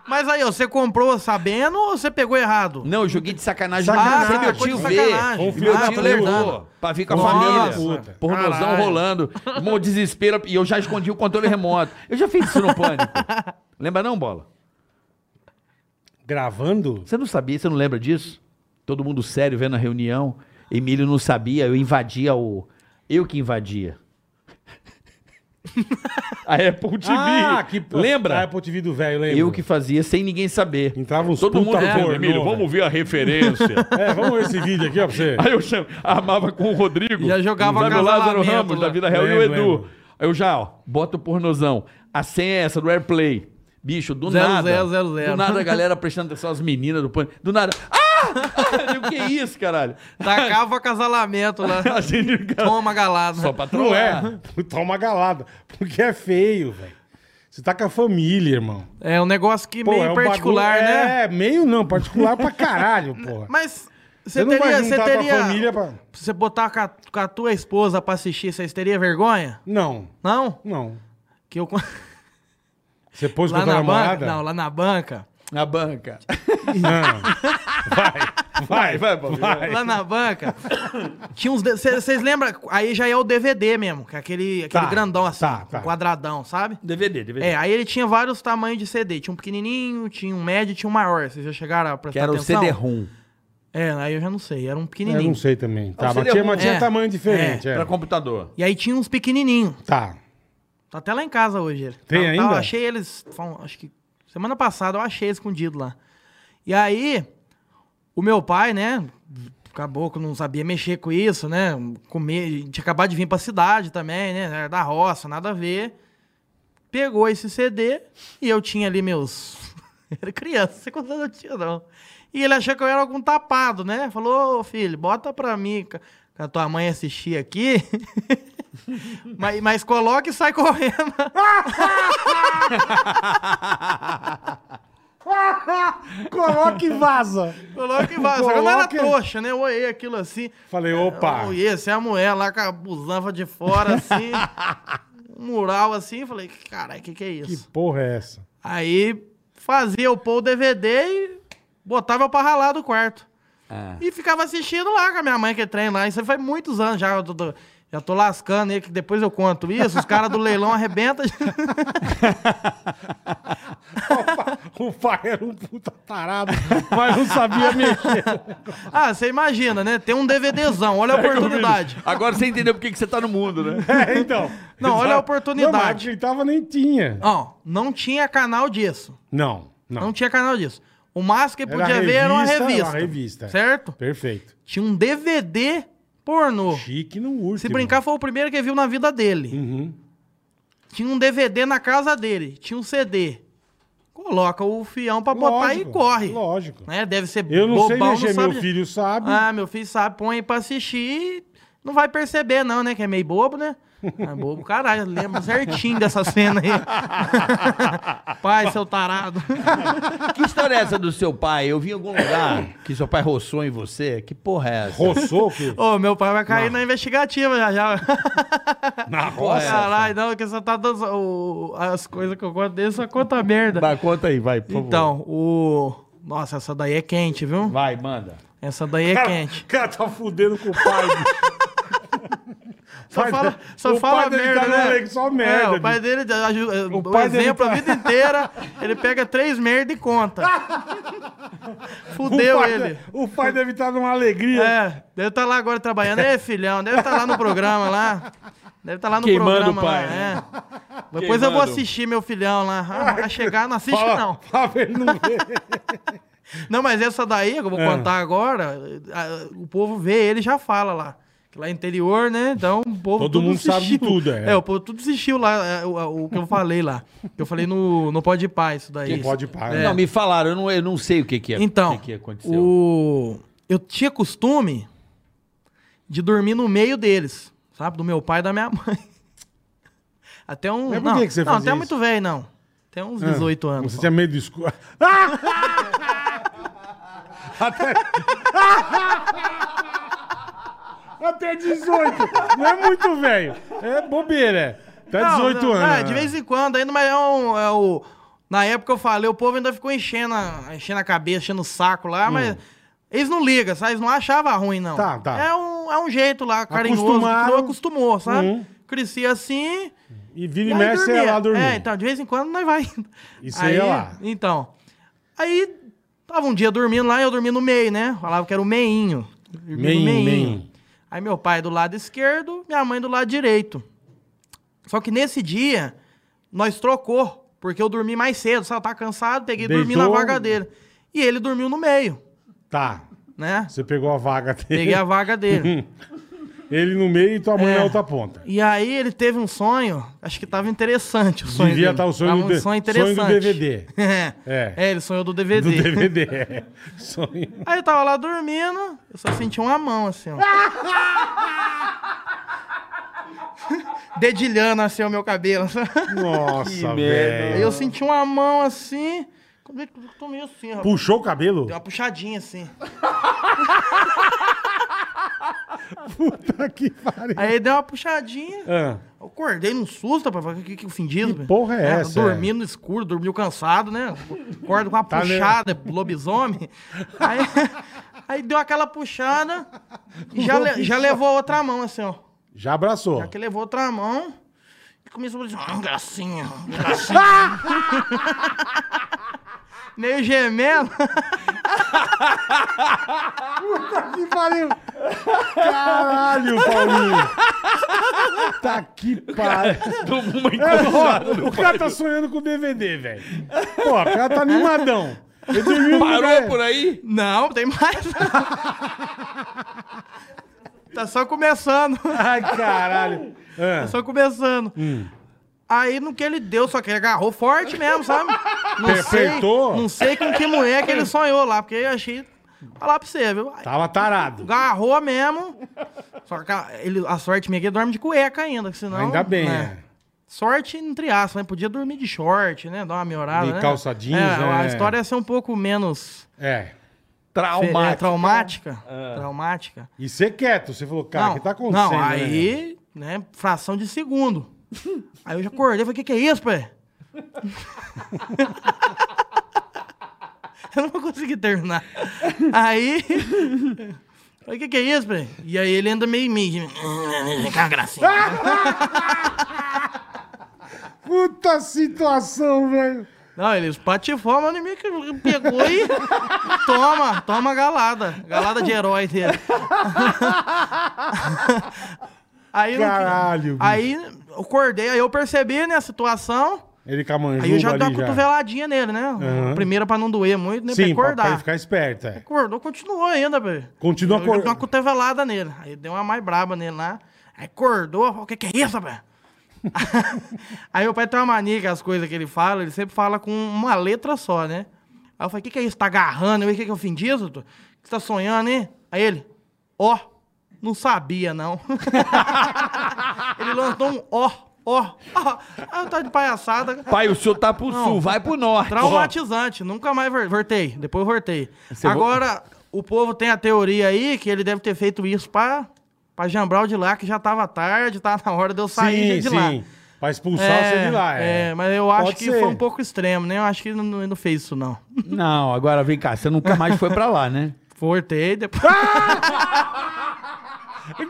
S5: Mas aí, ó, você comprou sabendo ou você
S4: *laughs*
S5: pegou errado?
S4: não, eu joguei de sacanagem. Ah,
S3: Sacanagem, Ah,
S4: pra meu
S3: foi
S4: tio
S3: de
S4: ver.
S5: sacanagem.
S4: Meu
S3: Um filho da
S4: tio levou
S3: puta.
S4: pra vir com a
S3: Um filho da
S4: família.
S3: puta.
S4: Pornozão
S3: Caralho.
S4: rolando. Mó desespero. E eu já escondi o controle remoto. Eu já fiz isso no pânico. Lembra não, Bola?
S3: Gravando?
S4: Você não sabia? Você não lembra disso? Todo mundo sério vendo a reunião. Emílio não sabia, eu invadia o. Eu que invadia. *laughs* a Apple TV. Ah, lembra?
S3: Ah, A é Apple TV do velho, lembra?
S4: Eu que fazia sem ninguém saber.
S3: Entrava uns
S4: Todo mundo
S3: puta
S4: "É,
S3: pornô,
S4: Emílio,
S3: velho."
S4: vamos ver a referência.
S3: *laughs* É, vamos ver esse vídeo aqui, ó, pra
S4: *laughs*
S3: você.
S4: Aí eu cham... armava com o Rodrigo.
S5: Já jogava né?
S4: sabe o Lázaro
S5: acasalamento
S4: Ramos
S5: lá.
S4: da Vila Real e o
S3: Lembro,
S4: Edu.
S3: lembro.
S4: Aí eu já, ó, bota o pornozão. A senha é essa do Airplay. Bicho, do
S5: Zero,
S4: nada.
S5: zero, zero, zero.
S4: Do nada
S5: *laughs*
S4: a galera prestando atenção às meninas do pânico. Do nada. Ah! O que é isso, caralho? *laughs*
S5: Tacava o Tá acasalamento lá.
S4: A gente
S5: Toma galada.
S4: só pra
S3: Não
S4: trollar.
S3: é. *laughs* Toma galada. Porque é feio, velho. Você tá com a família, irmão.
S5: É um negócio que
S3: Pô,
S5: meio
S3: é um
S5: particular,
S3: bagulho-
S5: né?
S3: É, meio não, particular pra caralho, *laughs* porra.
S5: Mas
S3: Você
S5: você
S3: não
S5: teria.
S3: vai
S5: Você
S3: juntar com a
S5: teria.
S3: família pra...
S5: Você botar com a, com a tua esposa pra assistir, vocês teriam vergonha?
S3: Não,
S5: Não?
S3: não.
S5: Que eu.
S3: Você pôs com a
S5: Lá
S3: tua
S5: na
S3: namorada?
S5: banca. Não, lá na banca.
S4: Na banca.
S3: *laughs* Não. Vai, vai, vai.
S4: Paulo.
S5: Lá na
S3: *laughs*
S5: banca. Tinha uns. Vocês lembram? Aí já é o DVD mesmo, que é aquele, aquele
S3: Tá,
S5: grandão assim,
S3: tá,
S5: com
S3: tá.
S5: quadradão, sabe?
S4: DVD, DVD.
S5: É, aí ele tinha vários tamanhos de CD. Tinha um pequenininho, tinha um médio, tinha um maior. Vocês já chegaram a
S4: que
S5: prestar
S4: era o
S5: atenção?
S4: CD-ROM.
S5: É, aí eu já não sei. Era um
S3: Eu
S5: pequenininho.
S3: não sei também. Tá,
S4: você
S3: mas tinha,
S4: levou-
S3: mas tinha
S5: É.
S3: tamanho diferente. é.
S4: Pra computador.
S5: E aí tinha uns pequenininhos.
S3: Tá.
S5: Tá até lá em casa hoje. ele.
S3: Tem
S5: Tá- tá,
S3: ainda?
S5: eu achei eles, fal- acho que semana passada eu achei escondido lá. E aí, o meu pai, né, caboclo não sabia mexer com isso, né, comer, tinha acabado de vir pra cidade também, né, era da roça, nada a ver. Pegou esse CD e eu tinha ali meus... *laughs* era criança, não sei quantos anos eu tinha, não. E ele achou que eu era algum tapado, né, falou, ô filho, bota pra mim, ca- com a tua mãe assistir aqui... *laughs* Mas, mas coloca e sai *laughs* correndo.
S3: *laughs* Coloca e vaza.
S5: Coloca e vaza. Coloca... Eu não era
S3: Coloca e-
S5: trouxa, né? Eu olhei aquilo assim.
S3: Falei, opa.
S5: Eu olhei assim, a mulher lá com a busanfa de fora, assim. um mural assim. Falei, caralho, o que, que é
S3: Que
S5: isso?
S3: porra é essa?
S5: Aí fazia eu pôr o DVD e botava eu pra ralar do quarto.
S4: Ah.
S5: E ficava assistindo lá com a minha mãe que é trem lá. Isso faz muitos anos já. Eu tô- tô- já tô lascando aí, que depois eu conto isso. Os caras do leilão arrebentam. *laughs*
S3: O pai era um puta tarado, mas não sabia mexer.
S5: ah, você imagina, né? Tem um DVDzão. Olha a oportunidade.
S4: Agora você entendeu por que que você tá no mundo, né?
S3: *laughs* É, então.
S5: Não, olha a
S3: Exato.
S5: oportunidade.
S3: Não, mas ele tava nem tinha.
S5: Ó, não tinha canal disso.
S3: Não,
S5: Não,
S3: não.
S5: tinha canal disso. O máximo que
S3: Era
S5: podia ver era uma
S3: revista,
S5: revista.
S3: era uma revista.
S5: Certo?
S3: Perfeito.
S5: Tinha um DVD pornô.
S3: Chique no último.
S5: Se brincar, foi o primeiro que viu na vida dele.
S3: Uhum.
S5: Tinha um DVD na casa dele. Tinha um CD. Coloca o fião pra botar e
S3: Lógico,
S5: corre.
S3: Lógico.
S5: Né? Deve ser
S3: Eu não sei
S5: bobão,
S3: mexer, meu
S5: não sabe-
S3: filho sabe.
S5: Ah, meu filho sabe, põe aí pra assistir. Não vai perceber, não, né? Que é meio bobo, né? É bobo, caralho. Lembro certinho dessa cena
S3: *laughs*
S5: aí. Pai, seu tarado.
S4: Que história é essa do seu pai? Eu vi em algum lugar que seu pai roçou em você. Que porra é essa?
S5: *laughs*
S3: Roçou, filho?
S5: Ô, meu pai vai cair na investigativa já já.
S3: Tá Na roça.
S4: É.
S5: Caralho, não, que você tá dançando. o- As coisas que eu conto dele só conta merda.
S3: Ah,
S4: Vai, conta aí, vai, por favor.
S5: Então, o. Nossa, essa daí é quente, viu?
S4: Vai, manda.
S5: Essa daí é quente. *laughs*
S3: O cara tá fudendo com o pai. bicho.
S5: Só
S3: pai
S5: fala,
S3: dele-
S5: só
S3: o
S5: fala
S3: pai dele
S5: merda,
S3: tá no
S5: né?
S3: elenco, só merda,
S5: o pai dele ajuda,
S3: O
S5: o,
S3: pai dele
S5: exemplo
S3: tá-
S5: a vida inteira, ele pega três merda e
S3: *laughs*
S5: conta.
S3: o
S5: Fudeu
S3: pai,
S5: ele.
S3: O pai deve estar numa alegria.
S5: É, deve estar lá agora trabalhando. É, filhão, deve estar lá no programa lá. Deve estar lá no
S1: Queimando
S5: programa
S1: o pai,
S5: lá.
S1: né?
S5: É. Depois eu vou
S1: Queimando.
S5: assistir meu filhão lá. Ah, vai chegar, não assiste
S3: Fala,
S5: não.
S3: fala pra ele não ver.
S5: Não, mas essa daí que eu vou
S3: É.
S5: contar agora, a- o povo vê ele e já fala lá. Que lá é interior, né? Então o povo.
S3: Todo
S5: tudo
S3: mundo sabe de
S5: assistiu.
S3: tudo, é.
S5: é. o povo tudo assistiu lá é, o, o que eu falei lá. Que eu falei no, no Pode Pá, *laughs* isso daí.
S3: Que Pode né? Pá,
S5: É.
S4: Não, me falaram, eu não, eu não sei o que, que é.
S5: Então,
S4: o que, que aconteceu.
S5: o... eu tinha costume de dormir no meio deles, sabe? Do meu pai e da minha *laughs* mãe. Até um.
S3: Mas por
S5: não,
S3: que que você
S5: não,
S3: fazia
S5: até
S3: isso? Ah,
S5: muito velho, não. Até uns 18 anos.
S3: Você
S5: só.
S3: tinha medo de escuro. *laughs* Até... *laughs* Até 18. Não é muito velho. É bobeira. é. Até
S5: Não,
S3: 18
S5: não,
S3: anos.
S5: É, de vez em quando, ainda, mas é, um, é o. Na época eu falei, o povo ainda ficou enchendo a, enchendo a cabeça, enchendo o saco lá, mas. Eles não ligam, sabe? Eles não achavam ruim, não.
S3: Hum. Tá, tá.
S5: É um, é um jeito lá, carinhoso, que
S3: Acostumaram.
S5: não acostumou, sabe?
S3: Uhum.
S5: Crescia assim,
S3: E vira e
S5: aí
S3: mexe, você ia
S5: dormia.
S3: lá dormir.
S5: É, então, de vez em quando nós vai indo.
S3: E você ia lá.
S5: Então. Aí, tava um dia dormindo lá e eu dormi no meio, né? Falava que era o meinho. Dormi no
S3: Meinho, meinho.
S5: Aí meu pai do lado esquerdo, minha mãe do lado direito. Só que nesse dia, nós trocou, porque eu dormi mais cedo, sabe? Eu tava cansado, peguei e dormi na
S3: Deitou.
S5: vaga dele. E ele dormiu no meio,
S3: Tá.
S5: né?
S3: Você pegou a vaga dele.
S5: Peguei a
S3: *laughs*
S5: vaga dele.
S3: Ele no meio e tua mãe
S5: É.
S3: na outra *laughs* ponta.
S5: E aí ele teve um sonho, acho que tava interessante o sonho
S3: Devia
S5: dele.
S3: estar o sonho
S5: Tava
S3: do
S5: um
S3: D- sonho
S5: sonho
S3: do
S5: interessante.
S3: DVD.
S5: *laughs* é.
S3: É.
S5: ele sonhou do
S3: Do
S5: DVD.
S3: DVD. é. Sonho.
S5: Aí eu tava lá dormindo, eu só senti uma mão assim, ó. *laughs* Dedilhando assim o meu cabelo. *laughs*
S3: Nossa,
S5: Aí
S3: velho.
S5: eu senti uma mão assim, como é que eu tô meio assim, rapaz?
S3: Puxou o cabelo?
S5: Deu uma puxadinha assim.
S3: Puta que pariu.
S5: Aí deu uma puxadinha.
S3: Ah.
S5: Eu acordei num susto, rapaz. falei, Que, que ofendido, velho.
S3: porra é essa, é?
S5: Dormindo no escuro, dormiu cansado, né? Acordo com uma
S3: Tá
S5: puxada, é lobisomem. Aí, *laughs* aí deu aquela puxada e já, le- já levou a outra mão, assim, ó.
S3: Já abraçou.
S5: Já que levou a outra mão e começou a dizer, ah, gracinha, gracinha.
S3: *laughs*
S5: Meio gemendo.
S3: que pariu! Caralho, Paulinho! Tá que
S5: *laughs*
S3: pariu! É, ó, o cara tá sonhando com o DVD, velho. Pô, o cara tá animadão. um Ele dormiu no
S1: Parou
S3: lugar-
S1: por
S4: é,
S1: aí?
S5: Não, tem
S3: *laughs*
S5: mais. tá só começando.
S3: Ai, caralho.
S5: Tá
S3: Ah,
S5: só começando.
S3: Hum.
S5: Aí no que ele deu, só que ele agarrou forte mesmo, sabe? Não
S3: Apertou?
S5: sei, não sei com que mulher que ele sonhou lá, porque eu achei. Falar pra você, viu?
S3: tava tarado.
S5: Agarrou mesmo. Só que a, ele- a sorte minha é que ele dorme de cueca ainda, que senão.
S3: Ainda bem,
S5: né?
S3: né?
S5: Sorte entre aspas, né? Podia dormir de short, né? Dar uma melhorada.
S3: De
S5: né?
S3: calça jeans,
S5: é,
S3: né?
S5: A história ia ser um pouco menos
S3: É.
S5: fe- é,
S4: Traumático.
S5: traumática. Traumática.
S3: E você quieto, você falou, cara, o que tá acontecendo?
S5: Não,
S3: né?
S5: aí, né? fração
S3: *laughs*
S5: de segundo. aí eu já acordei e falei, o que, que é isso, pai? *laughs* eu não consegui terminar. Aí. O que, que é isso, pai? E aí ele anda meio né? meio. Que uma gracinha.
S3: Puta situação, velho.
S5: Não, ele espatifou, mas nem meio que pegou e. toma, toma a galada. Galada de herói dele. *laughs* aí, não-
S3: Caralho, bicho.
S5: aí eu acordei, aí eu percebi, né, a situação.
S3: Ele com a manjuba
S5: Aí eu já dei uma
S3: ali já.
S5: cotoveladinha nele, né?
S3: Aham.
S5: A Primeira pra não doer muito, nem
S3: Sim,
S5: pra
S3: pra, pra ele
S5: acordar.
S3: ficar esperto, é.
S5: Acordou, continuou ainda, velho.
S3: Continua
S5: Eu já dei uma
S3: acordando.
S5: cotovelada nele. Aí deu uma mais braba nele lá. Aí acordou, falou, o que que é isso, velho? *laughs* aí meu pai tem uma mania que as coisas que ele fala, ele sempre fala com uma letra só, né? Aí eu falei, o que que é isso? Tá agarrando? O que que eu fim disso? doutor? Que Você tá sonhando, hein? Aí ele, ó, não sabia, não. *laughs* ele lançou um ó, ó, ó. *laughs* Ah, tá de palhaçada.
S4: Pai, o senhor tá pro sul, vai pro norte.
S5: Traumatizante, nunca mais ver- voltei. Depois eu voltei. Agora, o povo tem a teoria aí que ele deve ter feito isso pra, pra jambrar o de lá, que já tava tarde, tava na hora de eu sair de lá.
S3: Pra expulsar você de lá, é.
S5: é, mas eu acho
S3: Pode
S5: que
S3: ser.
S5: foi um pouco extremo, né? Eu acho que ele não, ele não fez isso, não.
S4: Não, *laughs*
S3: Ah!
S4: agora vem cá, você nunca mais foi pra lá, né?
S5: Voltei, depois.
S3: *laughs*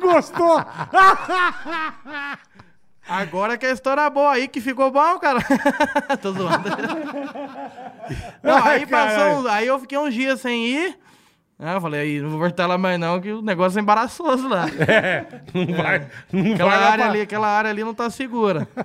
S3: Gostou?
S5: Agora que é a história boa aí, que ficou bom, cara. *laughs* Tô zoando. *laughs*
S3: *laughs*
S5: Não,
S3: Ai,
S5: aí passou,
S3: caralho.
S5: uns- aí eu fiquei uns dias sem ir. Ah, eu falei, aí não vou voltar lá mais não, que o negócio é
S3: *laughs*
S5: embaraçoso lá.
S3: É, Não vai. Não
S5: É, Aquela
S3: vai lá
S5: área
S3: pra-
S5: ali, aquela área ali não tá segura. *laughs*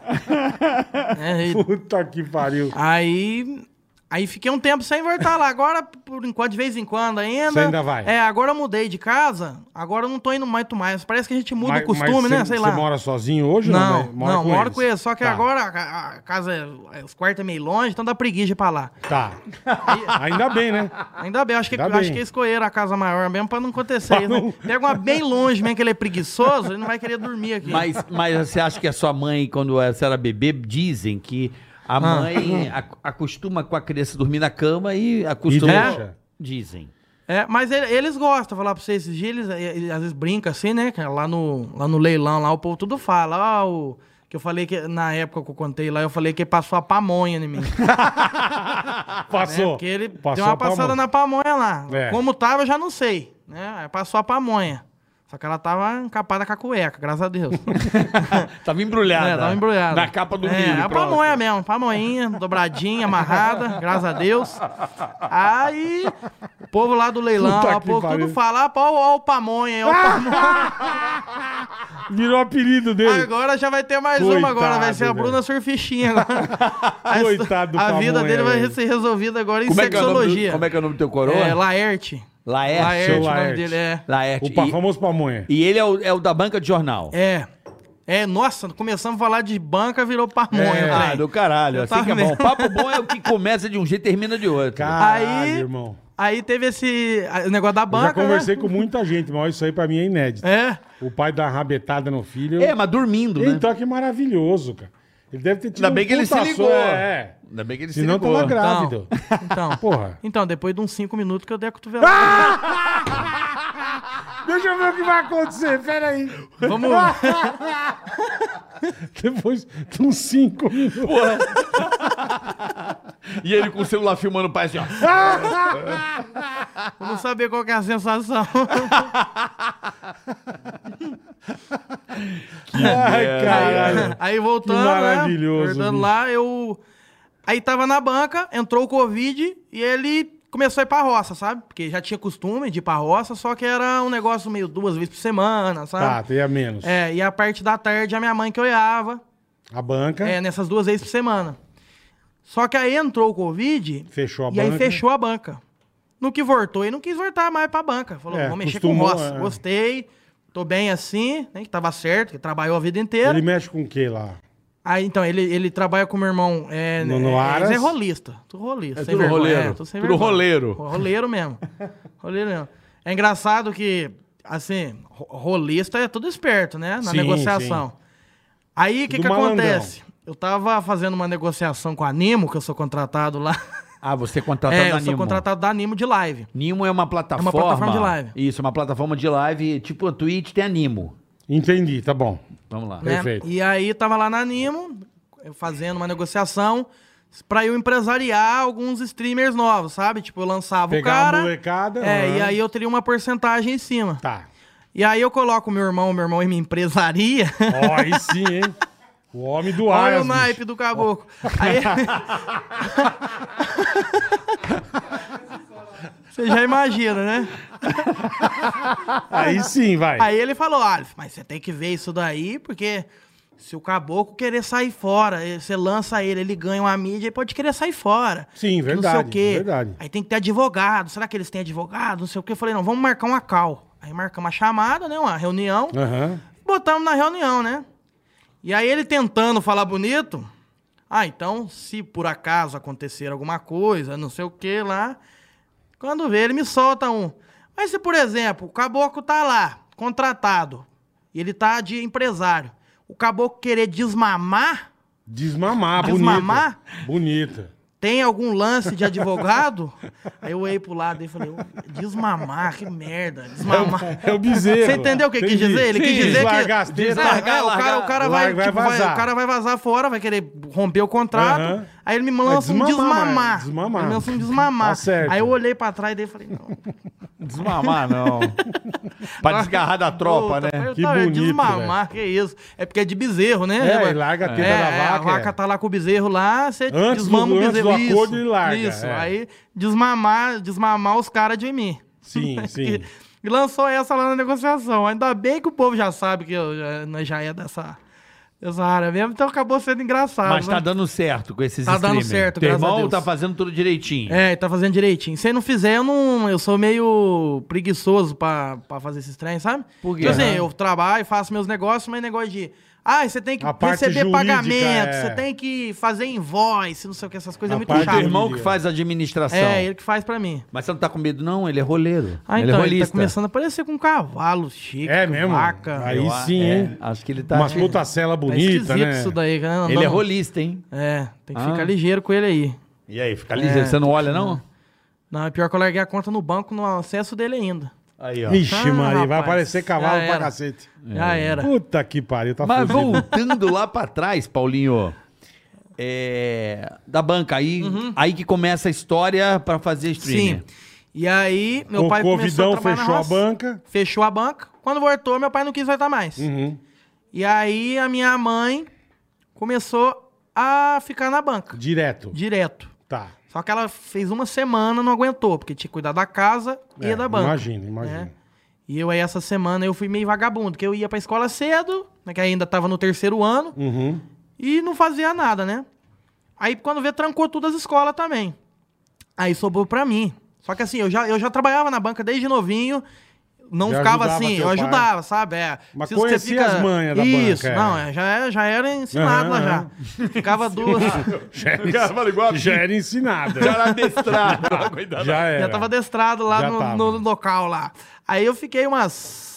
S5: É,
S3: *laughs*
S5: e-
S3: Puta que pariu.
S5: Aí. Aí fiquei um tempo sem voltar lá. Agora, por enquanto, de vez em quando ainda.
S3: Você ainda vai.
S5: É, agora eu mudei de casa. Agora eu não tô indo muito mais. Parece que a gente muda
S3: Mas-
S5: o costume,
S3: mas
S5: né?
S3: cê-
S5: Sei
S3: cê
S5: lá.
S3: mora sozinho hoje? ou
S5: não,
S3: né?
S5: não, moro com ele. Só que
S3: Tá,
S5: agora a, a casa, é- os quartos é meio longe, então dá preguiça de ir pra lá. *laughs*
S3: Tá. Ainda bem, né?
S5: Ainda bem, acho que,
S3: Ainda
S5: acho
S3: bem.
S5: que escolheram a casa maior mesmo pra não acontecer isso.
S3: não-
S5: Né? Pega uma bem longe mesmo, que ele é preguiçoso, ele não vai querer dormir aqui.
S4: Mas, mas você acha que a sua mãe, quando você era bebê, dizem que a mãe ac- acostuma com a criança dormir na cama e acostuma.
S3: E deixa.
S4: Dizem.
S5: É, mas ele- eles gostam, falar pra vocês, esses dias eles, eh, eles às vezes brincam assim, né? cara? Lá no, lá no leilão, lá o povo tudo fala, ó, o... Que eu falei que, na época que eu contei lá, eu falei que ele passou a pamonha
S3: *laughs*
S5: em mim. né?
S3: Passou.
S5: É, Porque ele
S3: Passou
S5: deu uma
S3: a palma.
S5: passada na pamonha lá.
S3: É.
S5: Como tava, eu já não sei, né? Aí passou a pamonha. Só que ela tava encapada com a cueca, graças
S3: *laughs*
S5: a Deus.
S4: *laughs* Tava embrulhada.
S5: É, tava embrulhada.
S4: Na capa do
S5: é,
S4: milho.
S5: É a
S4: pronto.
S5: pamonha mesmo, pamonhinha,
S4: *laughs*
S5: dobradinha, amarrada, graças a Deus. Aí, o povo lá do leilão,
S3: Puta
S5: lá, o
S3: que
S5: povo
S3: pariu.
S5: tudo falar, pô, ó o pamonha, aí, ó o
S4: Ah!
S5: pamonha.
S3: Virou apelido dele.
S5: Agora já vai ter mais
S3: Coitado,
S5: uma agora, vai ser a
S3: velho.
S5: Bruna Surfichinha
S4: *laughs*
S5: agora. A-
S3: Coitado do
S5: A vida
S3: pamonha,
S5: dele
S3: velho.
S5: vai ser resolvida agora em
S4: Como é, que é o nome do,
S5: sexologia.
S4: como é que é o nome do teu coroa?
S5: É, Laerte.
S4: Laerte.
S5: Laerte, o nome
S3: Laerte.
S5: dele é.
S4: Laerte.
S3: O pa-
S4: Ah, E-
S3: famoso pamonha.
S4: E, ele é o, é o da banca de jornal.
S5: É. É, nossa, começamos a falar de banca, virou pamonha.
S3: É.
S5: velho.
S4: Ah, do caralho.
S5: Eu
S4: Assim
S5: tava
S4: que é bom.
S5: vendo.
S4: Papo bom é o que começa de um jeito e termina de outro.
S3: Caralho,
S5: Aí-
S3: irmão.
S5: Aí teve esse a- o negócio da
S3: Eu
S5: banca.
S3: já conversei
S5: né?
S3: com muita gente, mas isso aí pra mim é inédito.
S5: É.
S3: O pai dá uma rabetada no filho.
S4: É, mas dormindo, né?
S3: Então que maravilhoso, cara. Ele deve ter tido
S4: Ainda bem
S3: um
S4: que ele se
S3: puta
S4: ligou.
S3: sonho, É.
S4: Ainda bem que ele
S3: Senão tava grávido.
S5: Então,
S3: Porra.
S5: então, depois de uns 5 minutos que eu dei a
S3: Ah!
S5: cotovelada.
S3: Deixa eu ver o que vai acontecer, peraí.
S5: Vamos.
S3: *laughs* Depois de uns cinco minutos.
S4: E ele com o celular filmando o pai assim, ó.
S5: Vamos saber qual que é a sensação.
S3: Ai, caralho.
S5: *laughs* Aí voltando,
S3: Que
S5: né?
S3: maravilhoso,
S5: Voltando
S3: bicho.
S5: lá, eu. Aí tava na banca, entrou o Covid e ele começou a ir pra roça, sabe? Porque já tinha costume de ir pra roça, só que era um negócio meio duas vezes por semana,
S3: Tá,
S5: sabe?
S3: tem a menos.
S5: É, e a parte da tarde a minha mãe que olhava,
S3: A banca.
S5: é, nessas duas vezes por semana. Só que aí entrou o Covid.
S3: Fechou a
S5: e
S3: banca.
S5: aí fechou a banca. No que voltou, e não quis voltar mais pra banca. Falou,
S3: É,
S5: vou mexer
S3: costumou,
S5: com roça.
S3: é.
S5: Gostei, tô bem assim, né? Que tava certo, que trabalhou a vida inteira.
S3: Ele mexe com o que lá?
S5: Aí, então, ele, ele trabalha com o meu irmão. É,
S3: No- no
S5: é,
S3: Aras?
S5: é rolista. Tudo rolista.
S4: É
S5: sem
S4: tudo
S5: vergonha,
S4: roleiro,
S5: é, tudo sem
S4: tudo
S5: vergonha.
S4: roleiro.
S5: Ro-
S3: *laughs*
S5: Roleiro mesmo. roleiro mesmo. É engraçado que, assim, ro- rolista é tudo esperto, né? Na
S3: Sim,
S5: negociação. Aí, o que,
S3: Tudo
S5: que
S3: malandrão.
S5: acontece? Eu tava fazendo uma negociação com a Nimo, que eu sou contratado lá.
S4: *laughs* Ah, você é contratado
S5: *laughs* É,
S4: na
S5: eu sou
S4: Nimo.
S5: contratado da Nimo de live.
S4: Nimo é uma plataforma.
S5: plataforma de live.
S4: Isso, uma plataforma de live. Tipo a Twitch tem a Nimo.
S3: Entendi, tá bom.
S4: Vamos lá.
S5: né?
S3: Perfeito.
S5: E aí tava lá na Nimo, eu fazendo uma negociação pra eu empresariar alguns streamers novos, sabe? Tipo, eu lançava
S3: Pegar
S5: o cara.
S3: a molecada.
S5: É,
S3: aham.
S5: e aí eu teria uma porcentagem em cima.
S3: Tá.
S5: E aí eu coloco meu irmão, meu irmão e minha empresaria.
S3: Ó,
S5: *laughs*
S3: aí sim, hein? O homem do ar.
S5: Olha o naipe do caboclo.
S3: *laughs*
S5: Aí... Você já imagina, né?
S3: Aí sim, vai.
S5: Aí ele falou, Alf, mas você tem que ver isso daí, porque se o caboclo querer sair fora, eh, você lança ele, ele ganha uma mídia, ele pode querer sair fora.
S3: Sim,
S5: Que
S3: verdade,
S5: Não sei o quê.
S3: verdade.
S5: Aí tem que ter advogado. Será que eles têm advogado? Não sei o quê. Eu falei, não, vamos marcar uma cal. Aí marcamos uma chamada, né? Uma reunião.
S3: Aham.
S5: Botamos na reunião, né? E aí ele tentando falar bonito. Ah, então, se por acaso acontecer alguma coisa, não sei o que lá. Quando vê, ele me solta um. Mas se, por exemplo, o caboclo tá lá, contratado, e ele tá de empresário. O caboclo querer desmamar,
S3: Desmamar, bonita.
S5: Desmamar?
S3: Bonita.
S5: tem tem algum lance
S3: *laughs*
S5: de advogado? Aí eu olhei pro lado e falei, desmamar, que merda, desmamar.
S3: É o bezerro.
S5: Você entendeu o que ele quis
S3: Entendi.
S5: dizer? Ele quis
S3: Sim, tá.
S5: dizer
S3: largar as
S5: que.
S3: tetas.
S5: Deslargar, o cara, o cara vai,
S3: Larga, vai
S5: tipo, vai-
S3: vazar.
S5: o cara vai vazar fora, vai querer romper o contrato.
S3: Aham.
S5: Aí ele me lança um
S3: Vai desmamar,
S5: desmamar.
S3: é, desmamar.
S5: Ele me lança um desmamar.
S3: Tá certo.
S5: Aí eu olhei pra trás e daí falei, não.
S4: Desmamar, *laughs* não. pra desgarrar da tropa,
S5: Puta,
S4: né?
S5: eu
S3: Que
S5: tava-
S3: bonito,
S5: Desmamar, que isso. É porque é de bezerro, né?
S3: É,
S5: Vai-
S3: e larga a teta
S5: é,
S3: da
S5: é,
S3: vaca.
S5: A vaca
S3: é.
S5: tá lá com o bezerro lá, você
S3: Antes do-
S5: desmama o
S3: antes
S5: bezerro.
S3: do acordo, ele larga,
S5: Isso,
S3: é.
S5: aí desmamar, desmamar os caras de mim. *laughs*
S3: Sim, sim.
S5: E lançou essa lá na negociação. Ainda bem que o povo já sabe que eu já, nós já é dessa, dessa área mesmo, então acabou sendo engraçado.
S4: Mas tá
S5: né?
S4: dando certo com esses
S5: Tá dando
S4: streaming.
S5: certo,
S4: Teu
S5: graças a
S4: irmão
S5: Deus.
S4: tá fazendo tudo direitinho.
S5: É, tá fazendo direitinho. Se não fizer, eu não. Eu sou meio preguiçoso pra, pra fazer esses trem, sabe?
S4: Por quê?
S5: Tipo assim,
S4: Aham.
S5: eu trabalho, faço meus negócios, mas negócio de. Ah, você tem que
S3: A parte
S5: receber
S3: jurídica,
S5: pagamento,
S3: é.
S5: você tem que fazer invoice, não sei o que, essas coisas
S3: A
S5: é muito
S3: parte
S4: O teu
S5: chato.
S4: irmão que
S3: Família.
S4: faz a administração.
S5: É, ele que faz pra mim.
S4: Mas você não tá com medo, não? Ele é roleiro.
S5: Ah,
S4: ele é
S5: então, ele, tá
S4: rolista.
S5: começando a parecer com cavalo, chique,
S3: É mesmo?
S5: vaca.
S3: Aí
S4: Eu-
S3: sim,
S4: é,
S3: hein?
S4: Acho que ele tá.
S3: Umas puta cela
S5: Tá
S3: bonita,
S5: esquisito
S3: né?
S5: isso daí, né?
S4: Ele é
S5: Andando-
S4: rolista, hein? É.
S5: É, tem que
S4: Ah.
S5: ficar ligeiro com ele aí.
S4: E aí, fica
S5: ligeiro.
S4: Você não olha, não?
S5: Não, é pior que eu larguei a conta no banco no acesso dele ainda.
S4: Aí, ó.
S3: Ixi,
S5: Ah,
S3: Maria, vai
S5: rapaz,
S3: aparecer cavalo
S5: já
S3: pra
S5: era.
S3: cacete.
S5: Já era.
S3: Puta que pariu, tá
S4: Mas
S3: fudido.
S4: voltando lá pra trás,
S5: *laughs*
S4: Paulinho. é, da banca, aí, aí que começa a história pra fazer streaming.
S5: Uhum. Sim. E aí, meu
S3: o
S5: pai começou a
S3: Covidão
S5: trabalhar
S3: fechou
S5: na
S3: a
S5: roça.
S3: banca.
S5: Fechou a banca. Quando voltou, meu pai não quis voltar mais.
S3: Uhum.
S5: E aí, a minha mãe começou a ficar na banca,
S3: Direto.
S5: direto.
S3: Tá.
S5: Só que ela fez uma semana, não aguentou, porque tinha que cuidar da casa e
S3: É,
S5: da banca.
S3: Imagina, imagina.
S5: né? E eu aí, essa semana, eu fui meio vagabundo, porque eu ia pra escola cedo, né, que ainda tava no terceiro ano,
S3: Uhum.
S5: e não fazia nada, né? Aí quando vê, trancou tudo as escolas também. Aí sobrou pra mim. Só que assim, eu já, eu já trabalhava na banca desde novinho, não
S3: Já
S5: ficava
S3: ajudava
S5: assim,
S3: teu
S5: eu
S3: pai.
S5: ajudava, sabe? É,
S3: Mas
S5: preciso que você
S3: conhecia as manhas da
S5: Isso,
S3: banca, é.
S5: não, é, já, era- já era
S3: Aham,
S5: ensinado lá já.
S3: *laughs*
S5: Ficava duas,
S3: Já era,
S1: Cara, fala igual a
S3: já era ensinado.
S1: Já era adestrado. pra cuidar da-
S3: já era.
S5: já tava adestrado lá
S3: Já
S5: no,
S3: tava.
S5: no local lá. Aí eu fiquei umas...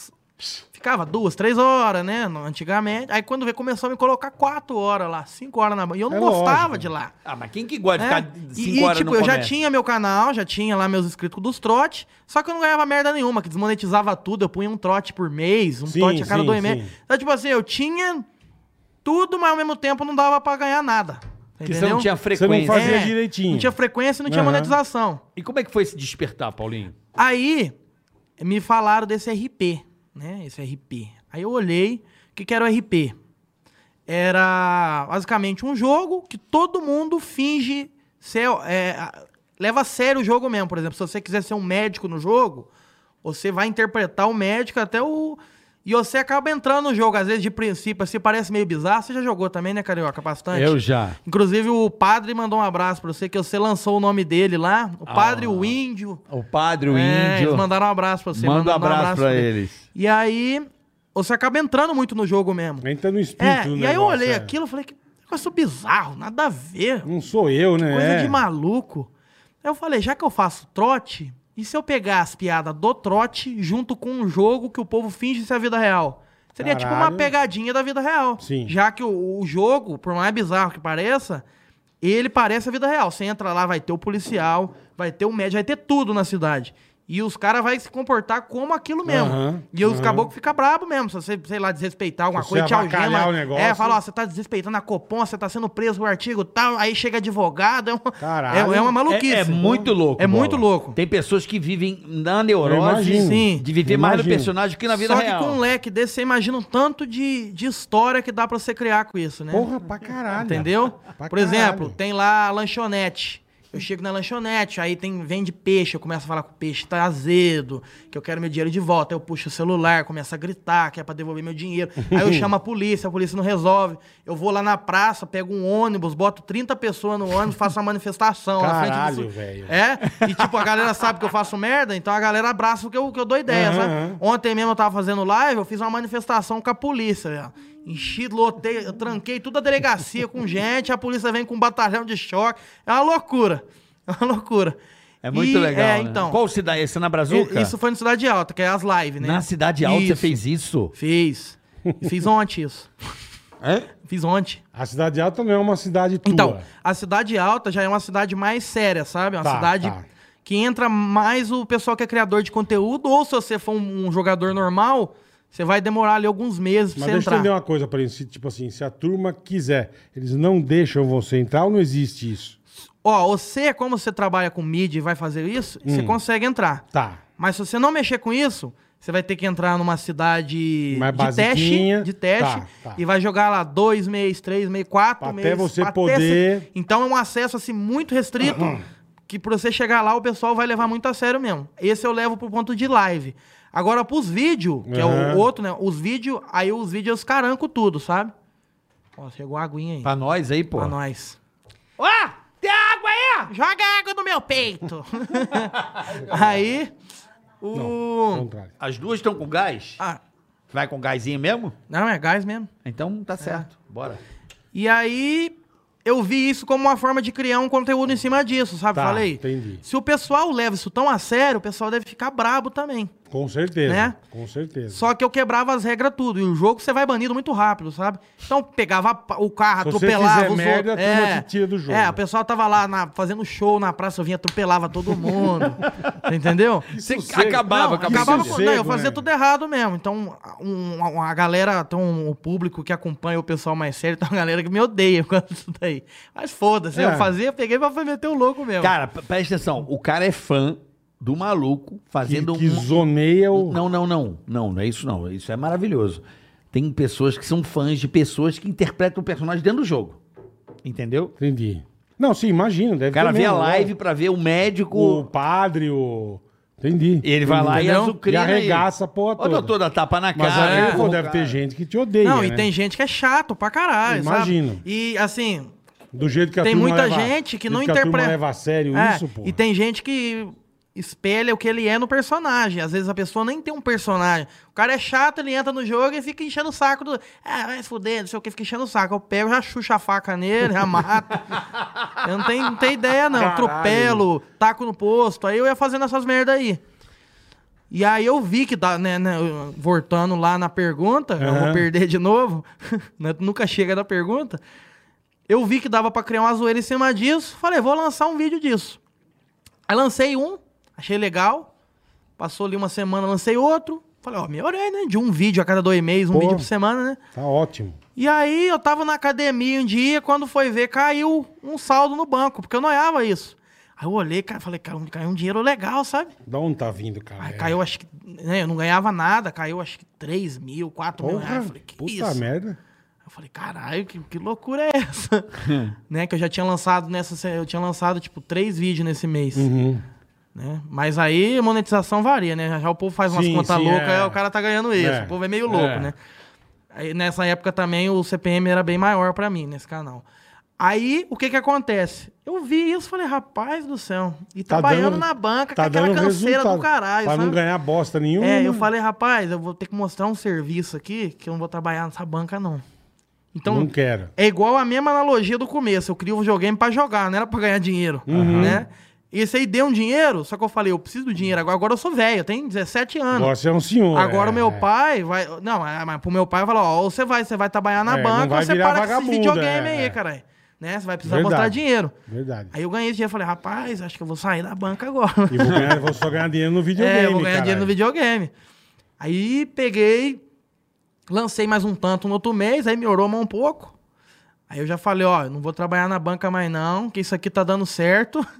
S5: Ficava duas, três horas, né? no- Antigamente. Aí quando veio, começou a me colocar quatro horas lá, cinco horas na banca. E eu não
S3: É
S5: gostava
S3: lógico.
S5: de lá.
S4: Ah, mas quem que gosta de
S5: É.
S4: ficar
S5: E-
S4: 5
S5: e,
S4: horas
S5: tipo,
S4: no
S5: eu já
S4: comércio?
S5: tinha meu canal, já tinha lá meus inscritos dos trote, só que eu não ganhava merda nenhuma, que desmonetizava tudo, eu punha um trote por mês, um
S3: Sim,
S5: trote a cada
S3: sim,
S5: dois
S3: sim.
S5: meses. Então, tipo assim, eu tinha tudo, mas ao mesmo tempo não dava pra ganhar nada.
S4: Porque
S5: entendeu?
S4: você não tinha
S3: Você não
S4: frequência.
S3: fazia
S5: É,
S3: direitinho.
S5: Não tinha frequência, não tinha
S3: Aham.
S5: monetização.
S4: E como é que foi se despertar, Paulinho?
S5: Aí me falaram desse RP, né? Esse RP. Aí eu olhei, o que, que era o RP? Era basicamente um jogo que todo mundo finge ser. é, a- leva a sério o jogo mesmo. Por exemplo, se você quiser ser um médico no jogo, você vai interpretar o médico até o. E você acaba entrando no jogo, às vezes, de princípio, assim, parece meio bizarro. Você já jogou também, né, Carioca? Bastante.
S4: já.
S5: Inclusive, o padre mandou um abraço pra você, que você lançou o nome dele lá. O padre, o índio.
S4: O padre, o
S5: É,
S4: índio.
S5: Eles mandaram um abraço pra você.
S4: Manda um
S5: mandaram
S4: abraço pra
S5: ele.
S4: eles.
S5: E aí, você acaba entrando muito no jogo mesmo.
S3: Entra no espírito
S5: É,
S3: do
S5: e aí eu
S3: negócio,
S5: olhei
S3: é.
S5: aquilo e falei, que negócio bizarro, nada a ver.
S3: Não sou eu, né?
S5: Coisa
S3: É.
S5: de maluco. Aí eu falei, já que eu faço trote, e se eu pegar as piadas do trote junto com um jogo que o povo finge ser a vida real? Seria tipo uma
S3: Caralho.
S5: pegadinha da vida real.
S3: Sim.
S5: Já que o, o jogo, por mais bizarro que pareça, ele parece a vida real. Você entra lá, vai ter o policial, vai ter o médico, vai ter tudo na cidade. E os caras vão se comportar como aquilo mesmo.
S3: Aham,
S5: e os
S3: aham.
S5: caboclos ficam brabo mesmo. Se você, sei lá, desrespeitar alguma
S3: Se você
S5: coisa, te
S3: avacalhar
S5: algema.
S3: o negócio.
S5: É, fala, ó, você tá desrespeitando a Copom, você tá sendo preso por artigo tal, aí chega advogado. É, uma-
S3: Caralho.
S5: é, é uma maluquice.
S4: É, é muito louco.
S5: É
S4: Bola.
S5: muito louco.
S4: Tem pessoas que vivem na
S3: Eu
S4: neurose
S3: imagino.
S5: Sim.
S4: de viver mais no
S3: Imagino.
S4: personagem que na vida
S5: Só
S4: real.
S5: que com um leque desse, você imagina um tanto de, de história que dá pra você criar com isso, né?
S3: Porra pra caralho.
S5: Entendeu?
S3: Pra
S5: Por exemplo,
S3: caralho.
S5: tem lá a lanchonete. Eu chego na lanchonete, aí tem vende peixe, eu começo a falar que o peixe tá azedo, que eu quero meu dinheiro de volta. Aí eu puxo o celular, começo a gritar, que é pra devolver meu dinheiro.
S3: *laughs*
S5: Aí eu chamo a polícia, a polícia não resolve. Eu vou lá na praça, pego um ônibus, boto 30 pessoas no ônibus, faço uma manifestação. na frente do
S3: Caralho,
S5: su-
S3: velho.
S5: É? E tipo, a galera sabe que eu faço merda, então a galera abraça o que eu, que eu dou ideia,
S3: Aham,
S5: sabe?
S3: aham.
S5: Ontem mesmo eu tava fazendo live, eu fiz uma manifestação com a polícia, velho. Enchi, lotei, eu tranquei toda a delegacia com gente, a polícia vem com um batalhão de choque. É uma loucura. É uma loucura.
S4: É muito
S5: E,
S4: legal.
S5: É,
S4: né?
S5: então.
S4: Qual cidade? Esse é na Brazuca?
S5: Isso foi na Cidade Alta, que é as lives, né?
S4: Na Cidade Alta você
S5: Isso,
S4: fez isso?
S5: Fiz. Fiz ontem isso.
S3: Hã?
S5: Fiz ontem.
S3: A Cidade Alta não é uma cidade tua.
S5: Então, a cidade alta já é uma cidade mais séria, sabe? É Uma
S3: Tá,
S5: cidade
S3: tá.
S5: que entra mais o pessoal que é criador de conteúdo, ou se você for um, um jogador normal, você vai demorar ali alguns meses pra
S3: Mas
S5: você
S3: deixa eu
S5: entrar.
S3: entender uma coisa pra eles. Se, Tipo assim, se a turma quiser, eles não deixam você entrar ou não existe isso?
S5: Ó, você, como você trabalha com mídia e vai fazer isso,
S3: Hum.
S5: você consegue entrar.
S3: Tá.
S5: Mas se você não mexer com isso, você vai ter que entrar numa cidade
S3: Mais
S5: de
S3: basiquinha.
S5: teste, de teste
S3: Tá, tá.
S5: e vai jogar lá dois meses, três meses, quatro
S3: Até
S5: meses.
S3: você
S5: até
S3: poder-
S5: se- Então é um acesso assim muito restrito
S3: *clears throat*
S5: que pra você chegar lá o pessoal vai levar muito a sério mesmo. Esse eu levo pro ponto de live. Agora pros vídeos, que é
S3: Aham.
S5: o outro, né? Os vídeos, aí os vídeos eu caranco tudo, sabe? Ó, chegou a aguinha aí.
S3: Tá,
S4: Pra nós aí, pô.
S5: pra nós. Ah,
S4: Ó, tem água aí!
S5: Joga água no meu peito. *laughs* aí o Hum.
S3: Ao contrário.
S4: As duas estão com gás?
S5: Ah,
S4: Vai com gásinho mesmo?
S5: não, é gás mesmo.
S4: Então
S5: É.
S4: tá certo. Bora.
S5: E aí eu vi isso como uma forma de criar um conteúdo em cima disso, sabe?
S3: Tá,
S5: Falei.
S3: entendi.
S5: Se o pessoal leva isso tão a sério, o pessoal deve ficar brabo também.
S3: Com certeza.
S5: Né?
S3: Com certeza.
S5: Só que eu quebrava as regras tudo. E o jogo você vai banido muito rápido, sabe? Então pegava pa- o carro,
S3: Se você
S5: atropelava
S3: fizer
S5: os
S3: merda, a
S5: outros.
S3: turma te tira do jogo.
S5: É, o pessoal tava lá na- fazendo show na praça, eu vinha atropelava todo mundo.
S3: *laughs*
S5: entendeu?
S4: Você
S3: sossego.
S4: acabava,
S5: Não,
S4: com a
S5: acabava
S4: vida.
S5: com, não, eu
S3: Sossego, né?
S5: fazia tudo errado mesmo. Então, um- um- a galera, tem um, o público que acompanha o pessoal mais sério, tem uma galera que me odeia *laughs* por causa disso daí. Mas foda-se,
S3: É.
S5: eu fazia, peguei pra meter o louco mesmo.
S4: Cara, p- presta atenção. O cara é fã do maluco
S3: que,
S4: fazendo
S3: que
S4: um.
S3: zoneia o.
S4: Não, não, não. Não, não é isso não. Isso é maravilhoso. Tem pessoas que são fãs de pessoas que interpretam o personagem dentro do jogo. Entendeu?
S3: Entendi. Não, sim, imagina. Deve
S4: O cara
S3: ter
S4: vê a
S3: mesmo,
S4: live
S3: né?
S4: pra ver o médico.
S3: O padre, o. Entendi.
S4: Ele vai lá e
S5: Entendeu?
S4: azucrina.
S3: E arregaça a porra
S4: Ô,
S3: toda.
S4: doutor, dá tapa na
S3: Mas
S4: cara.
S3: aí,
S4: né?
S3: pô, deve ter gente que te odeia.
S5: não, e
S3: né?
S5: tem gente que é chato pra caralho,
S3: Imagino.
S5: sabe? E assim,
S3: Do jeito que a
S5: tem
S3: turma
S5: muita
S3: leva-
S5: gente que
S3: do
S5: não
S3: jeito a turma
S5: interpreta.
S3: leva a sério
S5: É,
S3: isso, pô.
S5: E tem gente que espelha o que ele é no personagem. Às vezes a pessoa nem tem um personagem. O cara é chato, ele entra no jogo e fica enchendo o saco do. Ah, vai se fuder, não sei o que, fica enchendo o saco. Eu pego, já chucho a faca nele, já mato. eu não tenho, não tenho ideia, não.
S3: Caralho.
S5: Atropelo, taco no posto. Aí eu ia fazendo essas merdas aí. E aí eu vi que, dá, né, né, eu- voltando lá na pergunta, eu
S3: Aham.
S5: vou perder de novo, *laughs* né, nunca chega da pergunta. Eu vi que dava pra criar uma zoeira em cima disso, falei, vou lançar um vídeo disso. Aí lancei um, achei legal, passou ali uma semana, lancei outro, falei, ó, melhorei, né, de um vídeo a cada dois meses, um
S3: Pô.
S5: vídeo por semana, né.
S3: Tá ótimo.
S5: E aí eu tava na academia um dia, quando foi ver, caiu um saldo no banco, porque eu não olhava isso. Aí eu olhei, cara, falei, cara, caiu um dinheiro legal, sabe?
S3: Da onde tá vindo, cara?
S5: Aí caiu, acho que. Né, eu não ganhava nada, caiu acho que 3 mil, 4 mil reais.
S3: Porra,
S5: Eu falei, que
S3: puta
S5: isso?
S3: merda.
S5: Eu falei, caralho, que, que loucura
S3: *laughs*
S5: é essa? né? Que eu já tinha lançado nessa. se- Eu tinha lançado, tipo, três vídeos nesse mês.
S3: Uhum.
S5: Né? Mas aí a monetização varia, né? Já o povo faz umas
S3: Sim,
S5: contas
S3: sim,
S5: loucas,
S3: é.
S5: aí o cara tá ganhando isso.
S3: É,
S5: O povo é meio louco,
S3: é.
S5: né? Aí, nessa época também o CPM era bem maior pra mim nesse canal. Aí, o que que acontece? Eu vi isso, falei, rapaz do céu. E trabalhando na banca,
S3: tá
S5: com aquela
S3: dando
S5: canseira
S3: resultado.
S5: do caralho,
S3: Pra não
S5: sabe?
S3: ganhar bosta nenhuma.
S5: É, eu falei, rapaz, eu vou ter que mostrar um serviço aqui que eu não vou trabalhar nessa banca, não. Então,
S3: Não quero.
S5: é igual a mesma analogia do começo. Eu crio um videogame pra jogar, não era pra ganhar dinheiro,
S3: Uhum.
S5: né? E esse aí deu um dinheiro, só que eu falei, eu preciso do dinheiro agora. Agora eu sou velho, eu tenho 17 anos.
S3: Agora você é um senhor.
S5: Agora
S3: é.
S5: o meu pai vai. Não, é, mas pro meu pai vai falar, ó, ou você vai, você vai trabalhar na
S3: É, não
S5: banca,
S3: vai
S5: ou você
S3: virar
S5: para com esse
S3: vagabundo,
S5: videogame
S3: é, é.
S5: aí, caralho. Né? Você vai precisar
S3: Verdade.
S5: mostrar dinheiro.
S3: Verdade.
S5: Aí eu ganhei esse dinheiro, falei, rapaz, acho que eu vou sair da banca agora.
S3: E vou, ganhar- vou só ganhar dinheiro no videogame,
S5: *laughs* É, eu vou ganhar
S3: caralho.
S5: dinheiro no videogame. Aí peguei, lancei mais um tanto no outro mês, aí melhorou mais um pouco. Aí eu já falei, ó, eu não vou trabalhar na banca mais não, que isso aqui tá dando certo. *laughs*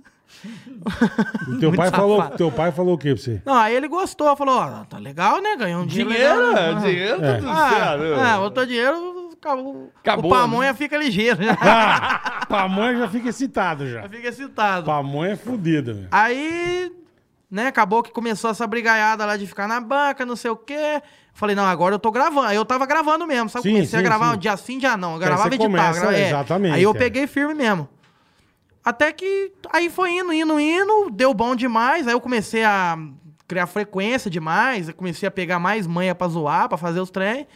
S3: E Teu pai,
S5: Muito
S3: falou,
S5: safado.
S3: teu pai falou o quê pra você?
S5: Não, aí ele gostou, falou, ó, tá legal, né? Ganhou um dinheiro.
S4: Dinheiro,
S5: legal, né?
S4: dinheiro,
S3: É.
S4: tá tudo
S5: Ah,
S4: certo.
S5: ah, outro dinheiro, acabou.
S4: Acabou,
S5: o pamonha fica ligeiro. né?
S3: Ah, *laughs* pamonha já fica excitado já.
S5: fica excitado.
S3: Pamonha é fudido, né?
S5: Aí, né, acabou que começou essa brigaiada lá de ficar na banca, não sei o quê. Falei, não, agora eu tô gravando. Aí eu tava gravando mesmo, sabe?
S3: Sim,
S5: Comecei a
S3: sim,
S5: gravar
S3: sim.
S5: um dia sim, dia não. Eu
S3: Que aí
S5: gravava
S3: você
S5: e editava.
S3: começa,
S5: grava- é.
S3: exatamente,
S5: Aí eu
S3: é.
S5: peguei firme mesmo. Até que aí foi indo, indo, indo, deu bom demais. Aí eu comecei a criar frequência demais, eu comecei a pegar mais manha pra zoar, pra fazer os trem.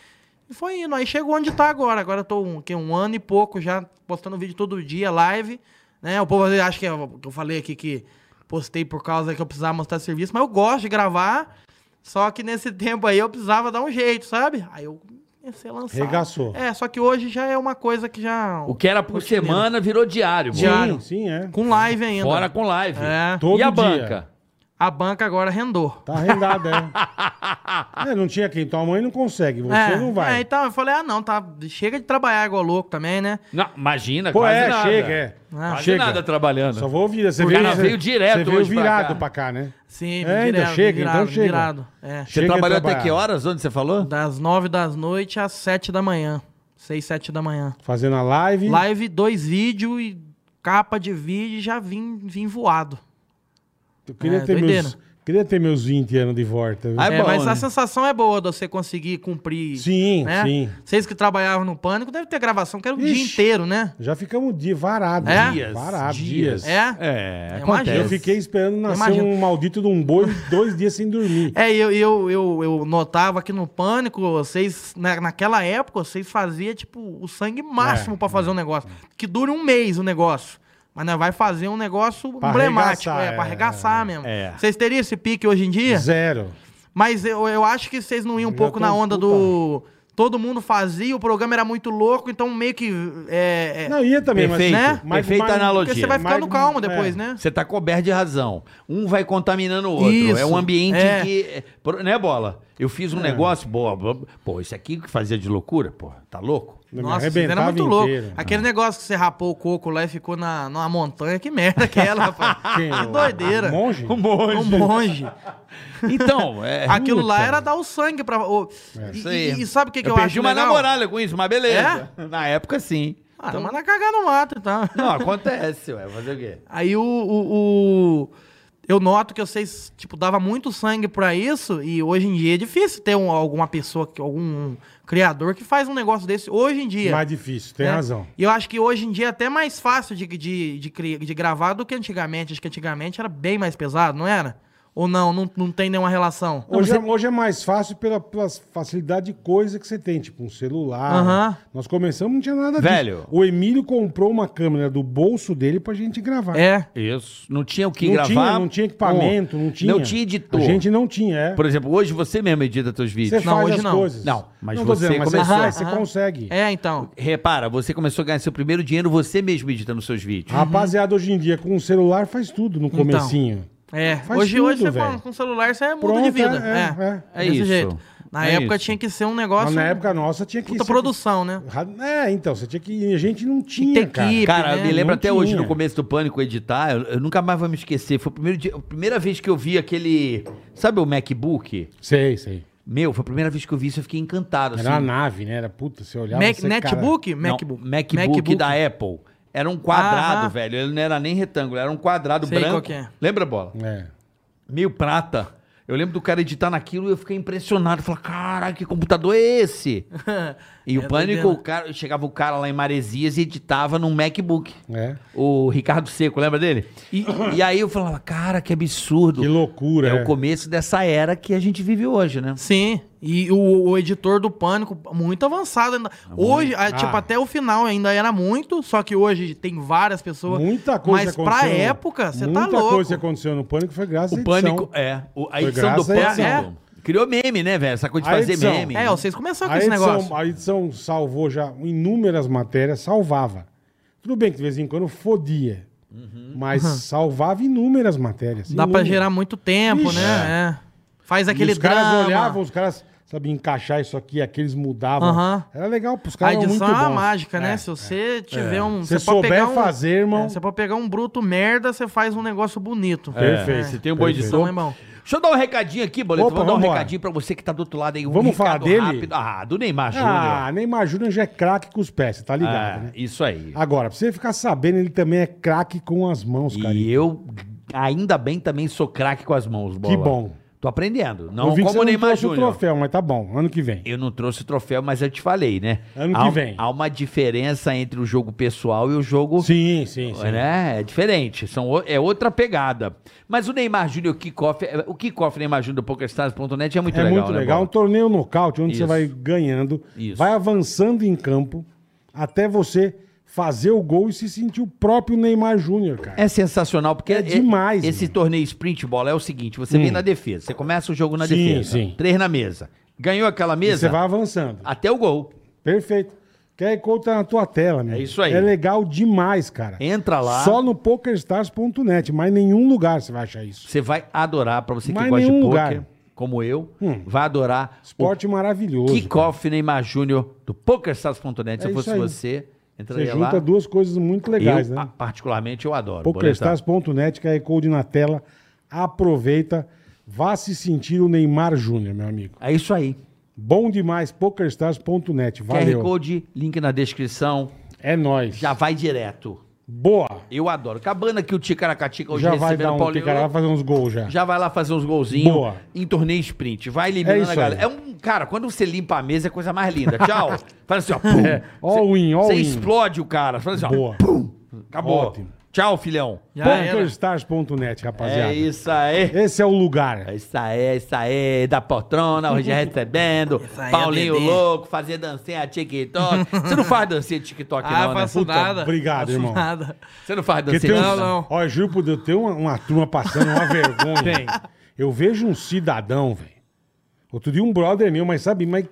S5: E foi indo. Aí chegou onde tá agora. Agora eu tô um, que, um ano e pouco já postando vídeo todo dia, live. Né? O povo às vezes acha que eu, que eu falei aqui que postei por causa que eu precisava mostrar serviço, *laughs* mas eu gosto de gravar. Só que nesse tempo aí eu precisava dar um jeito, sabe? Aí eu ia ser lançado.
S3: Regaçou.
S5: É, só que hoje já é uma coisa que já.
S4: O que era por
S5: Rotineiro.
S4: semana virou diário. mano.
S3: Sim,
S5: Diário.
S3: sim, é.
S5: Com live ainda.
S4: Fora com live.
S5: É.
S3: Todo
S4: e
S3: dia.
S4: a banca?
S5: A banca agora rendou.
S3: Tá arrendado, é. é. Não tinha quem. Tua mãe não consegue, você
S5: é,
S3: não vai.
S5: É, então eu falei, ah, não, tá. Chega de trabalhar igual louco também, né?
S4: Não, imagina,
S3: Pô,
S4: quase
S3: é,
S4: nada.
S3: chega, é.
S5: Ah,
S4: Quase
S3: chega.
S4: nada trabalhando.
S3: Só vou ouvir. né? Você
S4: O
S3: veio,
S4: cara
S3: você-
S4: veio direto
S3: Você veio
S4: hoje pra
S3: virado
S4: cá.
S3: pra cá, né?
S5: Sim,
S3: É, ainda chega, então chega.
S5: virado. É.
S4: Você
S3: Chega
S4: trabalhou até
S3: trabalhar.
S4: que horas? Onde você falou?
S5: Das nove das noites às sete da manhã. seis sete da manhã.
S3: Fazendo a live.
S5: Live, dois vídeos e capa de vídeo e já vim, vim voado.
S3: Eu queria,
S5: É,
S3: ter meus,
S5: doideira.
S3: queria ter meus 20 anos de volta. viu?
S4: Aí- É
S5: É,
S4: bom,
S5: mas
S4: né?
S5: a sensação é boa de você conseguir cumprir.
S3: Sim,
S5: né?
S3: sim.
S5: Vocês que trabalhavam no Pânico devem ter gravação que era o dia
S3: Ixi.
S5: inteiro, né?
S3: Já ficamos um dia varado.
S5: É?
S3: Dias, varado, dias.
S4: dias.
S5: É?
S4: É,
S5: Eu
S4: acontece.
S5: imagino.
S3: Eu fiquei esperando nascer
S5: Imagina.
S3: um maldito de um boi dois dias sem dormir.
S5: É, eu, eu, eu, eu notava que no Pânico, vocês, na, naquela época, vocês faziam, tipo, o sangue máximo
S3: É,
S5: pra fazer um negócio. Que dure um mês o negócio. Mas nós vai fazer um negócio
S3: Pra
S5: emblemático,
S3: arregaçar,
S5: é, pra
S3: é,
S5: arregaçar mesmo.
S4: é.
S5: Vocês teriam esse pique hoje em dia?
S3: Zero.
S5: Mas eu, eu acho que vocês não iam um
S3: Já
S5: pouco
S3: tô
S5: na onda
S3: puta.
S5: do. Todo mundo fazia, o programa era muito louco, então meio que. É, é,
S3: Não, ia também, mas-
S4: Perfeito.
S3: mas...
S4: Perfeita analogia.
S5: porque você vai ficando
S3: mas-
S5: calmo depois,
S3: é.
S5: né?
S4: Você tá coberto de razão. Um vai contaminando o outro.
S5: Isso.
S4: É um ambiente
S5: É.
S4: que. pro- Né, bola? Eu fiz um negócio, boa, bo- pô, isso aqui que fazia de loucura, pô, tá louco?
S3: Me
S5: Nossa, vocês
S3: arrebentava
S5: eram muito louco.
S3: inteiro.
S5: Aquele negócio que você rapou o coco lá e ficou na, numa montanha, que merda que era, rapaz.
S3: *laughs*
S5: *laughs*
S3: Quem?
S5: que
S3: O-
S5: doideira.
S3: o um Monge?
S5: Um *laughs* monge.
S4: Então, *laughs* é.
S5: Aquilo lá
S4: Puta.
S5: era dar o sangue pra. o- e,
S4: Isso aí.
S5: e- e sabe o que, que eu,
S4: eu
S5: acho?
S4: perdi uma
S5: legal? É?
S4: namorada com isso, mas beleza. Na época, sim. Então,
S5: Ah, mas na cagada no mato, então.
S4: Não, acontece, ué. Fazer o quê?
S5: Aí o, o- o- Eu noto que vocês, tipo, dava muito sangue pra isso e hoje em dia é difícil ter um- alguma pessoa, que- algum criador que faz um negócio desse hoje em dia.
S3: Mais difícil, tem
S5: né?
S3: razão.
S5: E eu acho que hoje em dia é até mais fácil de, de, de, cri- de gravar do que antigamente. Acho que antigamente era bem mais pesado, não era? Ou não, não, não tem nenhuma relação?
S3: Hoje, é- hoje é mais fácil pela, pela facilidade de coisa que você tem, tipo um celular.
S5: Aham.
S3: Nós começamos, não tinha nada
S4: Velho.
S3: O Emílio comprou uma câmera do bolso dele pra gente gravar.
S5: É.
S4: Isso. Não tinha o que
S3: não
S4: gravar.
S3: Tinha, não tinha equipamento,
S4: Bom,
S3: não tinha.
S4: Não tinha editor.
S3: A gente não tinha, é.
S4: Por exemplo, hoje você mesmo edita seus
S3: Você
S4: vídeos.
S5: Não,
S3: faz
S5: hoje
S3: as
S5: não.
S3: coisas.
S4: Não, mas
S3: tô
S4: você
S3: mas
S4: começou.
S3: você faz, você
S5: Aham.
S3: consegue.
S5: É, então.
S4: Repara, você começou a ganhar seu primeiro dinheiro você mesmo editando seus vídeos.
S3: Rapaziada, hoje em dia, com o celular faz tudo
S5: Então,
S3: no comecinho.
S5: É.
S3: Faz
S5: hoje, hoje
S3: tudo,
S5: você com,
S3: velho.
S5: com celular, você muda
S3: Pronto,
S5: de vida.
S3: é,
S5: É,
S4: é. É
S5: Desse
S4: isso.
S5: jeito. Na
S4: É
S5: época
S4: isso.
S5: tinha que ser um
S3: Mas
S5: negócio.
S3: na época nossa tinha que
S5: Puta
S3: ser-
S5: produção, né?
S3: É, então, você tinha que. A gente não tinha,
S5: ter
S3: cara.
S5: equipe,
S4: Cara,
S5: né?
S4: me lembro
S3: Não
S4: até hoje,
S3: tinha.
S4: no começo do Pânico, editar, eu, eu nunca mais vou me esquecer. Foi o primeiro dia- a primeira vez que eu vi aquele... Sabe o MacBook?
S3: Sei, sei.
S4: Meu, foi a primeira vez que eu vi isso, eu fiquei encantado. assim.
S3: Era uma nave, né? Era puta, você olhava.
S5: Assim. Mac-
S3: você, cara-
S5: netbook?
S4: Não,
S5: MacBook.
S4: MacBook, da Apple. Era um quadrado,
S5: Aham.
S4: velho. Ele não era nem retângulo, era um quadrado
S5: Sei
S4: branco.
S5: qual que é.
S4: Lembra, Bola?
S3: É.
S4: Meio prata. Eu lembro do cara editar naquilo e eu fiquei impressionado. Eu Falei, caralho, que computador é esse?
S5: *laughs*
S4: E o
S5: É
S4: Pânico,
S5: doideira.
S4: o cara, chegava o cara lá em Maresias e editava num MacBook.
S3: É.
S4: O Ricardo Seco, lembra dele? E, e aí eu falava, cara, que absurdo.
S3: Que loucura.
S4: É o começo dessa era que a gente vive hoje, né?
S5: Sim, e o, o editor do Pânico, muito avançado ainda. Hoje, a- tipo,
S3: Ah.
S5: até o final ainda era muito, só que hoje tem várias pessoas.
S3: Muita coisa
S5: Mas
S3: aconteceu.
S5: pra época, você tá
S3: Muita coisa que
S5: louco.
S3: aconteceu no Pânico foi graças
S4: O
S3: à edição.
S4: Pânico, é. o- a
S3: Foi
S4: edição do
S3: graças à
S4: Pânico
S5: edição.
S4: criou meme, né, velho? Essa coisa de
S3: A
S4: fazer
S3: edição.
S4: meme.
S5: É, vocês começaram com
S3: a
S5: esse
S3: edição,
S5: negócio.
S3: a edição salvou já inúmeras matérias, salvava. Tudo bem que de vez em quando fodia, mas salvava inúmeras matérias.
S5: Uhum. Dá pra
S3: inúmeras.
S5: gerar muito tempo,
S3: Ixi.
S5: né? É. Faz
S3: E
S5: aquele
S3: os caras
S5: drama.
S3: olhavam, os caras sabiam encaixar isso aqui, aqueles mudavam.
S5: Aham.
S3: Era legal, os
S5: A
S3: caras eram muito
S5: edição é uma
S3: bons.
S5: mágica, né?
S3: É.
S5: Se você tiver um.
S3: Se
S5: você pode
S3: souber
S5: pegar um-
S3: fazer, irmão. É.
S5: é, Você pode pegar um bruto merda, você faz um negócio bonito.
S3: Perfeito.
S4: Se tem um bom
S3: Perfeito.
S4: editor.
S5: Então, irmão.
S4: Deixa eu dar um recadinho aqui, Boleto.
S3: Opa,
S4: Vou dar um
S3: vambora.
S4: recadinho pra você que tá do outro lado aí. Um
S3: Vamos falar
S4: recado
S3: dele?
S4: Ah, do Neymar Júnior.
S3: Ah, Neymar Júnior já é craque com os pés, você tá ligado,
S4: Ah,
S3: né?
S4: Isso aí.
S3: Agora, pra você ficar sabendo, ele também é craque com as mãos, cara.
S4: E eu, ainda bem, também sou craque com as mãos, Bola.
S3: Que bom.
S4: Tô aprendendo.
S3: Eu
S4: Não
S3: vi que
S4: como
S3: você
S4: o Neymar
S3: trouxe o
S4: Júnior.
S3: troféu, mas tá bom, ano que vem.
S4: Eu não trouxe o troféu, mas eu te falei, né?
S3: Ano
S4: há,
S3: que
S4: um-
S3: vem.
S4: Há uma diferença entre o jogo pessoal e o jogo.
S3: Sim, sim, sim.
S4: Né? É diferente, são, o- é outra pegada. Mas o Neymar Júnior, o kickoff, é- o kickoff Neymar Júnior do PokerStars.net é muito
S3: é
S4: legal.
S3: muito
S4: né,
S3: legal. Um
S4: Bola?
S3: torneio nocaute, onde você
S4: Isso.
S3: vai ganhando,
S4: Isso.
S3: vai avançando em campo, até você fazer o gol e se sentir o próprio Neymar Júnior, cara.
S4: É sensacional, porque
S3: É demais,
S4: Esse
S3: mano. Hum.
S4: torneio sprint bola é o seguinte: você vem na defesa, você começa o jogo na
S3: Sim,
S4: defesa,
S3: sim.
S4: três na mesa. Ganhou aquela
S3: E Você
S4: mesa
S3: vai avançando.
S4: até o gol.
S3: Perfeito. QR Code tá na tua tela, meu.
S4: É isso aí.
S3: É legal demais, cara.
S4: Entra lá.
S3: Só no pokerstars.net, mas em nenhum lugar você vai achar isso.
S4: Você vai adorar, pra você que
S3: Mas
S4: gosta de
S3: nenhum
S4: pôquer,
S3: lugar.
S4: como eu,
S3: Hum.
S4: vai adorar
S3: Esporte
S4: o
S3: maravilhoso. cara.
S4: Kickoff Neymar Júnior do PokerStars.net. Se
S3: É
S4: eu fosse
S3: isso aí.
S4: você, entraria
S3: Você
S4: lá.
S3: junta duas coisas muito legais,
S4: eu,
S3: né?
S4: ah, particularmente, eu adoro. Boletar.
S3: PokerStars.net, QR Code na tela. Aproveita. Vá se sentir o Neymar Júnior, meu amigo.
S4: É isso aí.
S3: Bom demais, PokerStars.net. Valeu.
S4: QR Code, link na descrição.
S3: É nóis.
S4: Já vai direto.
S3: Boa.
S4: Eu adoro. Acabando aqui o Ticaracatica hoje
S3: Já vai
S4: recebendo
S3: dar um
S4: Paulinho. né?
S3: picará, vai fazer uns gols já.
S4: Já vai lá fazer uns golzinhos
S3: Boa.
S4: em torneio sprint. Vai
S3: É
S4: eliminando
S3: isso
S4: a galera.
S3: aí.
S4: É um, cara, quando você limpa a mesa é a coisa
S3: *laughs*
S4: mais linda. Tchau. Faz assim, ó. Pum.
S3: É, All
S4: Você-
S3: in, all
S4: Você
S3: in.
S4: explode o cara. Faz assim, ó.
S3: Boa.
S4: Acabou.
S3: Ótimo.
S4: Tchau, filhão.
S5: Já era.
S3: PokerStars.net, rapaziada.
S4: É isso aí.
S3: Esse é o lugar.
S4: É isso aí, é isso aí, da poltrona, hoje é
S5: *laughs*
S4: recebendo,
S5: aí, é
S4: Paulinho
S5: bebê.
S4: louco, fazer dancinha TikTok. Você não faz dancinha TikTok
S5: Ah,
S4: não, né?
S5: faço
S3: Puta,
S5: nada.
S3: obrigado,
S5: faço
S3: irmão.
S5: Nada.
S4: Você não faz
S3: Porque tem um
S4: dancinha
S3: uns-
S5: Não,
S4: assim, não,
S5: não.
S3: Ó, eu juro por Deus, tem uma, uma turma passando uma vergonha. Eu vejo um cidadão, velho. Outro dia um brother meu, mas sabe, mas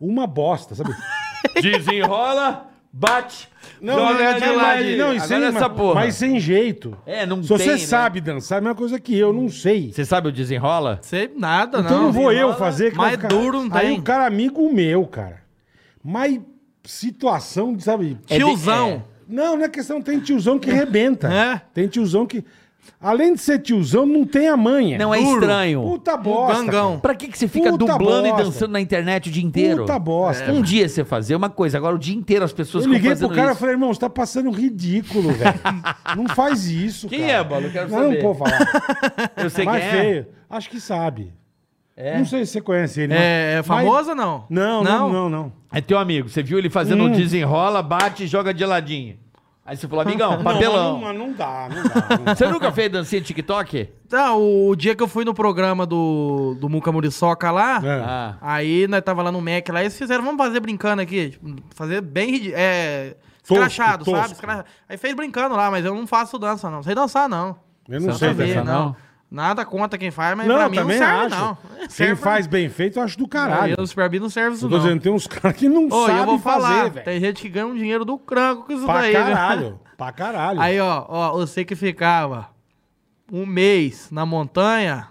S3: uma bosta, sabe?
S4: *laughs* Desenrola, bate,
S5: Joga
S3: mas-
S5: é de é lado.
S3: mas- não, e sem,
S4: Agora essa
S3: mas-
S4: porra.
S3: mas sem jeito.
S4: É, não
S3: Se
S4: tem,
S3: você
S4: né?
S3: sabe dançar, é a mesma coisa que eu, não sei.
S4: Você sabe o desenrola?
S5: Sei nada,
S3: Então não,
S5: não.
S3: vou eu fazer. que
S5: Mas
S3: vai ficar-
S5: duro não
S3: Aí
S5: tem.
S3: o cara é amigo meu, cara. Mas situação de, sabe...
S4: É de-
S5: Tiozão.
S3: Não, não é questão, tem tiozão que rebenta.
S5: É.
S3: Tem tiozão que... Além de ser tiozão, não tem a manha.
S4: Não é
S5: Duro.
S4: estranho.
S3: Puta bosta.
S5: gangão.
S4: Pra que, que você fica
S3: Puta
S4: dublando
S3: bosta.
S4: e dançando na internet o dia
S3: Cara.
S4: inteiro?
S3: Puta bosta.
S4: Um dia você fazer uma coisa, agora o dia inteiro as pessoas
S3: Eu liguei pro
S4: ficam fazendo
S3: cara e
S4: isso.
S3: falei, irmão, você tá passando ridículo, velho. não faz isso,
S4: Quem
S3: cara.
S4: é, Bola? Eu quero
S3: Não,
S4: saber.
S3: não vou falar.
S4: Eu sei
S3: Mas
S4: quem é.
S3: "Ah, feio. Hum. Acho que sabe. Não sei se você conhece ele.
S5: É, é
S3: mas-
S5: famoso ou não?
S3: Não, não, não, não.
S4: É teu amigo, você viu ele fazendo
S3: Hum.
S4: um desenrola, bate e joga de ladinho. Aí você falou, amigão, papelão.
S3: Não, mas não, mas não dá, não dá. não dá.
S4: Você nunca fez dancinha TikTok?
S5: Tá, o, o dia que eu fui no programa do, do Muca Muriçoca lá,
S3: É.
S4: Ah.
S5: aí nós tava lá no Mac lá, e eles fizeram, vamos fazer brincando aqui, tipo, fazer bem ridi- é,
S3: Tosco,
S5: escrachado, sabe?
S3: tosco.
S5: Escra- Aí fez brincando lá, mas eu não faço dança não, sei dançar não.
S3: Eu não
S4: Você
S3: sei
S4: não
S3: também.
S4: dançar,
S3: Não,
S4: não?
S5: Nada conta quem faz, mas pra
S3: não
S5: mim
S3: também
S5: não serve
S3: acho.
S5: não.
S3: Quem
S5: Serve pra
S3: faz bem feito, eu acho do
S5: mim.
S3: caralho.
S5: Eu no Super B não serve isso
S3: Eu tô
S5: não.
S3: dizendo, tem uns caras que não
S5: Ô,
S3: sabem
S5: eu vou falar,
S3: fazer, velho.
S5: tem gente que ganha um dinheiro do cranco com isso
S3: Pra
S5: daí. né?
S3: caralho, pra caralho.
S5: Aí, ó, ó, você que ficava um mês na montanha,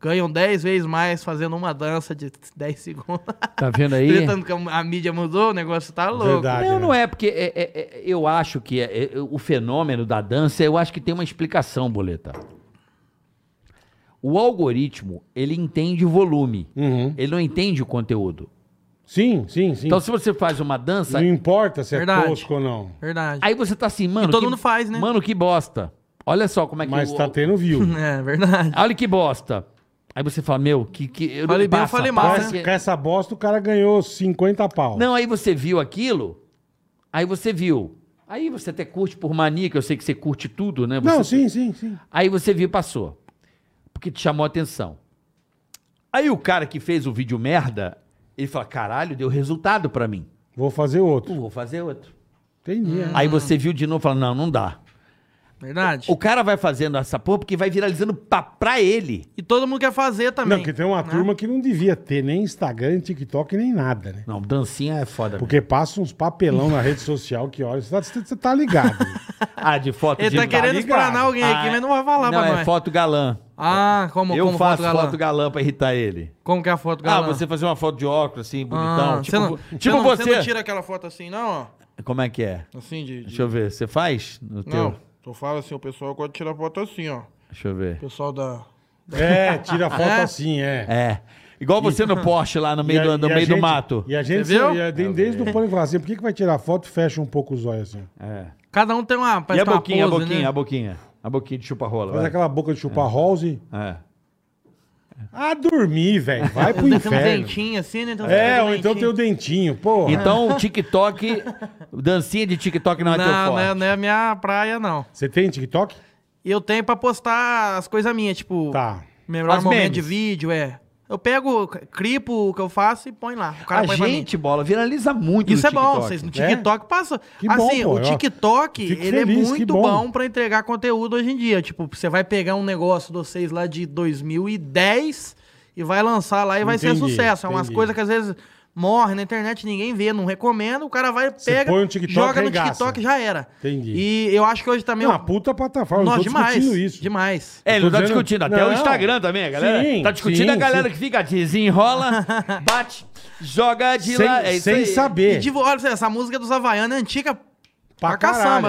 S5: ganham 10 vezes mais fazendo uma dança de 10 segundos. *laughs*
S4: Tá vendo aí?
S5: Tanto que a mídia mudou, o negócio tá louco.
S3: Verdade.
S4: Não,
S3: né?
S4: não é, porque é- é- é- eu acho que é- é- o fenômeno da dança, eu acho que tem uma explicação, Boleta. O algoritmo, ele entende o volume.
S3: Uhum.
S4: Ele não entende o conteúdo.
S3: Sim, sim, sim.
S4: Então, se você faz uma dança,
S3: Não importa se é
S5: Verdade.
S3: tosco ou não.
S5: Verdade.
S4: aí você tá assim, mano...
S5: E todo
S4: que-
S5: mundo faz, né?
S4: Mano, que bosta. Olha só como é que...
S3: Mas
S4: o-
S3: tá tendo
S5: *laughs*
S3: view.
S5: *laughs* É, verdade.
S4: Olha que bosta. Aí você fala, meu, que... que eu
S5: Falei bem, eu falei mal,
S3: Com
S5: Ah,
S4: passa,
S5: né?
S3: essa, com essa bosta, o cara ganhou 50 pau.
S4: Não, aí você viu aquilo, aí você viu. Aí você até curte por mania, que eu sei que você curte tudo, né? Você-
S3: Não, sim, sim, sim.
S4: Aí você viu e passou. Porque te chamou a atenção. Aí o cara que fez o vídeo merda, ele fala: caralho, deu resultado pra mim.
S3: Vou fazer outro.
S4: Não vou fazer outro.
S5: Hum.
S3: Entendi. é.
S4: Aí você viu de novo e fala: não, não dá.
S5: Verdade.
S4: O cara vai fazendo essa porra porque vai viralizando pra, pra ele.
S5: E todo mundo quer fazer também. Né?
S3: Não, porque tem uma turma que não devia ter nem Instagram, TikTok, nem nada, né?
S4: Não, dancinha é foda. mesmo.
S3: Porque passa uns papelão na rede social que olha, você tá, você tá
S5: *laughs*
S3: ligado.
S4: Ah, de foto
S5: Ele
S4: de
S5: tá querendo
S3: ligado.
S5: esplanar alguém aqui, mas não vai falar
S4: não,
S5: pra
S4: é
S5: nós.
S4: foto galã.
S5: Ah, como,
S4: eu
S5: como
S4: faço
S5: galã?
S4: foto galã pra irritar ele.
S5: Como que é a foto
S4: Ah,
S5: galã?
S4: você fazer uma foto de óculos assim, bonitão.
S5: Ah,
S4: tipo
S5: você não,
S4: tipo
S5: você não-
S4: você.
S5: Você não tira aquela foto assim, não, ó.
S4: Como é que é?
S5: Assim de... de-
S4: Deixa eu ver. Você faz? No
S5: Não,
S4: teu?
S5: eu falo assim, o pessoal gosta de tirar foto assim, ó.
S4: Deixa eu ver.
S5: O pessoal da...
S3: é, tira foto
S5: É?
S3: assim, é.
S4: É. Igual você no Porsche lá
S3: *laughs*
S4: no
S3: E
S4: meio,
S3: a-
S4: do, no
S3: e a
S4: meio do
S3: gente-
S4: mato.
S3: E a gente,
S5: Você viu?
S3: e a- desde, desde o pânico, fala assim, por que, que vai tirar foto e fecha um pouco os olhos assim?
S4: É.
S5: Cada um tem uma...
S4: E
S5: parece
S4: a
S5: que uma
S4: boquinha,
S5: pose,
S4: a boquinha,
S5: né?
S4: a boquinha. A boquinha de chupa-rola.
S3: Faz
S4: vai.
S3: aquela boca de chupar rolls e...
S4: É.
S3: Ah, dormir, velho. Vai pro
S5: Tem um
S3: inferno.
S5: dentinho assim, né? Então
S3: É, ou então tem o dentinho, pô.
S4: Então,
S3: *laughs*
S4: o TikTok, dancinha de TikTok não é teu
S5: Não, não é,
S4: forte.
S5: não é a minha praia, não.
S3: Você tem TikTok?
S5: E eu tenho pra postar as coisas minhas, tipo...
S3: Tá.
S5: Melhorar
S4: As
S5: momento
S4: memes.
S5: de vídeo, é. Eu pego, clipo o que eu faço e põe lá. O cara
S4: A
S5: põe pra mim.
S4: gente, bola, viraliza muito
S5: Isso
S4: no
S5: é bom,
S4: TikTok.
S5: vocês no TikTok passam.
S3: Que bom,
S5: assim,
S3: pô,
S5: o
S3: eu
S5: TikTok,
S3: fico
S5: ele
S3: feliz,
S5: é
S3: que
S5: muito
S3: bom.
S5: bom, pra entregar conteúdo hoje em dia. Tipo, você vai pegar um negócio de vocês lá de 2010 e vai lançar lá e vai ser
S3: Entendi,
S5: sucesso. É umas
S3: entendi.
S5: coisas que às vezes morre na internet, ninguém vê, não recomenda, o cara vai, pega,
S3: põe no TikTok,
S5: joga no
S3: arregaça.
S5: TikTok e já era.
S3: Entendi.
S5: E eu acho que hoje também...
S3: Uma
S5: eu-
S3: puta plataforma,
S5: Nós
S3: eu tô
S5: demais,
S3: discutindo isso.
S5: demais.
S4: É, ele não
S3: Tô
S4: tá
S3: dizendo-
S4: discutindo. Até
S3: Não.
S4: o Instagram também, a galera.
S3: Sim,
S4: tá discutindo
S3: sim,
S4: a galera
S3: sim.
S4: que fica,
S5: *laughs*
S4: desenrola, bate, joga de
S3: Sem,
S4: lá. É isso
S3: sem
S4: aí.
S5: E
S3: saber.
S5: de, olha, essa música dos Havaianos é antiga pra,
S3: Pra
S5: caçamba,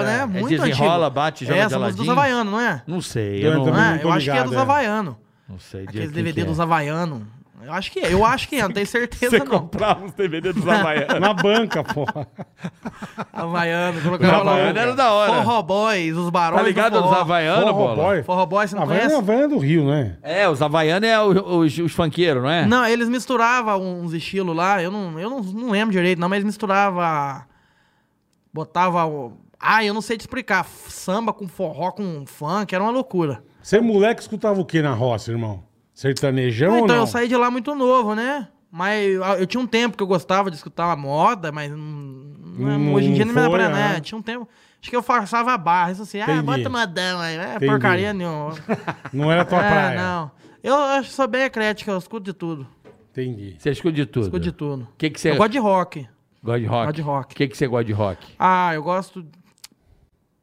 S3: caralho, é.
S5: né?
S4: É,
S5: Muito
S4: desenrola,
S5: antiga.
S4: bate,
S5: é
S4: joga de
S5: essa música dos
S4: ladinho.
S5: Havaianos, não é?
S4: Não sei,
S3: Eu
S4: eu, não,
S3: também-
S5: Ah,
S3: tô
S5: eu acho que é
S3: ligado,
S5: dos
S3: é.
S5: Havaianos.
S4: não sei.
S5: Aqueles
S4: quem
S5: DVD
S4: que é.
S5: dos Havaianos. Eu acho que é, eu acho que é, não tenho certeza não.
S1: Comprava os DVD
S5: *laughs*
S1: dos Havaianos.
S3: Na banca,
S4: *laughs*
S3: porra.
S5: Havaiano, colocava lá.
S4: Havaiano
S5: o-
S4: era da hora.
S5: Forró Boys, os barões
S4: Tá ligado
S5: do
S4: dos
S5: forró.
S4: Havaianos,
S3: Porra,
S4: bola?
S3: boy.
S5: Forró Boys, você não
S3: Havaiana é
S5: conhece?
S3: Havaiana do Rio, né?
S4: É, os Havaianos é o- os, os funkeiros, não é?
S5: Não, eles misturavam uns estilos lá, eu não, eu não, não lembro direito não, mas misturava... Botava... o- Ah, eu não sei te explicar, f- samba com forró, com funk, era uma loucura.
S3: Você moleque escutava o que na roça, irmão? Sertanejão ou
S5: Ah, então
S3: não?
S5: eu saí de lá muito novo, né? Mas eu, eu tinha um tempo que eu gostava de escutar uma moda, mas não- não-
S3: Não
S5: hoje em dia não me dá
S3: foi,
S5: pra né?
S3: ah.
S5: Tinha um tempo. Acho que eu forçava a barra, isso assim, ah,
S3: Entendi.
S5: bota modão aí, é
S3: Entendi. *laughs*
S5: porcaria nenhuma.
S3: Não era tua
S5: é,
S3: praia.
S5: não. Eu acho que sou bem eclético, eu escuto de tudo.
S3: Entendi.
S4: Você escuta de tudo.
S5: Escuto de tudo.
S4: O que que você
S3: É.
S5: Eu gosto de rock.
S4: gosta de rock?
S5: gosto de rock.
S4: O que que você gosta de rock?
S5: Ah, eu gosto.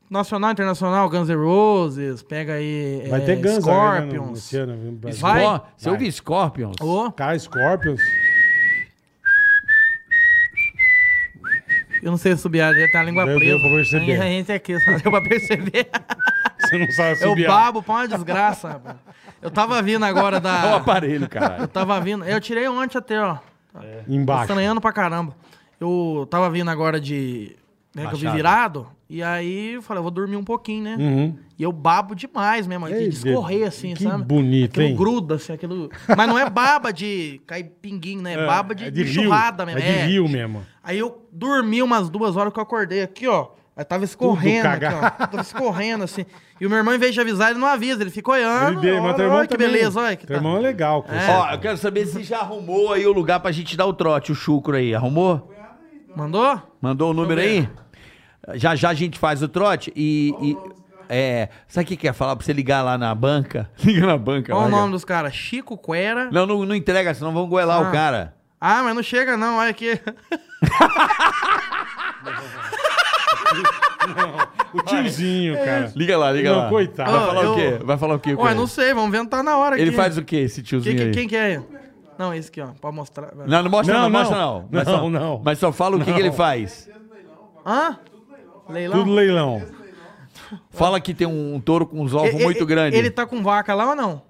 S5: Nacional, internacional, Guns N' Roses, pega aí.
S3: Vai
S5: eh,
S3: ter Guns agora, né, no-
S5: Scorpions.
S3: esse ano, viu, no Brasil.
S5: Vai.
S4: Ó, Você
S3: Vai.
S4: ouve Scorpions?
S5: Ô,
S3: Cara, Scorpions.
S5: eu não sei subir, ele tem a língua
S3: Deu-
S5: presa.
S3: deu pra perceber.
S5: *laughs* A gente aqui, só deu pra perceber.
S3: Você não sabe
S5: Eu
S3: subir. a-
S5: babo pra uma desgraça, rapaz. Eu tava vindo agora
S4: É o
S5: da.
S4: aparelho, cara.
S5: Eu tava vindo. Eu tirei ontem até, ó. Tô
S3: Embaixo.
S5: estranhando pra caramba. Eu tava vindo agora de. Né, que eu vi
S4: Baixada.
S5: virado. E aí eu falei, eu vou dormir um pouquinho, né?
S3: Uhum.
S5: E eu babo demais mesmo, de
S3: Ei,
S5: escorrer
S3: Deus,
S5: assim,
S3: que
S5: sabe?
S3: bonito,
S5: aquilo
S3: hein?
S5: gruda, assim, aquilo. Mas não é baba de cair pinguinho, né? É baba de,
S3: é
S5: de,
S3: rio.
S5: churrada mesmo.
S3: É de rio mesmo.
S5: Aí eu dormi umas duas horas que eu acordei aqui, ó. Aí tava escorrendo aqui, ó.
S3: cagado.
S5: Tava escorrendo, assim. E o meu irmão, em vez de avisar, ele não avisa. Ele ficou olhando.
S3: Ele deu, mas teu
S5: Ah, olha,
S3: irmão
S5: olha que
S3: também.
S5: beleza, olha que
S3: Teu
S5: tá.
S3: irmão é legal, pô.
S4: Ó, eu quero saber se já arrumou aí o lugar pra gente dar o trote, o chucro aí. Arrumou?
S5: Mandou?
S4: Mandou o número aí? Já já a gente faz o trote e. e- é, sabe o que que é falar pra você ligar lá na banca? *laughs* Liga na banca.
S5: Qual o
S4: lá,
S5: nome
S4: cara.
S5: dos caras? Chico Quera.
S4: Não, não, não entrega, senão vão goelar
S5: Ah.
S4: o cara.
S5: Ah, mas não chega não, olha aqui.
S3: O tiozinho,
S5: É.
S3: cara.
S4: Liga lá, liga
S3: Não,
S4: lá.
S3: coitado.
S4: Vai falar
S5: Ah,
S4: o
S5: eu-
S4: quê? Vai falar o quê? com
S5: Ué,
S4: ele?
S5: não sei, vamos ver, não tá na hora aqui.
S4: Ele faz o quê, esse
S5: que,
S4: tiozinho
S3: assim
S5: que,
S4: aí?
S5: Quem que é? Não, esse aqui, ó, pode mostrar.
S4: Não, não mostra não,
S3: Não,
S4: não, mostra
S3: não.
S4: não. Mas só,
S3: Não, não.
S4: Mas só fala o que, que ele faz.
S5: Hã? Leilão?
S3: Tudo leilão.
S4: Fala que tem um touro com uns ovos
S5: E- e-
S4: muito
S5: e-
S4: grandes.
S5: Ele tá com vaca lá ou não?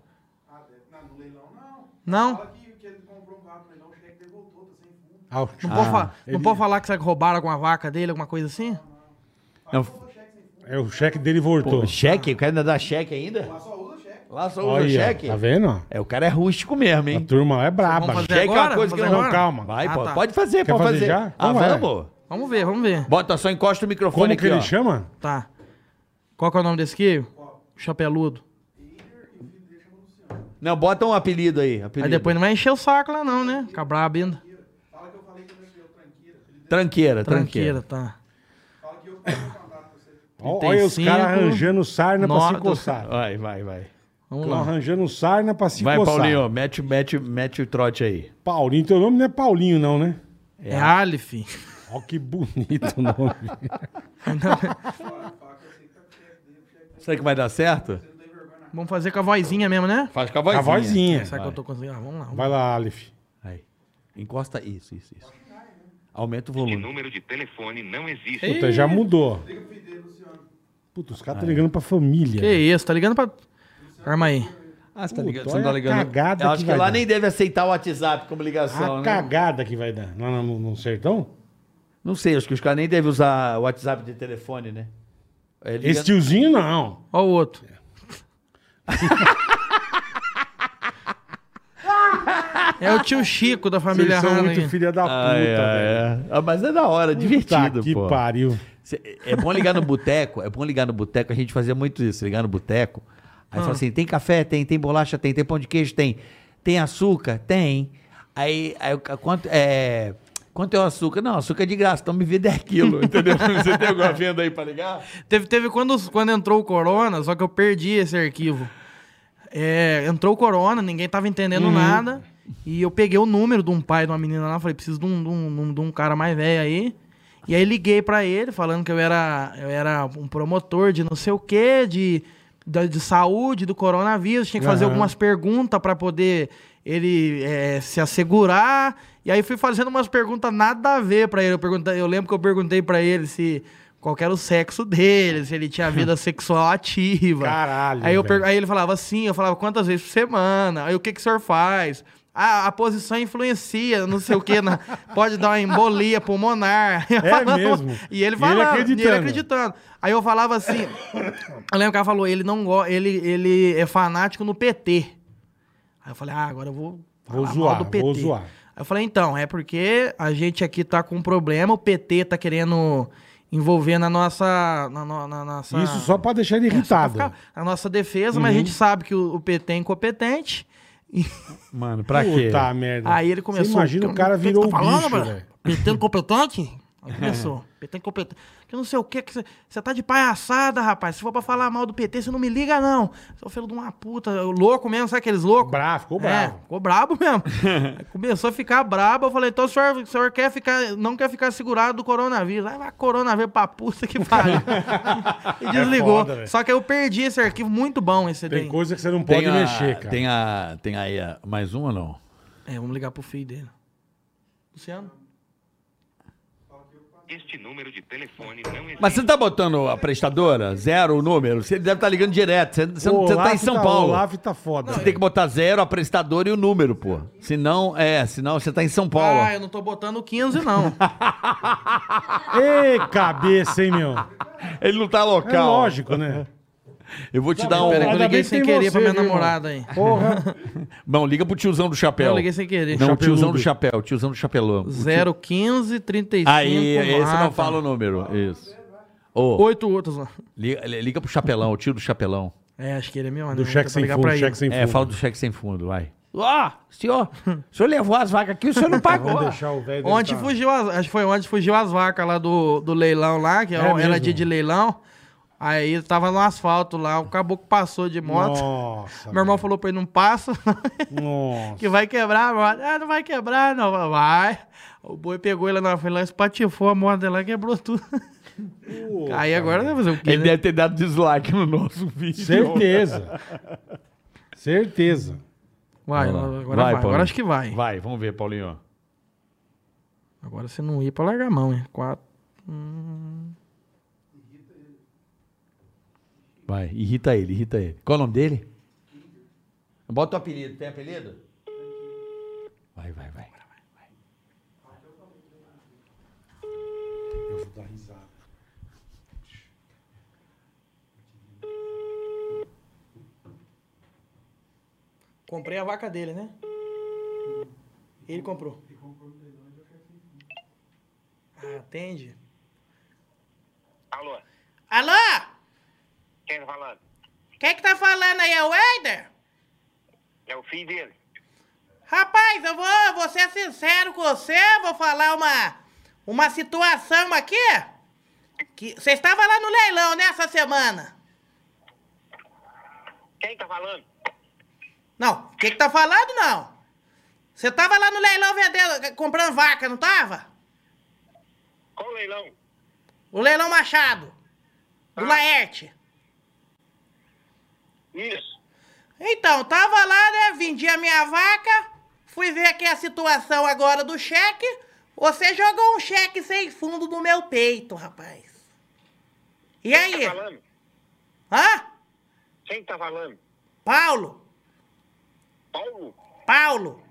S5: Não,
S3: Ah, o-
S5: não pode,
S4: Ah,
S5: falar, não pode falar que você roubaram alguma vaca dele, alguma coisa assim?
S4: Não,
S3: É, o cheque dele voltou.
S4: pô, cheque? O cara ainda dá cheque ainda? Lá só usa cheque. Lá só usa
S3: Olha aí, ó.
S4: cheque?
S3: Tá vendo? ó?
S4: É, o cara é rústico mesmo,
S3: A
S4: hein?
S3: turma lá é braba.
S5: Vamos fazer
S4: Cheque é uma
S5: agora?
S4: coisa que
S5: Vamos
S4: não-
S5: fazer agora?
S3: Calma.
S4: Vai,
S5: Ah,
S4: pô.
S5: tá.
S4: Pode fazer,
S3: Quer
S4: pode
S3: fazer
S4: fazer.
S3: já?
S4: Ah,
S3: Então vai.
S4: vamos.
S5: Vamos ver, vamos ver.
S4: Bota só, encosta o microfone
S3: Como
S4: aqui,
S3: que ele
S4: ó.
S3: chama?
S5: Tá. Qual que é o nome desse aqui? Chapeludo.
S4: Não, bota um apelido aí. Apelido.
S5: Aí depois não vai encher o saco lá não, né? Fica brabo ainda.
S4: Tranqueira, tranqueira.
S5: Tranqueira, tá.
S3: Ó, Olha os
S5: 35.
S3: caras arranjando sarna pra
S5: Nossa.
S3: se coçar.
S4: Vai, vai, vai.
S5: Vamos
S3: Tão
S5: lá.
S3: Arranjando sarna pra se
S4: Vai,
S3: coçar.
S4: Paulinho, mete, mete, mete o trote aí.
S3: Paulinho, teu nome não é Paulinho, não, né?
S5: É Aleph. *laughs*
S3: Ó, que bonito o nome.
S4: *laughs* Será que vai dar certo?
S5: Vamos fazer com a vozinha mesmo, né?
S4: Faz com
S3: A vozinha.
S5: Será que eu tô conseguindo? Ah, vamos lá.
S3: É, Vai lá, Aleph.
S4: Aí. Encosta isso, isso, isso. Aumenta o volume.
S2: número de telefone não existe.
S3: Puta, já mudou. Puta, os caras estão ligando pra família.
S5: Que isso, tá ligando pra... Arma aí.
S4: Ah, você tá
S3: Puta,
S4: ligando? Você não tá
S3: olha a
S4: ligando?
S3: cagada
S4: Eu
S3: que
S4: acho que
S3: vai
S4: lá
S3: dar.
S4: nem deve aceitar o WhatsApp como
S3: A
S4: ligação, né? Tá
S3: cagada que vai dar. Lá no, no sertão?
S4: Não sei, acho que os caras nem devem usar o WhatsApp de telefone, né? É, liga-
S3: Esse tipo tiozinho não.
S5: Ó o outro. *laughs* é o tio Chico da família
S3: Vocês são
S5: Hanna.
S3: muito
S5: aqui.
S3: filha da puta,
S4: Ah, é,
S3: velho.
S4: é. Ah, mas é da hora,
S3: Tá
S4: divertido,
S3: que
S4: pô.
S3: pariu.
S4: Cê- É bom ligar no boteco, é bom ligar no boteco, a gente fazia muito isso, ligar no boteco. Aí
S3: Ah.
S4: fala assim, tem café? Tem, tem bolacha? Tem, tem pão de queijo? Tem. Tem açúcar? Tem. Aí, aí o ca- quanto é... Quanto é o açúcar? Não, açúcar é de graça, então me vê 10 quilos, *laughs* entendeu? Você tem alguma venda aí pra ligar?
S5: Teve, teve quando, os- quando entrou o Corona, só que eu perdi esse arquivo. é, entrou o corona, ninguém tava entendendo nada. E eu peguei o número de um pai de uma menina lá, falei, preciso de um, de um, de um cara mais velho aí. E aí liguei pra ele, falando que eu era, eu era um promotor de não sei o quê, de, da- de, saúde, do coronavírus, tinha que fazer
S3: Aham.
S5: algumas perguntas pra poder ele é, se assegurar. E aí fui fazendo umas perguntas nada a ver pra ele. Eu, perguntei- eu lembro que eu perguntei pra ele se qual que era o sexo dele, se ele tinha
S3: *laughs*
S5: vida sexual ativa.
S3: Caralho,
S5: Aí, eu
S3: velho.
S5: per- aí ele falava assim, eu falava quantas vezes por semana, aí o que, que o senhor faz? Ah, a posição influencia, não sei o que, *laughs* pode dar uma embolia pulmonar. *laughs* Eu
S3: É mesmo?
S5: E ele
S3: E ele
S5: falava, e
S3: acreditando.
S5: ele acreditando. Aí eu falava assim, eu lembro que ela falou, ele não go- ele, ele é fanático no PT. Aí eu falei, ah, agora eu vou
S3: Vou
S5: falar
S3: zoar,
S5: mal
S3: vou zoar.
S5: Aí eu falei, então, é porque a gente aqui tá com um problema, o PT tá querendo envolver na nossa... Na, no- na nossa É,
S3: Isso só pra Uhum. deixar ele
S4: é
S3: irritado.
S5: ficar a nossa defesa, mas a gente sabe que o, o PT é incompetente. E
S4: Mano, pra quê?
S3: Puta merda.
S5: aí ele começou.
S3: Você imagina o cara
S5: "Que- que
S3: virou
S5: você tá
S3: um
S5: falando,
S3: bicho,
S5: mano?
S3: velho.
S5: PT incompetente? Aí começou. PT incompetente. Que não sei o quê, que. você- Você tá de palhaçada, rapaz. Se for pra falar mal do PT, você não me liga, não. Seu filho de uma puta. eu Louco mesmo, sabe aqueles loucos?
S3: Bravo, ficou
S5: É,
S4: *laughs*
S3: bravo.
S5: ficou brabo
S3: *laughs*
S5: mesmo. Aí começou a ficar brabo. Eu falei, então o senhor, o senhor quer ficar, não quer ficar segurado do coronavírus. Aí vai coronavírus pra
S3: *laughs*
S5: puta que pariu. e desligou.
S3: É foda, velho.
S5: Só que eu perdi esse arquivo muito bom, esse
S3: Tem
S5: daí.
S3: coisa que você não
S4: Tem
S3: pode
S4: a-
S3: mexer, cara.
S4: Tem, a, tem aí a- mais um ou não?
S5: É, vamos ligar pro filho dele. Luciano?
S2: Este número de telefone não existe.
S4: Mas você não tá botando a prestadora? Zero o número? Você deve estar ligando direto. Você, você,
S3: O
S4: você tá
S3: Olaf
S4: em São
S3: tá- O
S4: Paulo.
S3: Olaf tá foda.
S4: Você tem que botar zero, a prestadora e o número, pô. Senão, é, senão você tá em São Paulo.
S5: Ah, eu não tô botando o
S3: *laughs*
S5: 15, não.
S3: Ei, cabeça, hein, meu?
S4: Ele não tá
S3: É
S4: local.
S3: lógico, né?
S4: Eu vou te dar um.
S5: Peraí, que eu
S3: Ainda
S5: liguei
S3: bem que
S5: sem
S3: tem
S5: querer
S3: você,
S5: pra minha
S3: viu, irmão?
S5: namorada aí.
S3: Porra.
S4: Não, liga pro tiozão do chapéu.
S5: Eu liguei sem querer.
S4: Não, o
S3: Chapeludo.
S4: tiozão do chapéu, tiozão do chapelão.
S5: 015 35.
S4: Aí, esse
S5: mata.
S4: não fala o número. Isso. Ô,
S5: Oito outros lá.
S4: liga, liga pro chapelão, o tio do chapelão.
S5: É, acho que ele é meu, né?
S3: Do
S5: Vou
S3: cheque
S5: tentar
S3: sem
S5: ligar
S3: fundo,
S5: pra ele.
S3: cheque sem fundo.
S4: É, fala do cheque sem fundo, vai. Ó, senhor, o senhor levou as vacas aqui, o senhor não *laughs* pagou.
S3: Vamos deixar o velho... tá-
S5: Ontem
S3: deitar.
S5: fugiu as, acho que foi ontem fugiu as vacas lá do, do leilão lá, que era
S3: É mesmo?
S5: dia de leilão. Aí tava no asfalto lá, o caboclo passou de moto.
S3: Nossa.
S5: Meu irmão falou pra ele, não passa, *laughs*
S3: Nossa.
S5: que vai quebrar a moto. Ah, não vai quebrar, não. Vai. O boi pegou ele na frente lá, espatifou a moto dela, quebrou tudo. Aí agora vai fazer o quê?
S4: Ele
S5: né?
S4: deve ter dado dislike no nosso vídeo.
S3: Certeza. Certeza.
S5: Vai,
S4: Vai lá.
S5: agora
S4: Vai,
S5: vai.
S4: Paulinho.
S5: Agora acho que vai.
S4: Vai, vamos ver, Paulinho.
S5: Agora você não ir pra largar a mão, hein? Quatro.
S4: Vai, irrita ele, irrita ele. Qual é o nome dele? Bota o apelido, tem apelido? Vai, vai, vai.
S3: Eu vou dar risada.
S5: Comprei a vaca dele, né? Ele comprou. um Ah, atende.
S2: Alô,
S5: Alô?
S2: quem tá falando?
S5: Quem que tá falando aí? É o Eider?
S2: É o filho dele.
S5: Rapaz, eu vou, eu vou ser sincero com você, vou falar uma, uma situação aqui. Que você estava lá no leilão, né, essa semana?
S2: Quem tá falando?
S5: Não, o que que tá falando, não? Você tava lá no leilão vendendo, comprando vaca, não tava?
S2: Qual o leilão?
S5: O leilão Machado. Do Laerte.
S2: Isso.
S5: Então, tava lá, né? Vendi a minha vaca. Fui ver aqui a situação agora do cheque. Você jogou um cheque sem fundo no meu peito, rapaz. E aí?
S2: Quem tá falando?
S5: Hã?
S2: Quem tá falando?
S5: Paulo?
S2: Paulo?
S5: Paulo?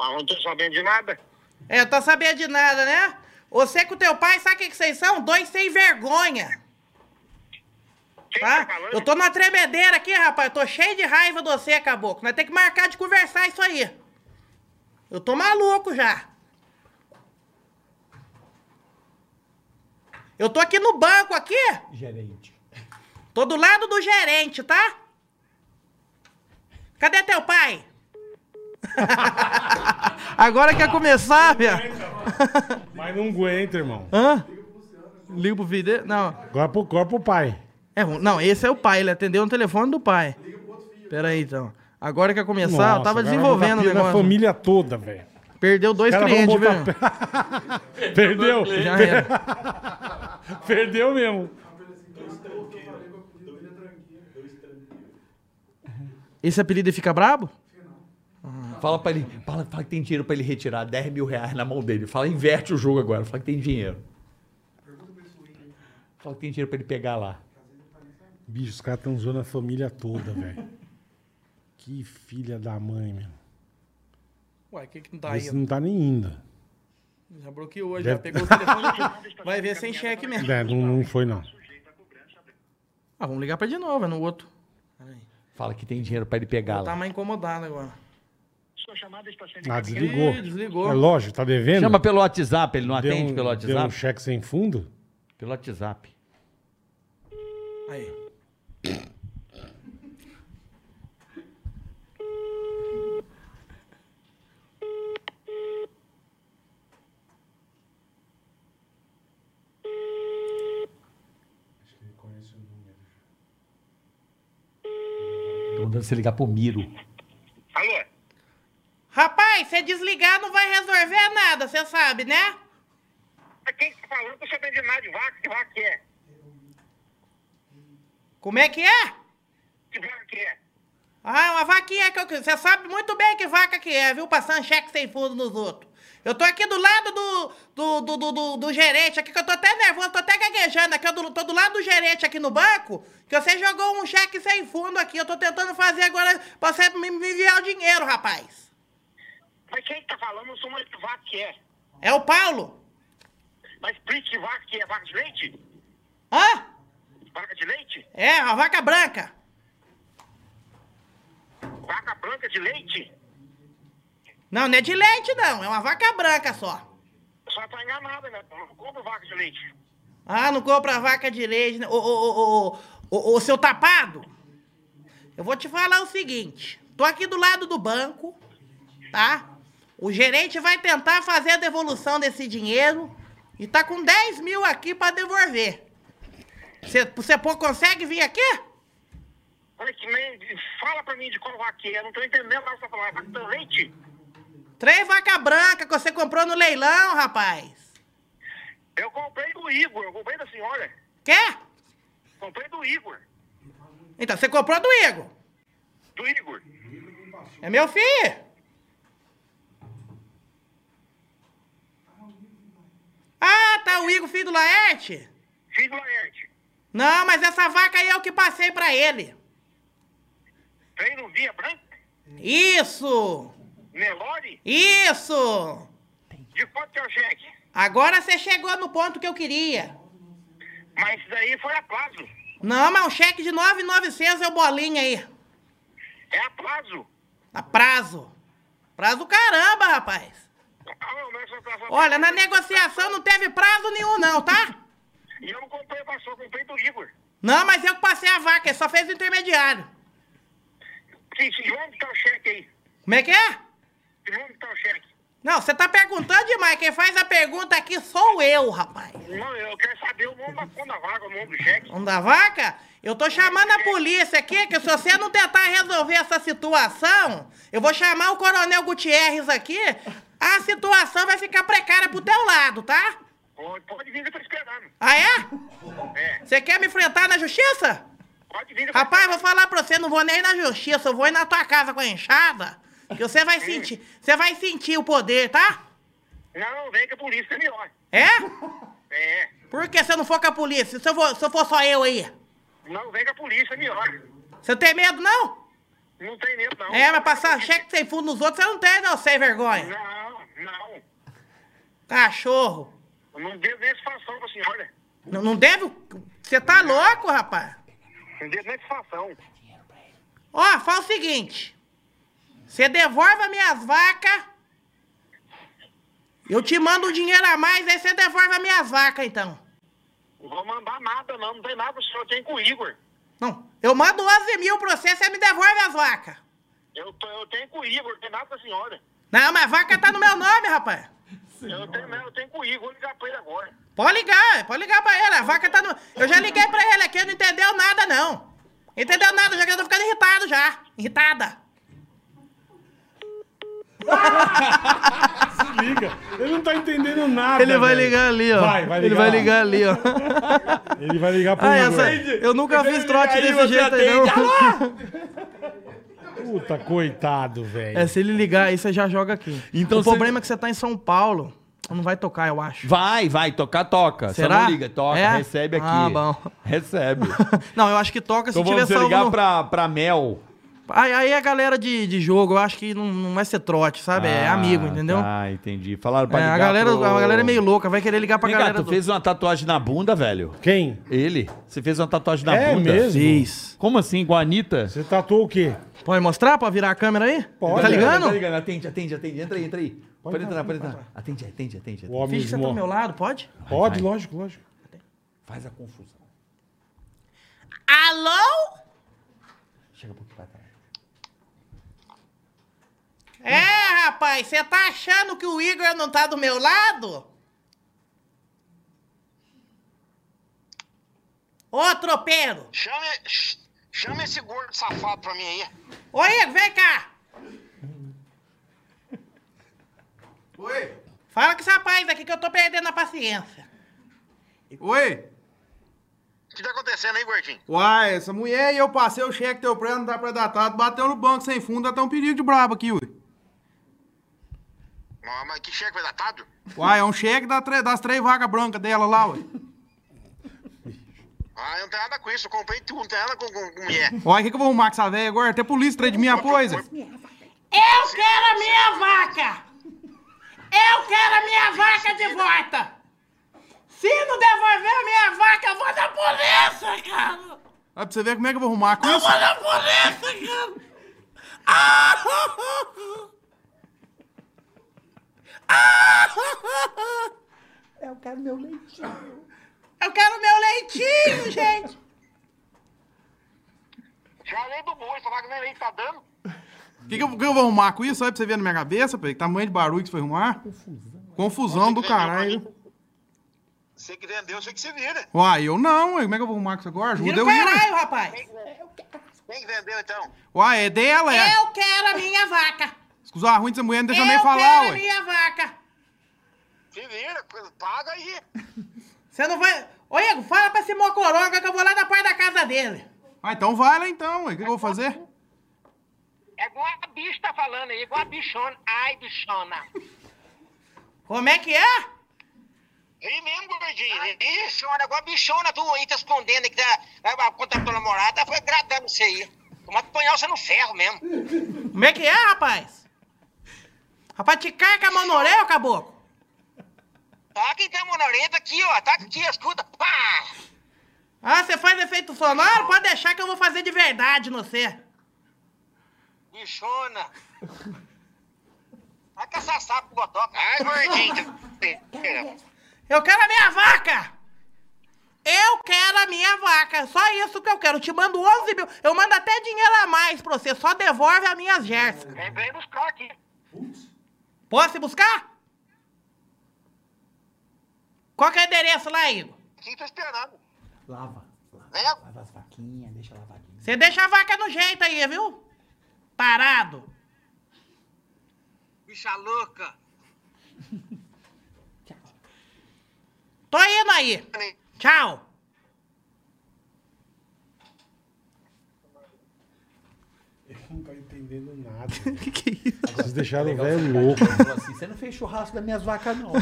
S2: Ah, não tô sabendo de nada.
S5: É, tá sabendo de nada, né? Você com teu pai, sabe o que, que vocês são? Dois sem vergonha.
S2: Quem tá,
S5: Tá?
S2: falando?
S5: Eu tô na tremedeira aqui, rapaz. Eu tô cheio de raiva de você, caboclo. Nós temos que marcar de conversar isso aí. Eu tô maluco já. Eu tô aqui no banco aqui. Gerente. Tô do lado do gerente, tá? Cadê teu pai? *laughs* Agora quer começar, velho?
S3: Mas não aguenta, irmão.
S5: Hã? Liga pro vídeo? Não.
S3: Agora pro corpo, pai.
S5: É ruim. Não, esse é o pai, ele atendeu no telefone do pai. Pera aí, então. Agora que ia começar, eu tava desenvolvendo o
S3: A
S5: negócio.
S3: família toda, velho.
S5: Perdeu dois
S3: Cara, vamos
S5: clientes,
S3: botar *laughs*
S5: viu?
S3: Perdeu.
S5: Já era.
S3: Perdeu mesmo.
S5: Esse apelido ele fica brabo?
S4: Fala pra ele, fala, fala que tem dinheiro pra ele retirar 10 mil reais na mão dele. Fala, inverte o jogo agora, fala que tem dinheiro. Fala que tem dinheiro pra ele pegar lá.
S3: Bicho, os caras estão zoando a família toda, velho. Que filha da mãe, meu.
S5: Ué, o que que não tá aí?
S3: Esse não tá nem ainda.
S5: ó? Já bloqueou hoje,
S3: Deve-
S5: já pegou o telefone. Vai ver sem cheque mesmo.
S3: É, não, não foi, não.
S5: Ah, vamos ligar pra ele de novo, é no outro.
S4: Fala que tem dinheiro pra ele pegar
S5: Tá
S4: lá.
S5: mais incomodado agora.
S2: Sua chamada está sendo
S3: Ah, desligou.
S5: Ih, desligou.
S3: É lógico, tá devendo?
S4: Chama pelo WhatsApp, ele não
S3: Deu
S4: atende
S3: um-
S4: pelo
S3: Deu um
S4: WhatsApp?
S3: cheque sem fundo?
S4: Pelo WhatsApp.
S5: Aí.
S4: Tô mandando você ligar pro Miro.
S2: Alô?
S5: Rapaz, se desligar não vai resolver nada, você sabe, né?
S2: É Quem tá falando que você vende mais de vaca? Que vaca que é?
S5: Como é que é?
S2: Que vaca que é?
S5: Ah, uma vaquinha que eu... Você sabe muito bem que vaca que é, viu? Passando cheque sem fundo nos outros. Eu tô aqui do lado do, do, do, do, do- do gerente aqui, que eu tô até nervoso, tô até gaguejando aqui. Eu do- tô do lado do gerente aqui no banco, que você jogou um cheque sem fundo aqui. Eu tô tentando fazer agora pra você me me enviar o dinheiro, rapaz.
S2: Mas quem tá falando? Eu sou uma que vaca que é.
S5: É o Paulo?
S2: Mas Prince de vaca que é? Vaca de leite?
S5: Hã?
S2: Vaca de leite?
S5: É, a vaca branca.
S2: Vaca branca de leite?
S5: Não, não é de leite, não. É uma vaca branca só.
S2: Só tá enganada, né? Eu não compro vaca de leite.
S5: Ah, não compra vaca de leite, né? Ô, ô, ô, ô, ô, ô, seu tapado, eu vou te falar o seguinte. Tô aqui do lado do banco, tá? O gerente vai tentar fazer a devolução desse dinheiro e tá com 10 mil aqui pra devolver. Você consegue vir aqui?
S2: Olha que nem... Fala pra mim de qual vaca que é. Eu não tô entendendo mais o que você tá falando. É vaca de leite?
S5: Três vacas brancas que você comprou no leilão, rapaz.
S2: Eu comprei do Igor. Eu comprei da senhora.
S5: Quer?
S2: Comprei do Igor.
S5: Então, você comprou do Igor.
S2: Do Igor.
S5: É meu filho! Ah, tá o Igor, filho do Laerte?
S2: Filho do Laerte.
S5: Não, mas essa vaca aí é o que passei pra ele.
S2: Vem no Via Branca?
S5: Isso!
S2: Nelore?
S5: Isso!
S2: De quanto que é o cheque?
S5: Agora você chegou no ponto que eu queria.
S2: Mas isso daí foi a prazo.
S5: Não, mas um cheque de 9,900 é o bolinho aí.
S2: É a prazo.
S5: A prazo. Prazo caramba, rapaz.
S2: Ah, não, não é só prazo.
S5: Olha, na negociação não teve prazo nenhum não, tá?
S2: E eu não comprei passou, eu comprei do Igor.
S5: Não, mas eu que passei a vaca, ele só fez o intermediário.
S2: Que, que, onde tá o cheque aí?
S5: Como é que é?
S2: De onde tá o cheque?
S5: Não, você tá perguntando demais. Quem faz a pergunta aqui sou eu, rapaz.
S2: Não, eu quero saber o nome da conta vaga, o nome do cheque.
S5: Vamos da vaca? Eu tô chamando a polícia aqui, que se você não tentar resolver essa situação, eu vou chamar o Coronel Gutierrez aqui. A situação vai ficar precária pro teu lado, tá?
S2: Pode, pode vir que eu tô esperando.
S5: Ah, é?
S2: É,
S5: Você quer me enfrentar na justiça?
S2: pode vir que eu tô
S5: Rapaz, vou falar pra você, não vou nem na justiça, eu vou ir na tua casa com a enxada, que você vai sentir, você vai sentir o poder, tá?
S2: Não, vem que a polícia é melhor.
S5: É?
S2: É,
S5: Por que você não for com a polícia? Se eu for, se eu for só eu aí?
S2: não, vem que a polícia é melhor.
S5: Você tem medo, não?
S2: Não tem medo, não.
S5: É, mas passar cheque sem fundo nos outros, você não tem, não, sem vergonha.
S2: Não, não.
S5: Cachorro.
S2: Eu não devo nem satisfação pra senhora.
S5: Não, não deve... Você tá louco, rapaz?
S2: Não devo nem satisfação.
S5: Ó, fala o seguinte. Você devolve as minhas vacas. Eu te mando um dinheiro a mais, aí você devolve as minhas vacas, então.
S2: Não vou mandar nada, não. Não tem nada pro senhor, tem com o Igor.
S5: Não, eu mando 11 mil pra você, você me devolve as vacas.
S2: Eu, tô, eu tenho com o Igor, não tem nada pra senhora.
S5: Não, mas a vaca tá no meu nome, rapaz.
S2: Eu tenho mesmo, eu tenho comigo, vou ligar pra ele agora.
S5: Pode ligar, pode ligar pra ele. A vaca tá no. Eu já liguei pra ele aqui, ele não entendeu nada, não. Entendeu nada, já que eu tô ficando irritado já. Irritada.
S3: Liga. Ele não tá entendendo nada.
S5: Ele vai
S3: velho.
S5: ligar ali, ó.
S3: Vai, vai
S5: Ele
S3: ligar
S5: vai
S3: lá.
S5: ligar ali, ó.
S3: *laughs* Ele vai ligar pro
S5: Ah,
S3: Igor.
S5: essa Eu nunca fiz trote
S1: Aí
S5: desse
S1: você
S5: jeito aí,
S1: atende.
S5: não.
S3: Puta, coitado, velho.
S5: É, se ele ligar aí, você já joga aqui.
S4: Então
S5: o
S4: você-
S5: problema é que você tá em São Paulo. Não vai tocar, eu acho. *laughs*
S4: Vai, vai, tocar, toca.
S5: Será?
S4: Só não liga, toca,
S5: É?
S4: recebe aqui.
S5: Ah, bom. *laughs*
S4: Recebe.
S5: Não, eu acho que toca se
S4: Então vamos
S5: tiver salvo
S4: ligar
S5: no-
S4: pra, pra Mel.
S5: Aí, aí a galera de, de jogo, eu acho que não, não vai ser trote, sabe? é
S4: Ah,
S5: amigo, entendeu?
S4: Ah, entendi. Falaram pra
S5: É,
S4: ligar
S5: a, galera,
S4: pro-
S5: a galera é meio louca, vai querer ligar pra
S4: Vem cá,
S5: galera
S4: tu
S5: do...
S4: fez uma tatuagem na bunda, velho?
S3: Quem?
S4: Ele? Você fez uma tatuagem na
S3: É
S4: bunda?
S3: mesmo?
S5: Fiz.
S4: Como assim, com a Anitta?
S3: Você tatuou o quê?
S5: Pode mostrar pra virar a câmera aí?
S3: Pode.
S5: Tá ligando?
S4: Tá ligando, atende, atende, atende. Entra aí, entra aí. Pode, entrar, pode entrar. Atende, atende, atende.
S3: O
S4: atende.
S3: homem
S5: Finge que você tá
S3: esmo-
S5: do meu lado, pode?
S3: Pode,
S4: Vai, vai.
S3: lógico, lógico.
S4: Faz a confusão.
S5: Alô?
S4: Chega um pouquinho pra trás.
S5: É, rapaz, você tá achando que o Igor não tá do meu lado? Ô, tropeiro!
S2: Chama, chama esse gordo safado pra mim aí.
S5: Ô, Igor, vem cá!
S6: Oi!
S5: Fala com esse rapaz aqui que eu tô perdendo a paciência.
S6: Oi!
S2: O que tá acontecendo aí, gordinho?
S6: Uai, essa mulher e eu passei o cheque teu prédio, não tá predatado, bateu no banco sem fundo, até um perigo de brabo aqui, ui.
S2: Ah, mas que cheque foi datado?
S6: Uai, é um cheque da tre- das três vagas brancas dela lá, ué.
S2: Ah, eu não tenho nada com isso, eu comprei tudo, não tenho nada com, com, com mulher.
S6: Uai, o que, que eu vou arrumar com essa velha agora? Até polícia atrás de mim, a coisa.
S5: Eu quero a minha vaca! Eu quero a minha vaca de volta! Se não devolver a minha vaca, eu vou na polícia, cara!
S6: Vai pra você ver como é que eu vou arrumar com isso.
S5: Vou na polícia, cara! Ah! Ah! Eu quero meu leitinho! Eu
S6: *laughs*
S5: quero meu leitinho, gente!
S2: Já lei do boi, essa vaca nem lei que tá dando.
S6: O que, que, eu- que eu vou arrumar com isso? Olha pra você ver na minha cabeça, pai. Que tamanho de barulho que você foi arrumar. Confusão. Confusão do caralho.
S2: Você que vendeu, você que se vira.
S6: Uai, eu não, ué. Como é que eu vou arrumar com isso agora? Ajuda
S5: Vira o
S6: eu ir, ué.
S5: caralho, rapaz!
S2: Quem que vendeu então?
S6: Uai, é dela, é.
S5: Eu quero a minha vaca!
S6: Escusar ruim dessa mulher, não deixa eu nem
S5: eu
S6: falar,
S5: quero a
S6: ué.
S5: minha vaca!
S2: Se vira, coisa- paga aí.
S5: Você não vai. Ô, Igor, fala pra esse mocoronga que eu vou lá na parte da casa dele.
S6: Ah, então vai lá então, ué. O que, que eu vou fazer?
S2: É igual a bicha tá falando aí, igual a bichona. Ai, bichona.
S5: Como é que é?
S2: Ri mesmo, gordinho. Ai, bichona, igual a bichona tu aí, tá escondendo aí que tá, a, a conta da tua namorada, tá, foi agradando você aí. Toma apanhar você no ferro mesmo.
S5: Como é que é, rapaz? Rapaz, te carca a mão no orelha, caboclo.
S2: Taca então, monoreta aqui, ó. Taca aqui, escuta. Pá!
S5: Ah, você faz efeito sonoro? Pode deixar que eu vou fazer de verdade no você.
S2: Bichona. Vai caçar sapo com botoca. Ai, gordinho. *laughs*
S5: Eu quero a minha vaca! Eu quero a minha vaca, só isso que eu quero. Eu te mando 11 mil, eu mando até dinheiro a mais pra você, só devolve a minha Gersa.
S2: Vem, vem buscar aqui.
S5: Posso ir buscar? Qual que é o endereço lá, Igor?
S2: Aqui tô esperando.
S4: Lava.
S2: Vem,
S4: Lava as vaquinhas, deixa lavadinho.
S5: Você deixa a vaca no jeito aí, viu? Parado.
S2: bicha louca.
S5: Tô indo aí. Tchau.
S3: Não tá entendendo nada.
S5: Que *laughs* que é isso?
S3: Vocês deixaram o velho louco.
S4: Assim, você não fez churrasco das minhas vacas,
S5: *laughs*
S4: não.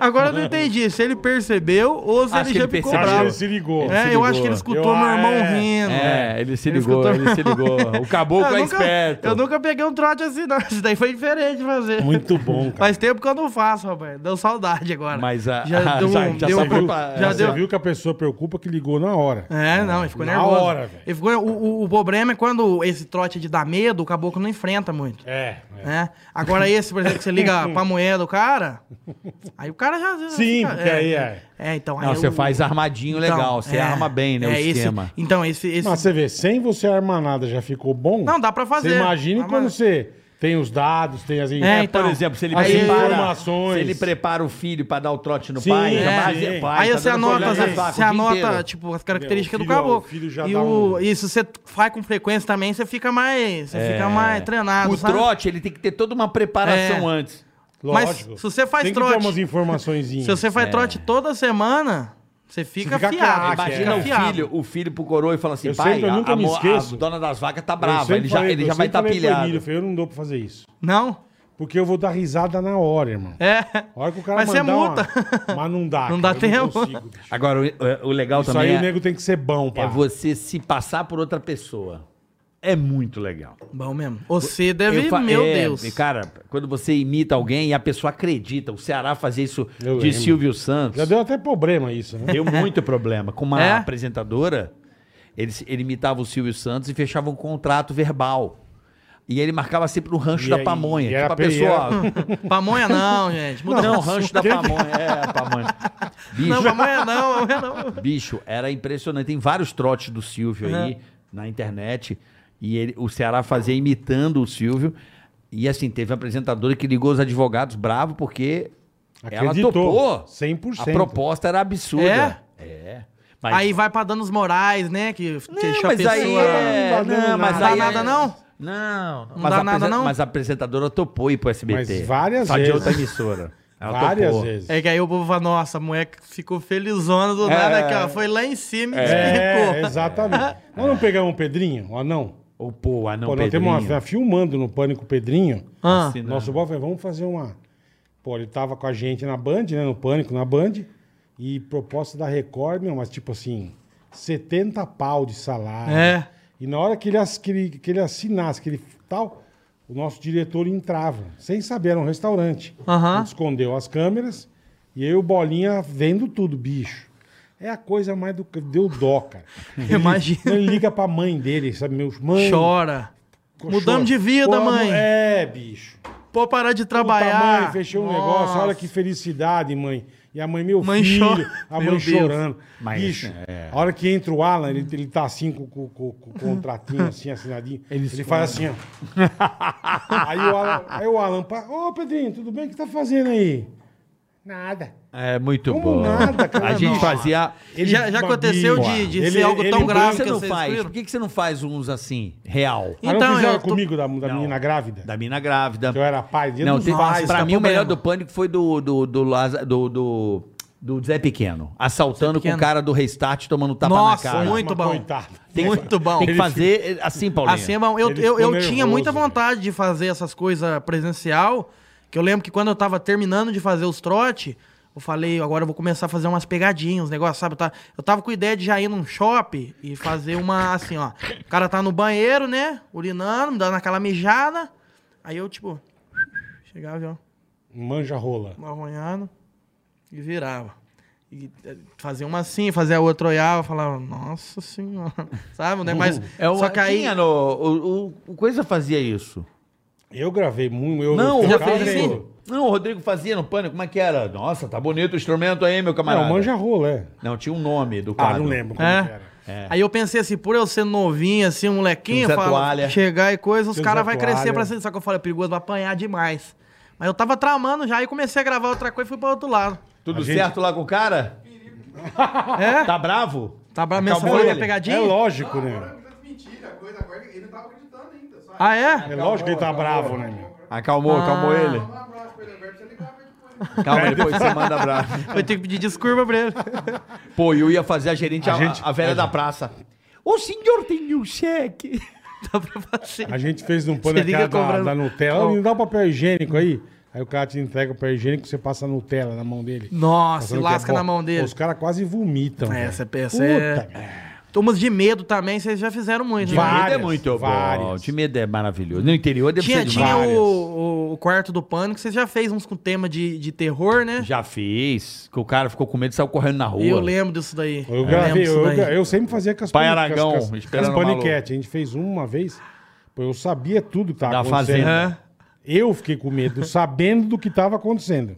S5: Agora eu não entendi se ele percebeu ou se
S4: Acho
S5: ele
S4: que
S5: já
S4: ele
S5: ficou
S4: percebeu.
S3: Acho que
S5: bravo.
S3: ele se ligou.
S5: É, eu acho que
S3: ligou.
S5: ele escutou
S3: Eu-
S5: meu irmão
S3: é.
S5: rindo.
S4: É, ele se ligou,
S5: escutou-
S4: ele, se ligou.
S5: *laughs*
S4: O caboclo
S5: Eu
S4: é
S5: nunca-
S4: esperto.
S5: Eu nunca peguei um trote assim, não. Isso daí foi diferente de fazer.
S3: Muito bom, cara.
S5: Faz tempo que eu não faço, rapaz. Deu saudade agora.
S4: Mas a-
S5: Já
S4: a-
S5: deu
S4: *laughs*
S5: um-
S4: já- já
S5: deu
S3: Você
S5: um-
S3: viu,
S5: já
S3: Tá você
S5: deu-
S3: viu que a pessoa preocupa que ligou na hora.
S5: É, não, ele ficou
S3: Na
S5: nervoso.
S3: hora, velho.
S5: Ele ficou- o, o- o problema é quando esse trote de dar medo, o caboclo não enfrenta muito.
S3: É. é.
S5: né? Agora esse, por exemplo, que
S3: *laughs*
S5: você liga pra mulher do cara, aí o cara já...
S3: Sim,
S5: fica-
S3: porque aí é.
S5: É, então...
S4: Não,
S5: aí
S4: você
S5: eu-
S4: faz armadinho
S5: então,
S4: legal. Você
S5: é,
S4: arma bem, né, o
S5: é, esse-
S4: esquema.
S5: Então, esse... esse
S3: Mas você vê, sem você armar nada já ficou bom?
S5: Não, dá pra fazer.
S3: assim, Você imagina
S5: Dá
S3: quando
S5: pra-
S3: você Tem os dados, tem as...
S5: É, então.
S4: Por exemplo, se ele,
S3: As
S4: prepara,
S3: informações.
S4: se ele prepara o filho pra dar o trote no
S3: Sim,
S4: pai,
S3: é.
S4: vai,
S3: Sim.
S4: pai,
S5: aí
S4: tá
S5: você
S4: dando
S5: anota,
S4: problema
S5: Zé,
S4: no saco
S5: você
S4: o dia inteiro.
S5: anota, tipo, as características
S3: É, o
S5: do
S3: filho-
S5: caboclo.
S3: o filho já
S5: e,
S3: dá
S5: o,
S3: um-
S5: e se você faz com frequência também, você fica mais. Você fica mais treinado,
S4: É. O
S5: sabe?
S4: trote, ele tem que ter toda uma preparação
S5: É.
S4: antes.
S5: Mas
S3: Lógico.
S5: se você faz
S3: tem
S5: trote-
S3: Tem umas informaçõezinhas.
S5: *laughs* Se você faz trote toda semana, você fica,
S3: fica
S5: fiado.
S3: craque,
S5: fica
S4: Imagina o
S5: fiado.
S4: filho, o filho pro coroa e fala assim,
S3: Eu
S4: pai,
S3: sempre- eu
S4: a,
S3: nunca
S4: a
S3: me
S4: mo-
S3: esqueço.
S4: a dona das vacas tá
S3: Eu
S4: brava,
S3: sempre
S4: ele já,
S3: falei-
S4: ele
S3: eu
S4: já
S3: sempre
S4: vai estar tá
S3: falei pro Emílio,
S4: pilhado.
S3: eu falei, eu não dou pra fazer isso.
S5: Não?
S3: Porque eu vou dar risada na hora, irmão.
S5: É.
S3: A hora que o cara
S5: Mas você é
S3: mandar
S5: multa.
S3: uma- *laughs* Mas não dá.
S5: Não dá
S3: eu
S5: tempo.
S3: consigo, bicho.
S4: Agora, o, o- o legal
S3: Isso
S4: também
S3: aí
S4: é,
S3: o nego tem que ser bom, pá.
S4: é você se passar por outra pessoa. É muito legal.
S5: Bom mesmo. Você
S4: Eu
S5: deve,
S4: fa-
S5: meu
S4: é,
S5: Deus.
S4: e, Cara, quando você imita alguém e a pessoa acredita, o Ceará fazia isso
S3: Eu
S4: de
S3: lembro.
S4: Silvio Santos.
S3: Já deu até problema isso, né?
S4: Deu muito problema. Com uma
S5: É?
S4: apresentadora, ele, ele imitava o Silvio Santos e fechava um contrato verbal. E ele marcava sempre no rancho
S3: E
S4: da
S3: aí-
S4: pamonha.
S3: e era
S4: Tipo, a
S3: pra- e
S4: pessoa.
S5: Pamonha não, gente.
S4: Não,
S5: Muda
S4: não
S5: não,
S4: rancho da pamonha.
S3: *laughs*
S4: É, pamonha. Bicho,
S5: Não, pamonha não, pamonha
S3: é-
S5: não.
S4: bicho, era impressionante. Tem vários trotes do Silvio aí na internet. E ele- o Ceará fazia imitando o Silvio. E assim, teve uma apresentadora que ligou os advogados bravo porque
S3: Acreditou,
S4: ela topou.
S3: 100%.
S4: A proposta era absurda. É? É. Mas
S5: Aí vai pra danos morais, né? Que que
S4: não,
S5: deixa a
S4: mas
S5: pessoa.
S4: aí é...
S3: Não dá
S4: Não, mas
S5: nada.
S4: aí
S5: Não dá
S4: é-
S5: nada, não?
S4: Não.
S5: Não
S4: mas
S5: dá
S4: a
S5: nada,
S4: apresen-
S5: não?
S4: Mas a apresentadora topou ir pro SBT.
S3: Mas várias
S4: Só de
S3: vezes.
S4: outra
S3: *laughs*
S4: emissora. Ela
S3: Várias
S4: topou.
S3: vezes.
S5: É que aí o povo fala, nossa, a moleca ficou felizona
S4: É.
S5: do nada aqui, ó. Foi lá em cima e
S3: É,
S5: explicou.
S3: exatamente. Nós não pegamos o Pedrinho, o anão?
S4: Ou pô, anão
S3: Pô, nós
S4: Pedrinho.
S3: temos uma, uma filmando no Pânico Pedrinho.
S5: Ah,
S4: Assim, não.
S3: Nosso bom foi, vamos fazer uma... Pô, ele tava com a gente na Band, né? No Pânico, na Band. E proposta da Record, meu, mas tipo assim... 70 pau de salário.
S5: É.
S3: E na hora que ele, ass- que ele, que ele assinasse, que ele tal... O nosso diretor entrava, sem saber, era um restaurante.
S5: Aham.
S3: Ele escondeu as câmeras e eu e o Bolinha vendo tudo, bicho. É a coisa mais do que deu dó,
S5: *laughs*
S3: cara. Ele-
S5: Imagina.
S3: Ele liga pra mãe dele, sabe? Meus mãe.
S5: Chora. Mudamos de vida,
S3: Pô,
S5: mãe.
S3: É, bicho.
S5: Pô, parar de
S3: Puta,
S5: trabalhar.
S3: mãe, fechei um
S5: Nossa.
S3: negócio. Olha que felicidade, mãe. E a mãe, meu
S5: Mãe
S3: filho.
S5: chora.
S3: A
S5: Meu
S3: mãe
S5: Deus.
S3: chorando.
S4: Mas,
S3: Bicho,
S4: é.
S3: a hora que entra o Alan, ele, ele tá assim com com- com- com o contratinho, assim,
S4: *laughs*
S3: assinadinho. Ele, faz assim, ó. aí, o Alan, aí o Alan, pa- ô Pedrinho, tudo bem? O que tá fazendo aí? Nada.
S4: É muito
S3: Como
S4: bom.
S3: nada, cara?
S4: A gente
S3: Nossa.
S4: fazia.
S3: Ele
S5: Já- já aconteceu
S3: babia.
S5: de- de ser algo tão
S4: Por que
S5: grave
S4: você
S5: que
S4: não
S5: vocês
S4: faz?
S5: viram?
S4: Por que que você não faz uns assim, real?
S3: Mas
S5: Então,
S3: não fizeram
S5: eu tô-
S3: comigo da, da menina grávida?
S4: Da mina grávida.
S3: Que eu era pai. Dia
S4: Não,
S3: dos
S4: tem,
S3: pais,
S4: pra
S5: tá
S4: mim o
S5: problema.
S4: melhor do pânico foi do do do, Laza- do, do, do Zé Pequeno, assaltando
S5: Zé Pequeno.
S4: com o cara do Restart tomando tapa
S5: Nossa,
S4: na cara.
S5: muito
S3: mas
S5: bom.
S3: coitado.
S4: Tem que-
S5: muito bom.
S4: Tem que
S5: Ele
S4: fazer assim, Paulinho.
S5: Assim é bom. Eu,
S3: Ele
S5: eu,
S3: ficou
S5: eu tinha
S3: nervoso,
S5: muita
S3: velho.
S5: vontade de fazer essas coisas presencial, que eu lembro que quando eu tava terminando de fazer os trote, eu falei, agora eu vou começar a fazer umas pegadinhas, uns negócios, sabe? Eu tava, eu tava com a ideia de já ir num um shopping e fazer uma, assim, ó. O cara tá no banheiro, né? Urinando, dando aquela mijada. Aí eu, tipo, chegava, ó
S3: Manja rola.
S5: marronhado um e virava. E eh, fazia uma assim, fazia a outra, olhava, falava, nossa senhora, *laughs* sabe? Né? Mas,
S4: É o,
S5: só que aí, né?
S4: tinha no- o, o- o Coisa fazia isso.
S3: Eu gravei muito. Eu
S4: não,
S3: eu
S4: o
S5: já
S4: Rodrigo,
S3: tocava,
S5: fez assim?
S3: eu-
S4: não, o Rodrigo fazia no Pânico. Como é que era? Nossa, tá bonito o instrumento aí, meu camarada.
S3: Não, manja rola, é.
S4: Não, tinha um nome do
S3: Ah,
S4: cara.
S3: não lembro como que
S5: é,
S3: era.
S5: aí eu pensei assim, por eu ser novinho, assim, um
S4: Tinha
S5: molequinho,
S4: um Zé
S5: fala,
S4: Toalha.
S5: chegar e coisa, os
S3: Tinha um
S5: caras
S3: Zé
S5: vão crescer
S3: Toalha.
S5: pra cima. Só que eu falei, é perigoso, vai apanhar demais. Mas eu tava tramando já, aí comecei a gravar outra coisa e fui pro outro lado.
S4: Tudo
S3: A gente-
S4: certo lá com o cara?
S5: É?
S4: Tá bravo?
S5: Tá bravo mesmo, você
S4: Acabou
S5: falou que é
S4: ele.
S5: pegadinha?
S3: É lógico, né?
S6: Agora mentira, a coisa agora ele não tava acreditando ainda, sabe?
S5: Ah, é?
S3: É lógico que ele tá bravo, né, meu?
S4: Acalmou, acalmou ele.
S6: Um abraço pra ele, agora pra você ligar pra ele depois.
S4: Calma,
S3: É.
S4: depois você manda
S3: *laughs*
S4: bravo.
S5: Eu tenho que pedir desculpa pra ele. *laughs*
S4: Pô, eu ia fazer a gerente, a,
S3: A gente-
S4: a velha da praça. O senhor tem um cheque?
S5: Dá pra fazer.
S3: A gente fez num pano
S5: Você liga
S3: aquela da,
S5: cobrando.
S3: da Nutella. Ele dá o papel higiênico aí. Aí o cara te entrega o papel higiênico, você passa a Nutella na mão dele.
S5: Nossa,
S3: Passando
S5: e
S3: que é
S5: lasca
S3: bom.
S5: na mão dele.
S3: Os caras quase vomitam.
S5: É,
S3: velho.
S5: você pensa,
S3: Puta,
S5: é-
S3: cara.
S5: Tomas de medo também, vocês já fizeram muito.
S4: De
S5: né?
S3: Várias,
S4: medo é muito bom.
S3: várias.
S4: De medo é maravilhoso. No interior deve
S5: Tinha,
S4: ser
S5: tinha
S4: demais.
S5: o,
S3: várias.
S5: o- o quarto do pânico, vocês já fez uns com tema de, de terror, né?
S4: Já fiz. Que o cara ficou com medo e saiu correndo na rua.
S5: Eu lembro disso daí.
S3: Eu gravei,
S5: lembro
S3: eu,
S5: disso
S3: eu,
S5: daí.
S3: sempre fazia com as
S4: Pai
S3: pan- com as-
S4: Aragão,
S3: com as- com as
S4: esperando o
S3: paniquete. A gente fez uma uma vez. Pô, eu sabia tudo que tava
S4: Da
S3: acontecendo.
S4: fazenda.
S5: Hã?
S3: Eu fiquei com medo, sabendo do que tava acontecendo.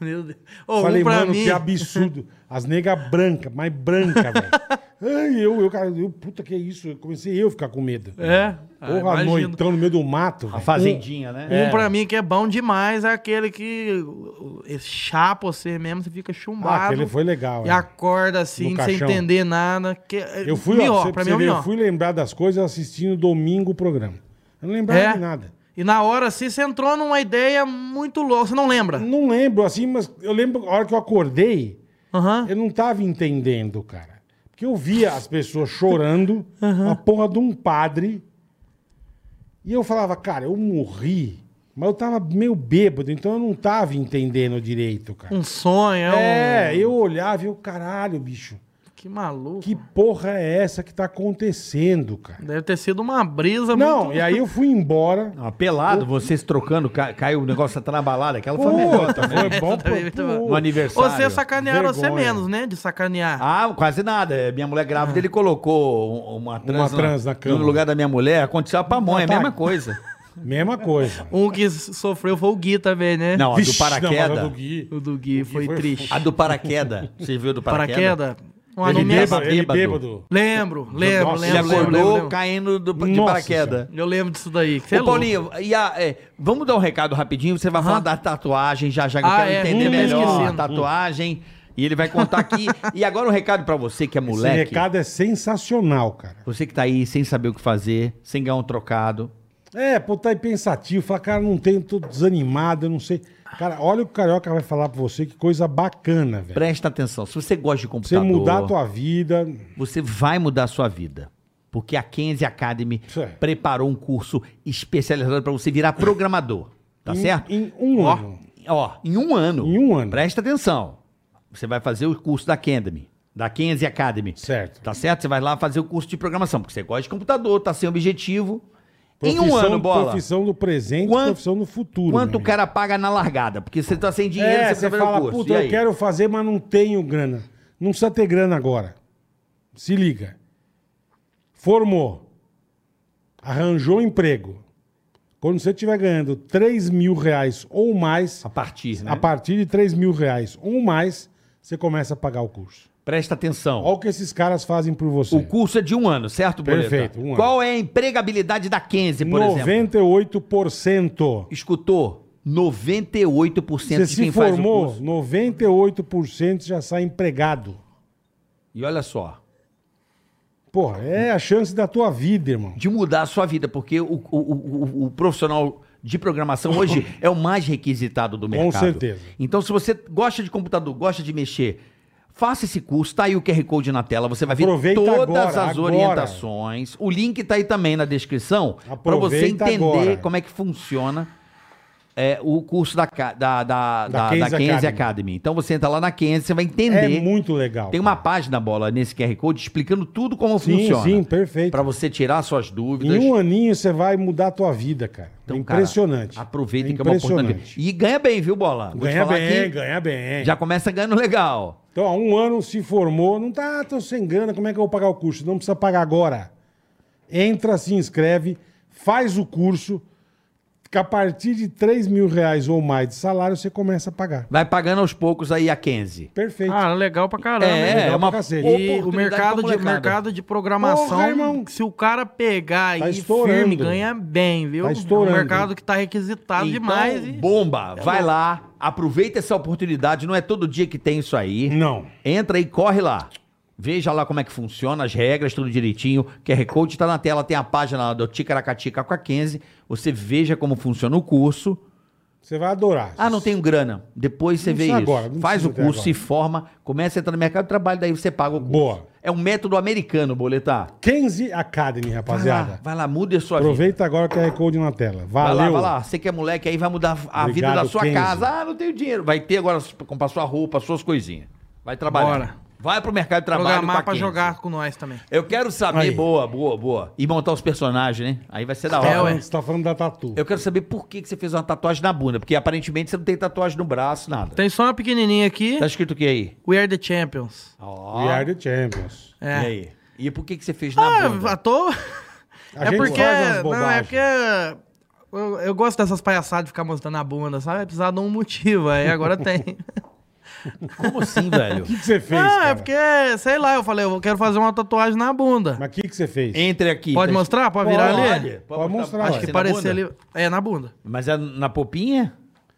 S5: Meu Deus. Ô, um
S3: Falei,
S5: pra
S3: mano,
S5: mim.
S3: que absurdo. As negas branca, mais branca, velho. Ai, eu, eu, cara, eu, puta que é isso? Eu comecei eu a ficar com medo.
S5: É. ah,
S3: Porra,
S5: imagino.
S3: noitão no meio do mato.
S4: A
S3: velho.
S4: fazendinha, né?
S5: Um pra mim que é bom demais é aquele que uh, uh, chapa você mesmo, você fica chumbado.
S3: Ah, aquele foi legal,
S5: E
S3: é.
S5: acorda assim,
S3: No
S5: sem
S3: caixão.
S5: entender nada. Que,
S3: Um, Eu fui, ó,
S5: melhor,
S3: pra você- pra
S5: pra mim
S3: você
S5: é o
S3: ver, eu
S5: melhor.
S3: fui lembrar das coisas assistindo domingo o programa. Eu não lembrava
S5: É.
S3: de nada.
S5: E na hora assim, você entrou numa ideia muito louca, você não lembra?
S3: Não lembro, assim, mas eu lembro a hora que eu acordei,
S5: Aham.
S3: eu não tava entendendo, cara. Porque eu via as pessoas chorando, a porra de um padre. E eu falava, cara, eu morri. Mas eu tava meio bêbado, então eu não tava entendendo direito, cara.
S5: Um sonho, é um...
S3: É, eu olhava e eu, caralho, bicho,
S5: Que maluco.
S3: que porra é essa que tá acontecendo, cara?
S5: Deve ter sido uma brisa
S3: Não,
S5: muito...
S3: e aí eu fui embora.
S4: Ah, Pelado, vocês trocando, cai, cai o negócio atrabalado. Aquela *laughs* foi a melhor
S3: Puta,
S4: também.
S3: foi bom
S5: Essa também foi
S3: pro...
S4: No aniversário.
S5: Você sacanearam você
S3: vergonha.
S5: menos, né? De sacanear.
S4: Ah, quase nada. É, Minha mulher grávida, ele colocou um- uma trans,
S3: trans na cama.
S4: no lugar da minha mulher. Aconteceu a pamonha,
S3: Tá.
S4: a mesma coisa.
S3: Mesma coisa.
S5: Um que sofreu foi o Gui também, né?
S4: Não, a do
S3: Vixe, não, mas
S4: paraquedas.
S3: a do Gui.
S5: O do Gui, foi,
S3: foi
S5: triste.
S4: A do paraquedas. Você viu do paraquedas?
S5: Paraquedas? Uma
S3: Ele
S4: Ele
S5: nomeação-
S3: bêbado, ele
S4: bêbado.
S3: bêbado.
S5: Lembro, lembro,
S3: Nossa,
S4: Ele
S5: lembro, lembro,
S4: acordou
S5: lembro, lembro.
S4: caindo do, de
S3: Nossa
S4: paraquedas.
S5: Eu lembro disso daí. que Você é
S4: Ô,
S5: louco.
S4: Paulinho, e a- é, vamos dar um recado rapidinho. Você vai falar da tatuagem já, já que eu
S5: Ah,
S4: quero
S5: é,
S4: entender
S5: hum,
S4: melhor a
S5: esquecendo.
S4: tatuagem. E ele vai contar aqui. e agora um recado pra você que é
S3: Esse
S4: moleque.
S3: recado é sensacional, cara.
S4: Você que tá aí sem saber o que fazer, sem ganhar um trocado.
S3: É, pô, tá aí pensativo, fala, cara, não tenho, tô desanimado, eu não sei. Cara, olha o que o Carioca vai falar pra você, que coisa bacana, velho.
S4: Presta atenção. Se você gosta de
S3: Você
S4: computador,
S3: mudar a tua vida.
S4: você vai mudar a sua vida. Porque a Kenzie Academy
S3: Isso é.
S4: preparou um curso especializado pra você virar programador. Tá
S3: em-
S4: certo?
S3: Em um
S4: Ó,
S3: ano.
S4: Ó, em um ano.
S3: Em um ano.
S4: Presta atenção. Você vai fazer o curso da Academy. Da Kenzie Academy.
S3: Certo.
S4: Tá certo? Você vai lá fazer o curso de programação, porque você gosta de computador, tá sem objetivo. em um
S3: Profissão-
S4: ano, bola.
S3: Profissão do presente,
S4: Quanto-
S3: profissão do futuro.
S4: Quanto
S3: meu
S4: o cara paga na largada? Porque você tá sem dinheiro,
S3: É,
S4: você
S3: você
S4: tá fazendo o
S3: fala,
S4: curso.
S3: puta,
S4: E
S3: eu
S4: aí?
S3: quero fazer, mas não tenho grana. Não precisa ter grana agora. Se liga. Formou. Arranjou um emprego. Quando você estiver ganhando 3 mil reais ou mais,
S4: A partir, né?
S3: a partir de 3 mil reais ou mais, você começa a pagar o curso.
S4: Presta atenção.
S3: Olha o que esses caras fazem por você.
S4: O curso é de um ano, certo, Boleta?
S3: Perfeito, um ano.
S4: Qual é a empregabilidade da Kenzie, por exemplo?
S3: 98%.
S4: Escutou? 98%
S3: Você
S4: é de quem
S3: se
S4: faz o
S3: formou,
S4: curso.
S3: 98% já sai empregado.
S4: E olha só,
S3: Porra, é a chance da tua vida, irmão.
S4: de mudar a sua vida, porque o, o- o- o- o profissional de programação
S3: *laughs*
S4: hoje é o mais requisitado do mercado.
S3: certeza.
S4: Então, se você gosta de computador, gosta de mexer, faça esse curso. Tá aí o QR Code na tela, você vai ver
S3: Aproveita
S4: todas
S3: agora,
S4: as
S3: agora.
S4: orientações. O link tá aí também na descrição para você
S3: Aproveita
S4: entender
S3: agora.
S4: como é que funciona é, o curso da, Ca- da, da, da, da Kenzie
S3: Kenzie
S4: Academy.
S3: Academy.
S4: Então, você entra lá na Kenzie, você vai
S3: É
S4: entender.
S3: muito legal.
S4: Tem uma
S3: cara.
S4: página bola nesse QR Code explicando tudo como
S3: Sim,
S4: funciona.
S3: sim, perfeito.
S4: Pra você tirar suas dúvidas.
S3: Em um aninho você vai mudar a tua vida, cara.
S4: Então,
S3: é
S4: cara,
S3: impressionante.
S4: aproveita
S3: É
S4: que é uma oportunidade. E ganha bem, viu, Bola? Vou te
S3: Ganha
S4: falar
S3: bem,
S4: que
S3: ganha bem.
S4: Já começa ganhando legal.
S3: Então, há um ano se formou, não tá tão sem grana, como é que eu vou pagar o curso? Não precisa pagar agora. Entra, se inscreve, faz o curso, que a partir de 3 mil reais ou mais de salário você começa a pagar.
S4: Vai pagando aos poucos aí a Kenzie. É,
S3: Perfeito.
S5: Ah, legal pra caramba, hein?
S3: legal É, pra
S5: E
S3: cacete.
S5: o mercado de, mercado de programação,
S3: Porra, irmão.
S5: se o cara pegar
S3: Tá
S5: aí
S3: estourando.
S5: firme, ganha bem, viu?
S3: Tá estourando. Então,
S5: É um mercado que tá requisitado demais.
S4: Então,
S5: e- é
S4: Bomba, vai lá, aproveita essa oportunidade. Não é todo dia que tem isso aí.
S3: Não.
S4: Entra e corre lá. Veja lá como é que funciona, as regras, tudo direitinho. QR Code tá na tela, tem a página lá do Ticaracatica com a Kenzie. Você veja como funciona o curso.
S3: Você vai adorar.
S4: Ah, não tenho grana. Depois você
S3: Não
S4: vê isso.
S3: precisa agora, não
S4: Faz o
S3: precisa até
S4: curso, se
S3: agora.
S4: forma, começa a entrar no mercado de trabalho, daí você paga o curso.
S3: Boa.
S4: É um método americano, boletar.
S3: Kenzie Academy,
S4: Vai lá,
S3: rapaziada.
S4: vai lá, muda a sua vida.
S3: Aproveita agora o QR Code na tela.
S4: Vai
S3: Valeu.
S4: lá, vai lá. Você que é moleque aí, vai mudar a
S3: Obrigado,
S4: vida da sua
S3: Kenzie.
S4: casa. Ah, não tenho dinheiro. Vai ter agora pra comprar sua roupa, suas coisinhas. Vai trabalhar.
S5: Bora.
S4: Vai pro mercado de trabalho. com a
S5: programar pra
S4: Kenzie.
S5: jogar com nós também.
S4: Eu quero saber,
S3: Aí.
S4: boa, boa, boa. E montar os personagens, né? Aí vai ser da hora.
S5: É, ué.
S3: Você tá falando da tatu.
S4: Eu quero saber por que, que você fez uma tatuagem na bunda. Porque aparentemente você não tem tatuagem no braço, nada.
S5: Tem só uma pequenininha aqui,
S4: Tá escrito o que aí?
S5: We Are The Champions.
S4: Ó.
S3: We are the champions.
S5: É.
S4: E aí? E por que, que você fez na
S5: Ah,
S4: bunda?
S5: à toa.
S3: A
S5: é
S3: gente
S5: porque.
S3: faz umas
S5: Não, é
S3: bobagens.
S5: porque. Eu, eu gosto dessas palhaçadas de ficar mostrando a bunda, sabe? Vai precisar de um motivo, aí agora tem.
S4: Como assim,
S5: *laughs*
S4: velho?
S3: O que que você fez?
S5: não, é
S3: cara?
S5: porque, sei lá, eu falei, eu quero fazer uma tatuagem na bunda.
S3: Mas o que, que você fez?
S4: Entre aqui.
S5: Pode
S4: Tá-
S5: mostrar? Pode virar
S4: Pode,
S5: ali?
S4: pode
S3: Pode mostrar,
S4: Acho
S3: ué.
S4: que na
S5: Se parecer
S4: bunda.
S5: ali. É, na bunda.
S4: Mas é na popinha?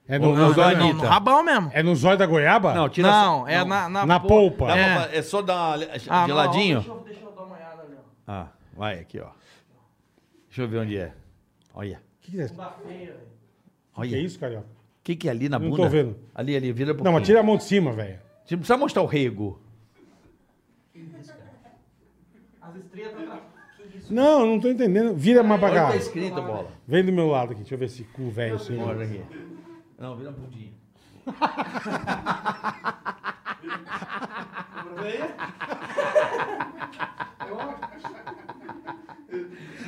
S3: É
S4: Ou
S3: no,
S4: não,
S3: no zóio-
S4: não,
S5: Não, no
S4: Eita.
S5: rabão mesmo.
S3: é no zóio da goiaba?
S4: Não, tira
S5: Não,
S4: essa-
S5: é na, na,
S3: Na polpa.
S4: Dá
S5: É.
S4: pra fa- é só dar uma de
S5: Ah, não,
S4: ladinho?
S5: Deixa eu, deixa eu dar uma olhada ali, ó.
S4: Ah, vai aqui, ó. Deixa eu ver onde é. Olha.
S3: O que, que é isso?
S5: Tá feia, velho.
S3: O que é
S4: Olha.
S3: isso, carioca?
S4: O que, que é ali na
S3: Não
S4: bunda?
S3: tô vendo.
S4: Ali, ali, vira um
S3: Não, mas
S4: pouquinho.
S3: tira a mão de cima, velho.
S4: Você não Tipo, precisa mostrar o rego.
S5: As estrelas tá
S3: Não, eu não tô entendendo. Vira mais pra
S4: Olha o
S3: cá.
S4: que tá escrito, bola.
S3: Vem do meu lado aqui. Deixa eu ver esse cu, velho. assim.
S4: Olha aqui. Não, vira um a bundinha.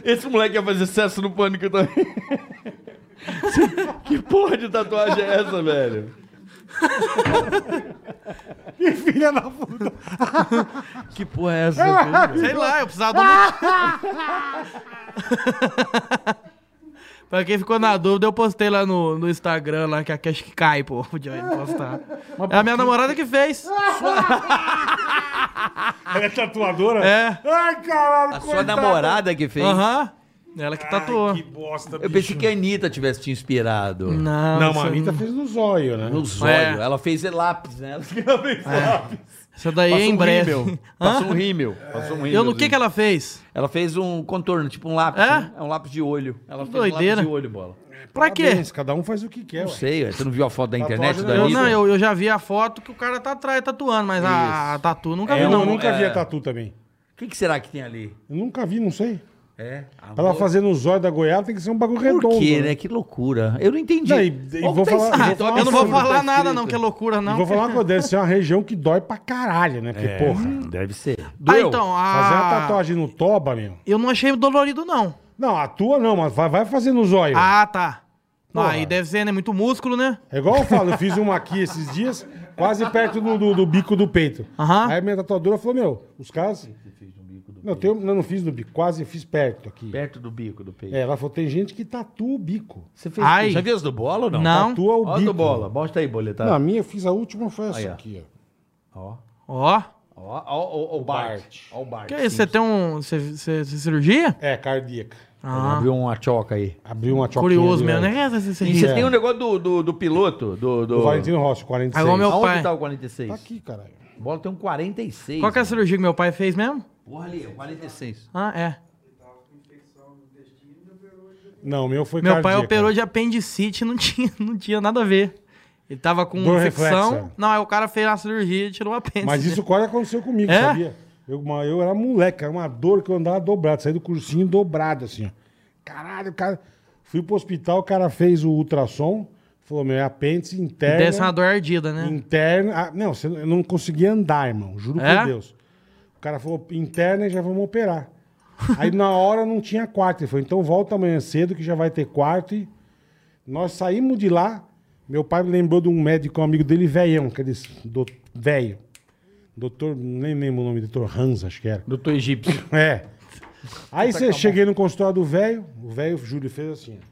S4: Esse moleque ia fazer sucesso no pânico também. que porra de tatuagem é essa, velho?
S3: Que filha da puta.
S4: Que porra é
S3: *laughs*
S4: essa?
S5: Sei lá, eu precisava do motivo. *laughs* pra quem ficou na dúvida, eu postei lá no, no Instagram, lá, que a cash que cai, pô. Podia ele postar. É a minha namorada que fez.
S3: Ela é tatuadora?
S5: É.
S3: Ai, caralho,
S4: A sua namorada que fez.
S5: Aham. Ela que tatuou.
S3: Ai, que bosta,
S4: Eu pensei que a Anitta tivesse te inspirado.
S5: Não,
S3: Não,
S5: Ah, isso
S3: mas a Anitta fez no zóio, né?
S4: No zóio.
S5: É.
S4: Ela fez lápis, né? Ela fez lápis.
S5: Isso daí
S3: um
S5: é em breve.
S4: um rímel.
S5: *laughs* Hã?
S4: Passou um rímel. Passou um rímel.
S5: Eu no que que ela fez?
S4: Ela fez um contorno, tipo um lápis.
S5: É?
S4: né? É um lápis de olho. Ela fez
S5: Doideira.
S4: um lápis de olho, bola.
S5: Pra quê?
S3: Parabéns, cada um faz o que quer,
S4: Não
S3: ué.
S4: sei, ué. você não viu a foto da
S3: Tatuagem
S4: internet da
S3: não.
S5: Eu,
S4: Anitta?
S5: não, eu, eu já vi a foto que o cara tá atrás tatuando, mas a, a tatu nunca
S4: É
S5: vi,
S3: Eu
S5: *laughs* não.
S3: nunca vi
S4: é.
S3: a tatu também.
S4: O que, que será que tem ali?
S3: Eu nunca vi, não sei.
S4: É?
S3: Pra Ela fazendo um zóio da goiaba tem que ser um bagulho
S4: Por
S3: redondo.
S4: quê,
S3: né?
S4: né? Que loucura. Eu não entendi.
S3: Não, e- e
S4: Olha o
S3: vou
S4: que
S3: falar-
S4: escrito,
S3: vou
S4: olha o
S5: Eu não vou
S4: absurdo que tá
S5: falar nada,
S4: escrito.
S5: não, que é loucura,
S3: E
S5: não.
S3: vou falar uma coisa, deve ser uma região que dói pra caralho, né?
S4: É.
S3: Porque, porra,
S4: Deve ser.
S5: Ah,
S4: Doeu.
S5: então,
S3: fazer uma
S5: a...
S3: tatuagem no toba, meu.
S5: Eu não achei dolorido, não.
S3: Não, a tua não, mas vai, vai fazer no zóio.
S5: Ah, tá. Não,
S3: Porra.
S5: aí deve ser, né? Muito músculo, né?
S3: É igual eu falo, eu fiz uma aqui esses dias, quase perto do, do- do bico do peito.
S5: Aham.
S3: Aí minha tatuadora falou, meu, os caras... Não, tem, um, não, não fiz no bico, quase fiz perto aqui.
S4: Perto do bico do peito.
S3: É, ela falou, tem gente que tatua o bico.
S4: Você fez.
S5: Ai.
S4: Já viu as do bola ou não?
S5: Não.
S3: Tatua o
S4: Ó, do
S3: bico.
S4: bola. Mostra aí, boletar.
S3: Na minha, eu fiz a última, foi essa
S4: Aí, ó.
S3: aqui, ó.
S4: Ó.
S5: Ó.
S4: Ó, ó, ó, ó, o Bart.
S3: Bart.
S4: Ó, o Bart.
S5: Que isso? Você tem um. Você você- você cirurgia?
S3: É, cardíaca.
S5: Ah.
S4: Abriu uma choca aí.
S3: Abriu uma choquinha.
S5: Curioso
S3: ali,
S5: mesmo,
S3: ó.
S5: né? Essa- essa-
S4: E você
S5: essa-
S4: tem um negócio do, do, do piloto, do... do...
S3: é. Do Valentino Rossi, 46.
S5: Agora É meu-
S4: Aonde
S5: pai.
S4: tá o 46?
S3: Tá aqui, caralho.
S4: A bola tem um 46.
S5: Qual que é a
S4: mano.
S5: cirurgia que meu pai fez mesmo?
S4: Porra ali, é um 46.
S5: Ah, é.
S3: Não, o meu foi
S5: Meu pai
S3: cardíaca.
S5: operou de apendicite, não *laughs* tinha, não tinha nada a ver. Ele tava com
S3: Dor
S5: infecção.
S3: reflexa.
S5: Não, aí o cara fez a cirurgia e tirou o apêndice.
S3: Mas isso quase aconteceu comigo,
S5: né? É?
S3: sabia? Eu, uma- eu era moleque, era uma dor que eu andava dobrado, saí do cursinho dobrado, assim, ó. Caralho, cara. Fui pro hospital, o cara fez o ultrassom, falou, meu, é apêndice interna.
S5: Deve ser uma dor ardida, né?
S3: Interna. Ah, não, você- eu não conseguia andar, irmão. Juro
S5: É?
S3: por Deus. O cara falou, interna e já vamos operar. *laughs* Aí na hora não tinha quarto. Ele falou, então volta amanhã cedo que já vai ter quarto. E nós saímos de lá. Meu pai me lembrou de um médico, um amigo dele, velhão, que ele velho. Doutor, nem lembro o nome, doutor Hans, acho que era.
S4: Doutor Egípcio.
S3: É. Aí você cheguei no consultório do velho, o velho Júlio fez assim. ó.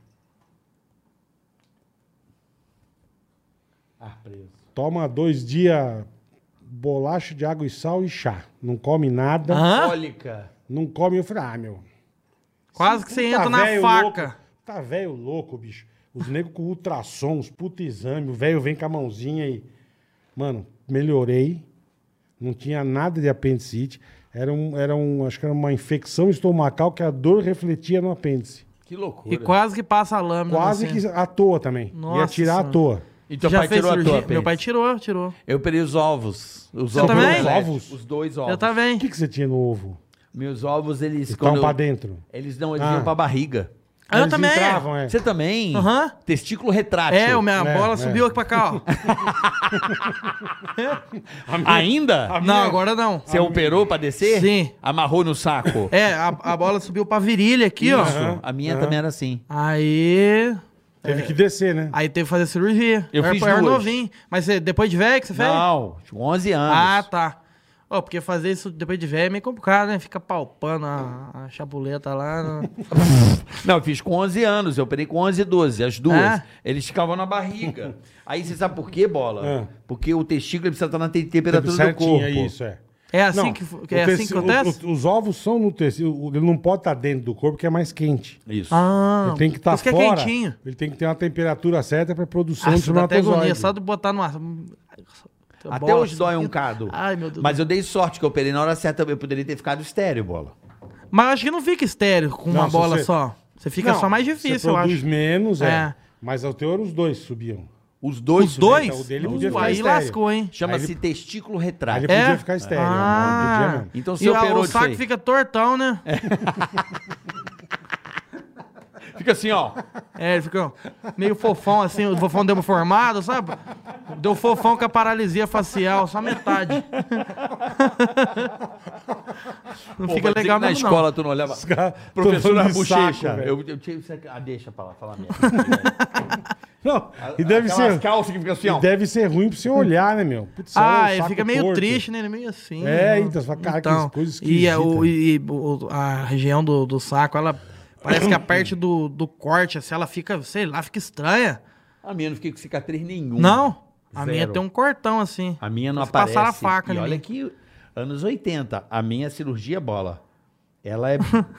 S4: Ah, preso.
S3: Toma dois dias bolacha de água e sal e chá. Não come nada.
S5: Aham.
S4: Cólica.
S3: Não come. Eu falei, ah, meu.
S5: Quase que você
S3: tá
S5: entra na
S3: velho
S5: faca.
S3: louco, tá velho louco, bicho. Os negros com ultrassom, os puta exame, o velho vem com a mãozinha e. Mano, melhorei. Não tinha nada de apendicite. Era um, era um, acho que era uma infecção estomacal que a dor refletia no apêndice.
S4: Que loucura.
S5: E quase que passa a lâmina.
S3: Quase
S5: assim.
S3: que à toa também. Ia
S5: Nossa
S3: tirar à
S5: Senhora.
S3: toa.
S4: E teu
S5: Já
S4: pai
S5: fez
S4: tirou a
S5: cirurgia?
S4: tua
S5: Meu pai
S4: pênis.
S5: tirou, tirou.
S4: Eu operei os ovos. Os
S5: Você
S4: ovos.
S5: também?
S4: Os,
S3: Ovos?
S4: os dois ovos.
S5: Eu também.
S3: O que, que você tinha no ovo?
S4: Meus ovos, eles...
S3: Estavam
S4: quando
S3: pra
S4: eu-
S3: dentro.
S4: Eles não, eles
S3: Então, Ah.
S4: iam pra barriga.
S5: Ah, eu
S3: Eles
S5: também.
S3: Entravam, é.
S4: Você também?
S5: Aham.
S4: Testículo retrátil.
S5: É, o minha
S3: É,
S5: bola
S3: é.
S5: subiu aqui pra cá, ó.
S4: Ainda?
S5: Não, agora não.
S4: Você operou pra descer?
S5: Sim.
S4: Amarrou no saco?
S5: É, a, a bola subiu pra virilha aqui, ó.
S4: A minha também era assim.
S5: Aí. É.
S3: Teve que descer, né?
S5: Aí teve que fazer cirurgia.
S4: Eu
S5: era,
S4: fiz
S5: era
S4: duas.
S5: novinho. Mas você- depois de velho que você fez?
S4: Não, tinha 11 anos.
S5: Ah, tá. Ó, porque fazer isso depois de velho é meio complicado, né? Fica palpando a, a chapuleta
S3: *laughs*
S5: lá. né?
S4: Não, eu fiz com 11 anos, eu operei com 11 e 12, as duas.
S5: Ah.
S4: Eles ficavam na barriga. Aí você sabe por quê, bola?
S3: Ah.
S4: Porque o testículo ele precisa estar na te- temperatura do
S3: Certinho,
S4: corpo.
S3: é isso, é.
S5: É assim
S3: Não,
S5: que, fu-
S3: o
S5: é assim que
S3: teci- o-
S5: acontece?
S3: o- os ovos são no tecido. o- Ele não pode estar dentro do corpo, que é mais quente.
S4: Isso.
S5: Ah,
S3: ele tem que estar
S5: isso que é
S3: fora.
S5: quentinho.
S3: ele tem que ter uma temperatura certa para produção
S5: Ah,
S3: de
S5: isso dá até agonia,
S3: espermatozoide.
S5: só de botar no ar.
S4: Até hoje dói um cado.
S5: Ai, meu Deus.
S4: Mas eu dei sorte que eu operei na hora certa, eu poderia ter ficado estéreo, bola.
S5: Mas acho que não fica estéreo com
S3: Não,
S5: uma
S3: se
S5: bola
S3: você-
S5: só. Você fica
S3: Não,
S5: é só mais
S3: você
S5: difícil, eu
S3: produz
S5: acho.
S3: menos, é.
S5: É.
S3: Mas ao teor os dois
S4: *laughs*
S3: subiam.
S4: Os dois.
S5: Os dois?
S3: Então, o dele podia
S5: Uh,
S3: ficar
S5: aí
S3: estéreo.
S5: lascou, hein?
S4: Chama-se
S3: Aí
S4: testículo
S3: Aí ele
S4: retrátil.
S5: É?
S3: podia ficar estéreo. né?
S5: Ah.
S3: Podia mesmo.
S4: Então você
S5: E a-
S4: operou
S5: o
S4: disso
S5: saco
S4: aí.
S5: fica
S4: *laughs*
S5: tortão, né? É,
S4: Fica assim, ó.
S5: É, ele fica ó, meio fofão assim, o fofão deu uma formada, sabe? Deu fofão com a paralisia facial, só metade. não
S4: Pô, vai dizer
S5: fica
S4: que
S5: legal
S4: na
S5: mesmo,
S4: escola tu não olhava.
S3: caras- todo
S4: Professora
S3: mundo de
S4: Bochecha.
S3: saco, velho.
S4: eu, eu tinha. Ah, deixa pra lá, falar mesmo.
S3: Não, e *laughs* deve
S4: Aquelas
S3: ser.
S4: calças que ficam assim, ó.
S3: E deve ser ruim pra você olhar, né, meu? Putz,
S5: não.
S3: olha o
S5: Ah, ele
S3: saco
S5: fica meio
S3: torto.
S5: triste, né? Ele é meio assim.
S3: É,
S5: né?
S3: então, você fala, caraca, que coisa
S5: e, é
S3: esquisita.
S5: o- e- e o- a região do, do saco, ela... Parece
S3: *coughs*
S5: que a parte do, do corte, assim, ela fica, sei lá, fica estranha.
S4: A minha não fiquei com cicatriz nenhuma.
S5: Não? A minha
S4: Um Zero.
S5: tem um cortão, assim.
S4: A minha não
S5: Eles
S4: aparece.
S5: passaram a faca
S4: e
S5: em
S4: olha
S5: mim.
S4: que anos 80, a minha cirurgia bola.
S5: *laughs*
S4: Ela é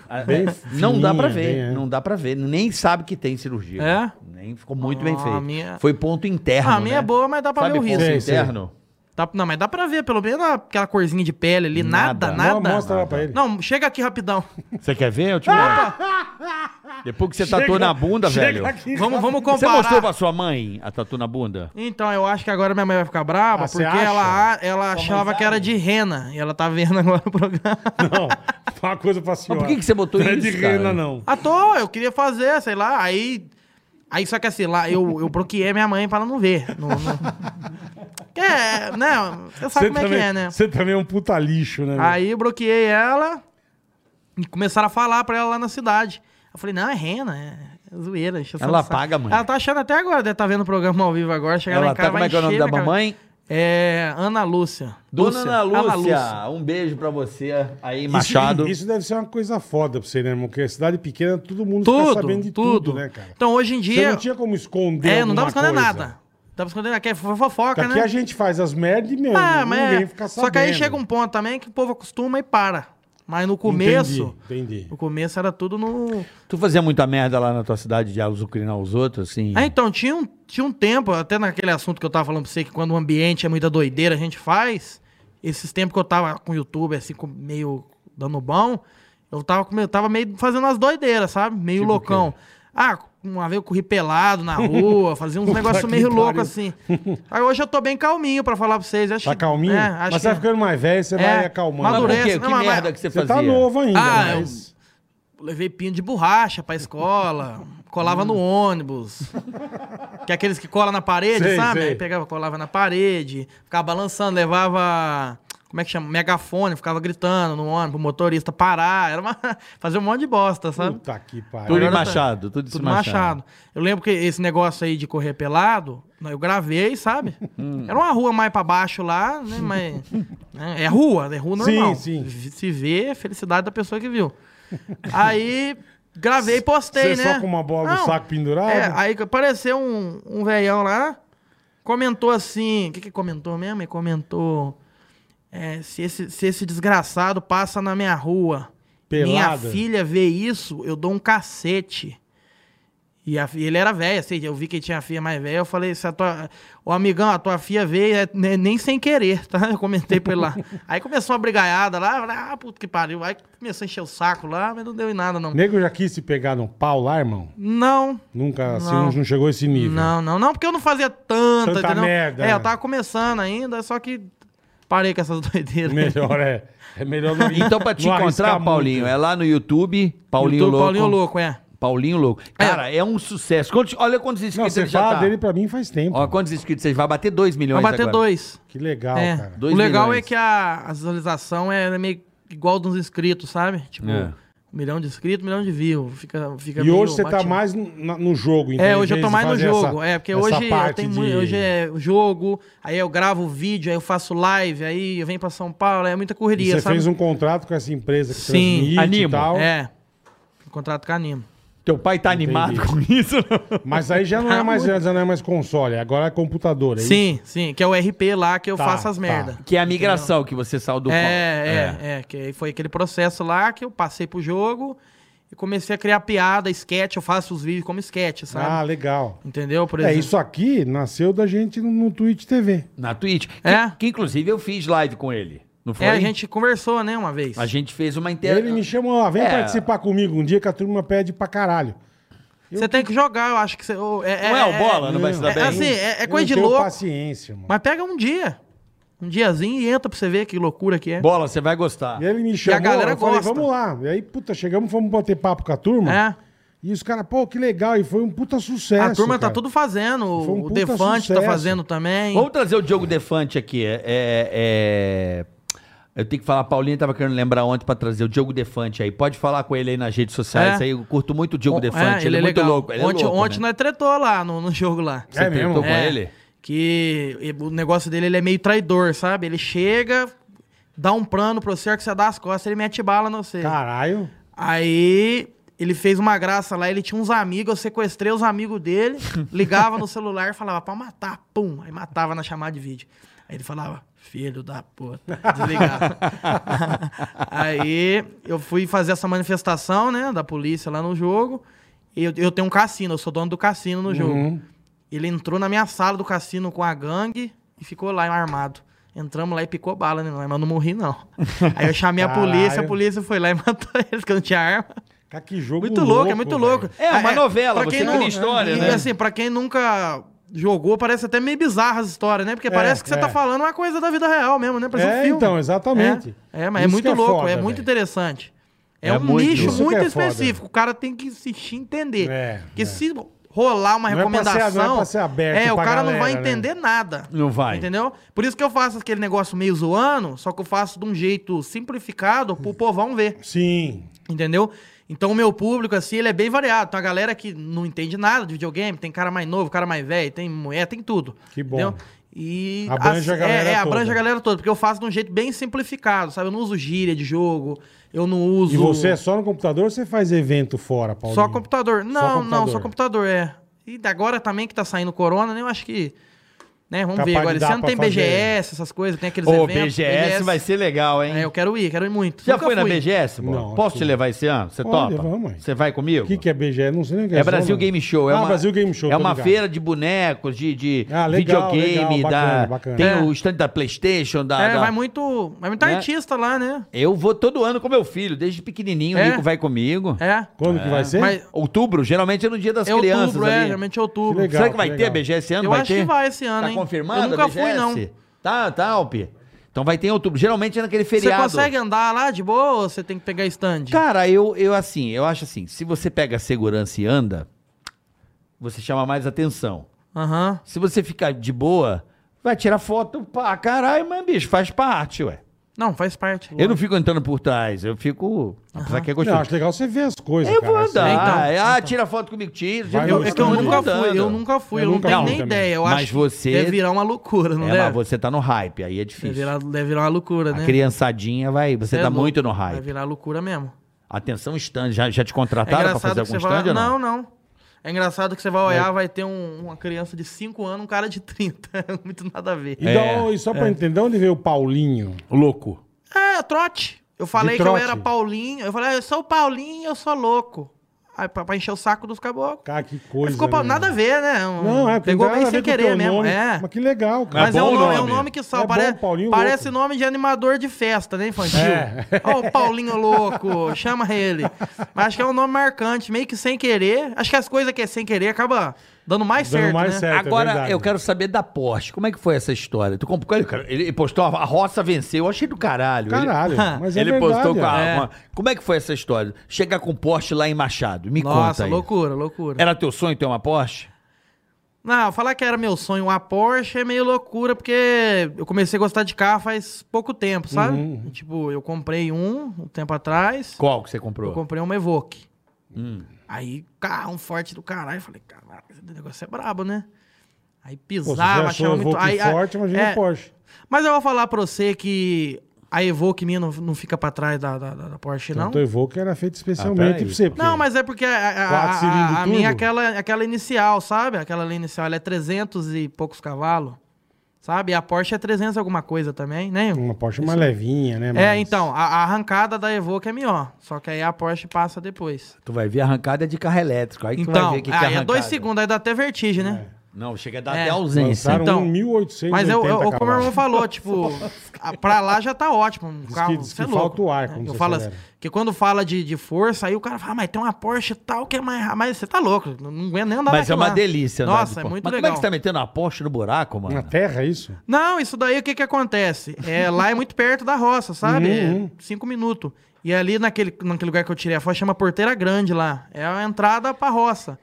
S4: a-
S3: Bem
S4: é- não dá pra
S3: fininha,
S4: ver,
S3: bem, é.
S4: não dá pra ver, nem sabe que tem cirurgia.
S5: É?
S4: Nem ficou muito bem
S5: Ah,
S4: feito.
S5: a minha-
S4: Foi ponto interno,
S5: Ah, a minha
S4: né?
S5: é boa, mas dá pra
S4: Sabe é?
S5: ver o
S4: ponto
S5: riso.
S3: Sim, sim.
S4: interno?
S5: Dá- não, mas dá pra ver, pelo menos aquela corzinha de pele ali. Nada,
S4: Nada.
S5: nada.
S3: Não, mostra lá pra ele.
S5: Não, chega
S3: *laughs*
S5: aqui rapidão.
S4: Você quer ver? Eu te
S5: *laughs*
S4: mostro. Depois que você tatuou na bunda,
S3: Chega
S4: velho.
S3: aqui.
S5: Vamos,
S3: *laughs*
S5: vamos
S4: Você
S5: comparar.
S4: mostrou pra sua mãe a tatu na bunda?
S5: Então, eu acho que agora minha mãe vai ficar brava,
S3: Ah, você
S5: porque
S3: acha?
S5: ela, ela achava que era de rena. E ela tá vendo *laughs* agora o programa.
S3: Não, *laughs* fala uma coisa pra senhora.
S4: por que que você botou
S3: não
S4: isso,
S3: é de
S4: cara?
S3: rena, não.
S5: À toa, eu queria fazer, sei lá, aí. Aí só que assim, lá eu, eu bloqueei minha mãe pra ela não ver. Não, não- É, né? Você sabe como é
S3: também,
S5: que é, né? Ah,
S3: Você também é um puta lixo, né? meu?
S5: Aí eu bloqueei ela e começaram a falar pra ela lá na cidade. Eu falei, não, é rena, é zoeira. encheção
S4: Ela
S5: de saco.
S4: apaga, mãe.
S5: Ela tá achando até agora, deve estar vendo o programa ao vivo agora. Chegar lá
S4: Ela
S5: em casa,
S4: tá, como é que é o
S5: vai
S4: nome
S5: encher
S4: da
S5: minha cara.
S4: mamãe?
S5: É, Ana Lúcia.
S4: Dona Ana Lúcia.
S5: Lúcia.
S4: Um beijo pra você aí,
S3: Isso-
S4: Machado.
S3: Isso, deve ser uma coisa foda pra você, né, irmão? Porque cidade pequena, todo mundo
S5: Tudo,
S3: fica tá sabendo de tudo,
S5: tudo.
S3: né, cara?
S5: Então hoje em
S3: Você
S5: dia...
S3: não tinha como esconder
S5: É, não dá
S3: alguma
S5: pra esconder
S3: coisa.
S5: nada. Não dá pra esconder nada, que é fo- fofoca,
S3: Porque aqui
S5: né?
S3: a gente faz as merdas e, meu, ninguém
S5: Ah, mas
S3: fica
S5: é.
S3: sabendo.
S5: Só que aí chega um ponto também que o povo acostuma e para. Mas no começo,
S3: Entendi, entendi.
S5: no começo era tudo no...
S4: Tu fazia muita merda lá na tua cidade de azucrinar os outros, assim?
S5: Ah, então, tinha um, tinha um tempo, até naquele assunto que eu tava falando pra você, que quando o ambiente é muita doideira, a gente faz. Esses tempos que eu tava com o YouTube, assim, com- meio dando bom, eu tava, com- eu tava meio fazendo umas doideiras, sabe? Meio
S3: Tipo
S5: loucão. Ah, uma vez eu corri pelado na
S3: *laughs*
S5: rua, fazia uns
S3: Puta
S5: negócios
S3: que
S5: meio loucos,
S3: pariu.
S5: assim. Aí hoje eu tô bem calminho pra falar pra vocês. Acho
S3: Tá
S5: que-
S3: calminho?
S5: É, acho
S3: Mas você vai
S5: que-
S3: ficando mais velho, você
S5: É,
S3: vai acalmando.
S4: Mas por
S5: madureza,
S4: quê? um Que
S5: não, é mas-
S4: merda que você
S3: Você
S4: fazia?
S3: tá novo ainda,
S5: Ah, eu-
S3: mas...
S5: Levei pino de borracha pra escola, colava no ônibus. Que é aqueles que colam na parede,
S3: Sei,
S5: sabe?
S3: sei.
S5: Aí pegava, colava na parede, ficava balançando, levava. Como é que chama? Megafone, ficava gritando no ônibus, pro motorista parar. Era uma... *laughs* fazer um monte de bosta, sabe?
S3: Puta que pariu.
S4: Tudo em
S5: Agora tá-
S4: Machado, tudo em
S5: Tudo
S4: Machado.
S5: machado. Eu lembro que esse negócio aí de correr pelado, eu gravei, sabe?
S3: Hum.
S5: Era uma rua mais pra baixo lá, né? Mas.
S3: *laughs*
S5: né, É rua, é rua
S3: Sim,
S5: normal.
S3: sim.
S5: V- Se vê, felicidade da pessoa que viu. Aí gravei e postei,
S3: Você
S5: né?
S3: só com uma bola no
S5: Não,
S3: saco pendurada?
S5: É, aí que apareceu um, um velhão lá, comentou assim. O que, que comentou mesmo? Ele comentou. é, se, esse, se esse desgraçado passa na minha rua, minha
S3: Pelada?
S5: filha vê isso, eu dou um cacete. E, a fi- ele era velho, assim, eu vi que tinha a filha mais velha, eu falei, se a tua, o amigão, a tua filha veio, é, ne- nem sem querer, *laughs* tá? Eu comentei
S3: *laughs*
S5: pra ele lá. Aí começou uma brigaiada lá, eu falei, ah, puta que pariu. Aí começou a encher o saco lá, mas não deu em nada, não.
S3: Nego já quis se pegar num pau lá, irmão?
S5: Não,
S3: Nunca, assim,
S5: Não.
S3: não, chegou a esse nível.
S5: não, não, não, porque eu não fazia tanta,
S3: Tanta
S5: entendeu?
S3: merda,
S5: é,
S3: é.
S5: eu tava começando ainda, só que parei com essas *laughs*
S3: *laughs*
S5: doideiras.
S3: Melhor é. É melhor não
S4: Então, pra te
S3: não arriscar
S4: encontrar,
S3: muito.
S4: Paulinho, é lá no YouTube, Paulinho
S5: YouTube,
S4: Louco.
S5: Paulinho Louco, é.
S4: Paulinho Louco. Cara, é, um sucesso. Quantos- olha quantos
S3: Não,
S4: inscritos
S3: você
S4: ele já
S3: fala
S4: tá.
S3: dele pra mim faz tempo.
S4: Olha quantos inscritos ele vai bater 2
S5: Vai
S4: milhões
S5: bater
S4: agora.
S5: dois.
S3: Que legal,
S5: É.
S3: cara.
S4: Dois
S5: o legal
S4: milhões.
S5: é que a, a visualização é meio igual dos inscritos, sabe? Tipo,
S4: É.
S5: Milhão de inscritos, milhão de views. Fica, fica
S3: E
S5: meio
S3: hoje você tá
S5: batido.
S3: mais no, no jogo, então.
S5: É,
S3: em
S5: hoje eu
S3: vez
S5: tô
S3: de
S5: mais no
S3: fazer
S5: jogo.
S3: essa-
S5: é, porque
S3: essa
S5: hoje eu
S3: parte
S5: tenho
S3: de-
S5: mui- Hoje é jogo, aí eu gravo vídeo, aí eu faço live, aí eu venho pra São Paulo, é muita
S3: E
S5: correria,
S3: Você
S5: sabe?
S3: fez um contrato com essa empresa que
S5: Sim,
S3: transmite e
S4: animo.
S3: tal.
S5: É. Contrato com a Anima.
S4: Teu pai tá animado com isso?
S3: Mas aí já não é mais, já não é mais console, agora é computador. É
S5: Ah, Sim, sim, que é o RP lá que eu
S3: Tá,
S5: faço as
S3: tá.
S5: merda.
S4: que é a migração que você saiu do...
S5: É, é, é, que aí foi aquele processo lá que eu passei pro jogo e comecei a criar piada, sketch, eu faço os vídeos como sketch,
S3: isso? Ah,
S5: sabe?
S3: legal.
S5: Entendeu? Por
S3: É,
S5: exemplo.
S3: isso aqui nasceu da gente no, no Twitch TV.
S4: Na Twitch. Que,
S5: É.
S4: que, inclusive eu fiz live com ele. Não foi?
S5: É, a gente conversou, né, uma vez.
S4: A gente fez uma inteira.
S3: Ele me chamou, ó, vem
S4: É.
S3: participar comigo um dia que a turma pede pra caralho.
S5: Você tem que jogar, eu acho que você. ou- É,
S4: Não é, o bola, não vai se dar
S5: é
S4: bem.
S5: assim, é, é coisa de
S3: eu não tenho
S5: louco.
S3: paciência, mano.
S5: Mas pega um dia. Um diazinho e entra pra você ver que loucura que é.
S4: Bola, você vai gostar.
S3: E ele me chamou,
S5: a galera
S3: eu falei,
S5: gosta.
S3: vamos lá. E aí, puta, chegamos, fomos bater papo com a turma.
S5: É.
S3: E os caras, pô, que legal. E foi um puta sucesso,
S5: a turma
S3: cara.
S5: tá tudo fazendo.
S3: Foi um
S5: o
S3: puta
S5: Defante tá
S3: sucesso.
S5: fazendo também.
S4: Vamos trazer o Diogo Defante aqui. É, é- Eu tenho que falar, a Paulinha tava querendo lembrar ontem pra trazer o Diogo Defante aí. Pode falar com ele aí nas redes sociais.
S5: É.
S4: Isso aí, eu curto muito o Diogo
S5: É,
S4: Defante. Ele, é, muito
S5: legal.
S4: louco. Ele
S5: ontem
S4: é louco,
S5: ontem
S4: né?
S5: nós tretou lá no, no jogo lá.
S4: Você
S3: É mesmo?
S4: tretou com
S5: É.
S4: ele?
S5: Que e- o negócio dele ele é meio traidor, sabe? Ele chega, dá um plano pro você, a hora que você dá as costas, ele mete bala no você.
S3: Caralho.
S5: Aí ele fez uma graça lá, ele tinha uns amigos, eu sequestrei os amigos
S4: *laughs*
S5: dele, ligava no celular e falava pra matar, pum, aí matava na chamada de vídeo. Aí ele falava, filho da puta, desligava. aí eu fui fazer essa manifestação, né, da polícia lá no jogo. E Eu, eu tenho um cassino, eu sou dono do cassino no jogo. Ele entrou na minha sala do cassino com a gangue e ficou lá armado. Entramos lá e picou bala, né? Mas eu não morri, não. Aí eu chamei a
S3: Caralho.
S5: polícia, a polícia foi lá e *laughs* matou eles, que eu não tinha arma.
S3: Cara, que jogo
S5: Muito louco, é muito louco.
S3: velho.
S4: É uma novela,
S5: pra quem
S4: você
S5: não-
S4: cria história,
S5: e,
S4: né?
S5: assim, pra quem nunca jogou, parece até meio bizarra as histórias, né? Porque parece que você
S3: é.
S5: tá falando uma coisa da vida real mesmo, né? Parece um
S3: É,
S5: filme.
S3: então, exatamente.
S5: É, é, mas
S3: Isso
S5: é
S3: que
S5: muito louco, é
S3: foda,
S5: muito
S3: velho.
S5: interessante. É,
S4: É
S5: um
S4: muito
S5: nicho
S3: isso que
S5: muito
S3: é foda.
S5: específico. O cara tem que insistir em entender.
S3: É,
S5: Porque
S3: é.
S5: se rolar uma
S3: Não é pra ser- não é
S5: recomendação.
S3: pra ser aberto
S5: é, o
S3: pra
S5: cara não vai
S3: galera, né?
S5: entender nada.
S4: Não vai.
S5: Entendeu? Por isso que eu faço aquele negócio meio zoando, só que eu faço de um jeito simplificado pro povão ver.
S3: Sim.
S5: Entendeu? Então o meu público, assim, ele é bem variado. Tem uma galera que não entende nada de videogame, tem cara mais novo, cara mais velho, tem mulher, tem tudo.
S3: Que bom.
S5: E
S3: Abrange a
S5: assim,
S3: galera
S5: é, é,
S3: toda.
S5: abrange a galera toda, porque eu faço de um jeito bem simplificado, sabe? Eu não uso gíria de jogo, eu não uso.
S3: E você é só no computador ou você faz evento fora, Paulinho?
S5: Só computador. Não, não,
S3: computador.
S5: só computador, é. E agora também que tá saindo corona, né? Eu acho que. Né, vamos
S3: Capaz
S5: ver
S3: de
S5: agora. Esse
S3: dar
S5: ano
S3: pra
S5: tem
S3: fazer.
S5: BGS, essas coisas, tem aqueles
S4: Ô,
S5: eventos.
S4: BGS vai ser legal, hein?
S5: É, eu quero ir, quero ir muito.
S4: Já
S5: Nunca
S4: foi na
S5: fui.
S4: BGS? Bola?
S3: Não,
S4: Posso
S3: aqui
S4: te
S3: não.
S4: levar esse ano? Você
S3: Olha,
S4: topa?
S3: vamos aí.
S4: Você vai comigo?
S3: O que, que é BGE? Não sei nem o que
S4: É
S3: essa,
S4: Brasil
S3: não.
S4: Game Show. É
S3: ah,
S4: uma,
S3: Brasil Game Show.
S4: É
S3: tô
S4: uma
S3: ligado.
S4: feira de bonecos, de, de
S3: Ah, legal,
S4: videogame.
S3: legal, bacana,
S4: da,
S3: bacana.
S4: Tem
S5: É.
S4: o stand da Playstation, da...
S5: É,
S4: da-
S5: vai muito. Vai muito
S4: tá? Né?
S5: artista lá, né?
S4: Eu vou todo ano com meu filho, desde pequenininho. O
S5: É?
S4: Nico vai comigo.
S5: É.
S3: Quando que vai ser?
S5: Mas
S4: Outubro, geralmente é no dia das
S5: é
S4: crianças
S5: outubro,
S4: ali.
S5: é, geralmente é outubro.
S3: Que legal.
S4: Será que vai ter
S3: legal.
S4: a BGS esse ano?
S5: Eu
S4: vai
S5: acho
S4: ter?
S5: que vai esse ano,
S4: Tá
S5: hein?
S4: confirmado
S5: Eu nunca
S4: a BGS?
S5: fui, não.
S4: Tá, tá, Alpi. Então vai ter em outubro. Geralmente é naquele
S5: Você
S4: feriado.
S5: consegue andar lá de boa ou você tem que pegar stand?
S4: Cara, eu, eu assim, eu acho assim, se você pega a segurança e anda, você chama mais atenção.
S5: Aham.
S4: Se você ficar de boa, vai tirar foto, pá, caralho, mas bicho, faz parte, ué.
S5: Não, faz parte.
S4: Eu não fico entrando por trás, eu fico. Apesar que é
S3: Não,
S4: gostoso.
S3: acho legal você ver as coisas.
S4: eu vou
S3: cara. assim.
S4: andar.
S5: Então,
S4: ah,
S5: então.
S4: tira foto comigo, tira.
S3: Vai
S5: Eu,
S3: no
S5: é que eu
S3: stand.
S5: nunca
S4: Andando.
S5: fui, eu nunca fui,
S3: Eu
S5: eu, não
S3: nunca
S5: tenho
S3: fui
S5: nem
S3: também.
S5: ideia. Eu
S4: Mas
S5: acho que
S4: você-
S5: deve virar uma loucura, não
S4: É,
S5: deve?
S4: mas você tá no hype, aí é difícil. Tá
S5: deve, virar, deve virar uma loucura, né?
S4: A criançadinha vai. Você
S5: É
S4: tá
S5: louco.
S4: muito no
S5: Vai
S4: hype.
S5: virar loucura mesmo.
S4: Atenção, stand. Já, já te
S5: É
S4: contrataram Tá pra
S5: engraçado
S4: fazer
S5: que
S4: algum
S5: você
S4: stand
S5: vai...
S4: ou
S5: Não,
S4: não?
S5: não. É engraçado que você vai olhar, vai ter um- uma criança de 5 anos, um cara de 30. *laughs* Muito nada a ver.
S3: E, da- e só pra entender, onde veio o Paulinho?
S4: Louco.
S5: É, trote. Eu falei
S3: De
S5: que eu
S3: trote?
S5: era Paulinho. Eu falei, ah, eu sou o Paulinho, eu sou louco. Aí, pra, pra encher o saco dos caboclos.
S3: Cara, que
S5: Mas
S3: coisa.
S5: ficou pra-
S3: né?
S5: nada a ver, né? Um-
S3: Não, é, porque
S5: Pegou
S3: não tem nada
S5: bem
S3: a ver
S5: sem
S3: com o teu
S5: querer mesmo.
S3: nome.
S5: é.
S3: Mas que legal, cara.
S5: Mas é,
S1: bom
S5: um
S1: o
S5: nome, é um
S1: nome.
S5: nome que
S3: É
S5: só
S3: bom,
S5: pare-
S3: Paulinho
S5: parece
S3: Louco.
S5: nome de animador de festa, né, infantil?
S3: É.
S5: Ó, o Paulinho Louco, chama ele. Mas acho que é um nome marcante, meio que sem querer. Acho que as coisas que é sem querer acaba dando mais
S3: Dando
S5: certo,
S3: mais
S5: né?
S3: certo, é
S4: Agora,
S3: verdade.
S4: eu quero saber da Porsche. Como é que foi essa história? Tu comprou, ele, ele postou, a roça venceu. Eu achei do caralho. Ele-
S3: Caralho,
S5: *laughs*
S3: mas é
S4: ele
S3: verdade,
S4: postou com a,
S5: Ah,
S3: ó.
S4: uma- Como é que foi essa história? Chegar com Porsche lá em Machado. Me conta
S5: Nossa,
S4: aí.
S5: loucura, loucura.
S4: Era teu sonho ter uma Porsche?
S5: Não, falar que era meu sonho a Porsche é meio loucura, porque eu comecei a gostar de carro faz pouco tempo, sabe?
S3: Uhum,
S5: Tipo, eu comprei um, um tempo atrás.
S4: Qual que você
S5: Eu
S4: comprou?
S5: comprei uma Evoque. Aí, carro um forte do caralho. Falei, caralho, esse negócio é brabo, né? Aí
S3: Pô, você já
S5: pisava,
S3: achou
S5: achava
S3: a
S5: muito...
S3: Volkswagen
S5: Aí, aí-
S3: forte, imagina
S5: é,
S3: a Porsche.
S5: Mas eu vou falar pra você que a Evoque minha não, não fica pra trás da, da, da- da Porsche, não.
S3: Então, eu vou que era feito
S4: Ah,
S3: especialmente
S4: peraí.
S3: pra você. porque-
S5: Não, mas é porque a, a-
S3: Quatro
S5: a-
S3: cilindro
S5: a- a minha é
S3: turbo?
S5: aquela, aquela inicial, sabe? Aquela ali inicial, ela é 300 e poucos cavalos, sabe? E a Porsche é 300 alguma coisa também, né?
S4: é
S3: Uma Porsche mais levinha, né?
S5: É,
S3: mas-
S5: então, a, a arrancada da Evoque é melhor, só que aí a Porsche passa depois.
S4: Tu vai ver a arrancada de carro elétrico. Aí tu vai
S5: Então,
S4: ver o que, que
S5: aí é
S4: arrancada.
S5: dois segundos, aí dá até vertigem, né?
S4: Não, chega a dar
S5: É.
S4: até ausência.
S3: Lançaram
S5: Então,
S3: um 1880
S5: Mas eu, eu, é como
S3: cavalos.
S5: meu irmão falou, tipo,
S4: *laughs*
S5: a- pra lá já tá ótimo. Um
S3: que-
S5: carro,
S3: diz
S5: cê é
S3: que
S5: louco.
S3: falta o ar
S5: É,
S3: quando
S5: eu
S3: você
S5: falo
S3: acelera.
S5: assim, que quando fala de, de força, aí o cara fala, "Ah, mas tem uma Porsche e tal, que é mais. ra-" Mas você tá louco, não não aguenta nem andar
S4: Mas é
S5: naquilo
S4: uma
S5: lá.
S4: delícia, andar de
S5: Nossa, é
S4: Porsche.
S5: muito
S4: Mas
S5: legal.
S4: como é que você tá metendo a Porsche no buraco, mano?
S3: Na terra, é isso?
S5: Não, isso daí o que que acontece? É, lá é muito perto da roça, sabe?
S3: Uhum.
S5: É cinco minutos. E ali naquele, naquele lugar que eu tirei a foto chama Porteira Grande lá. É a entrada pra roça.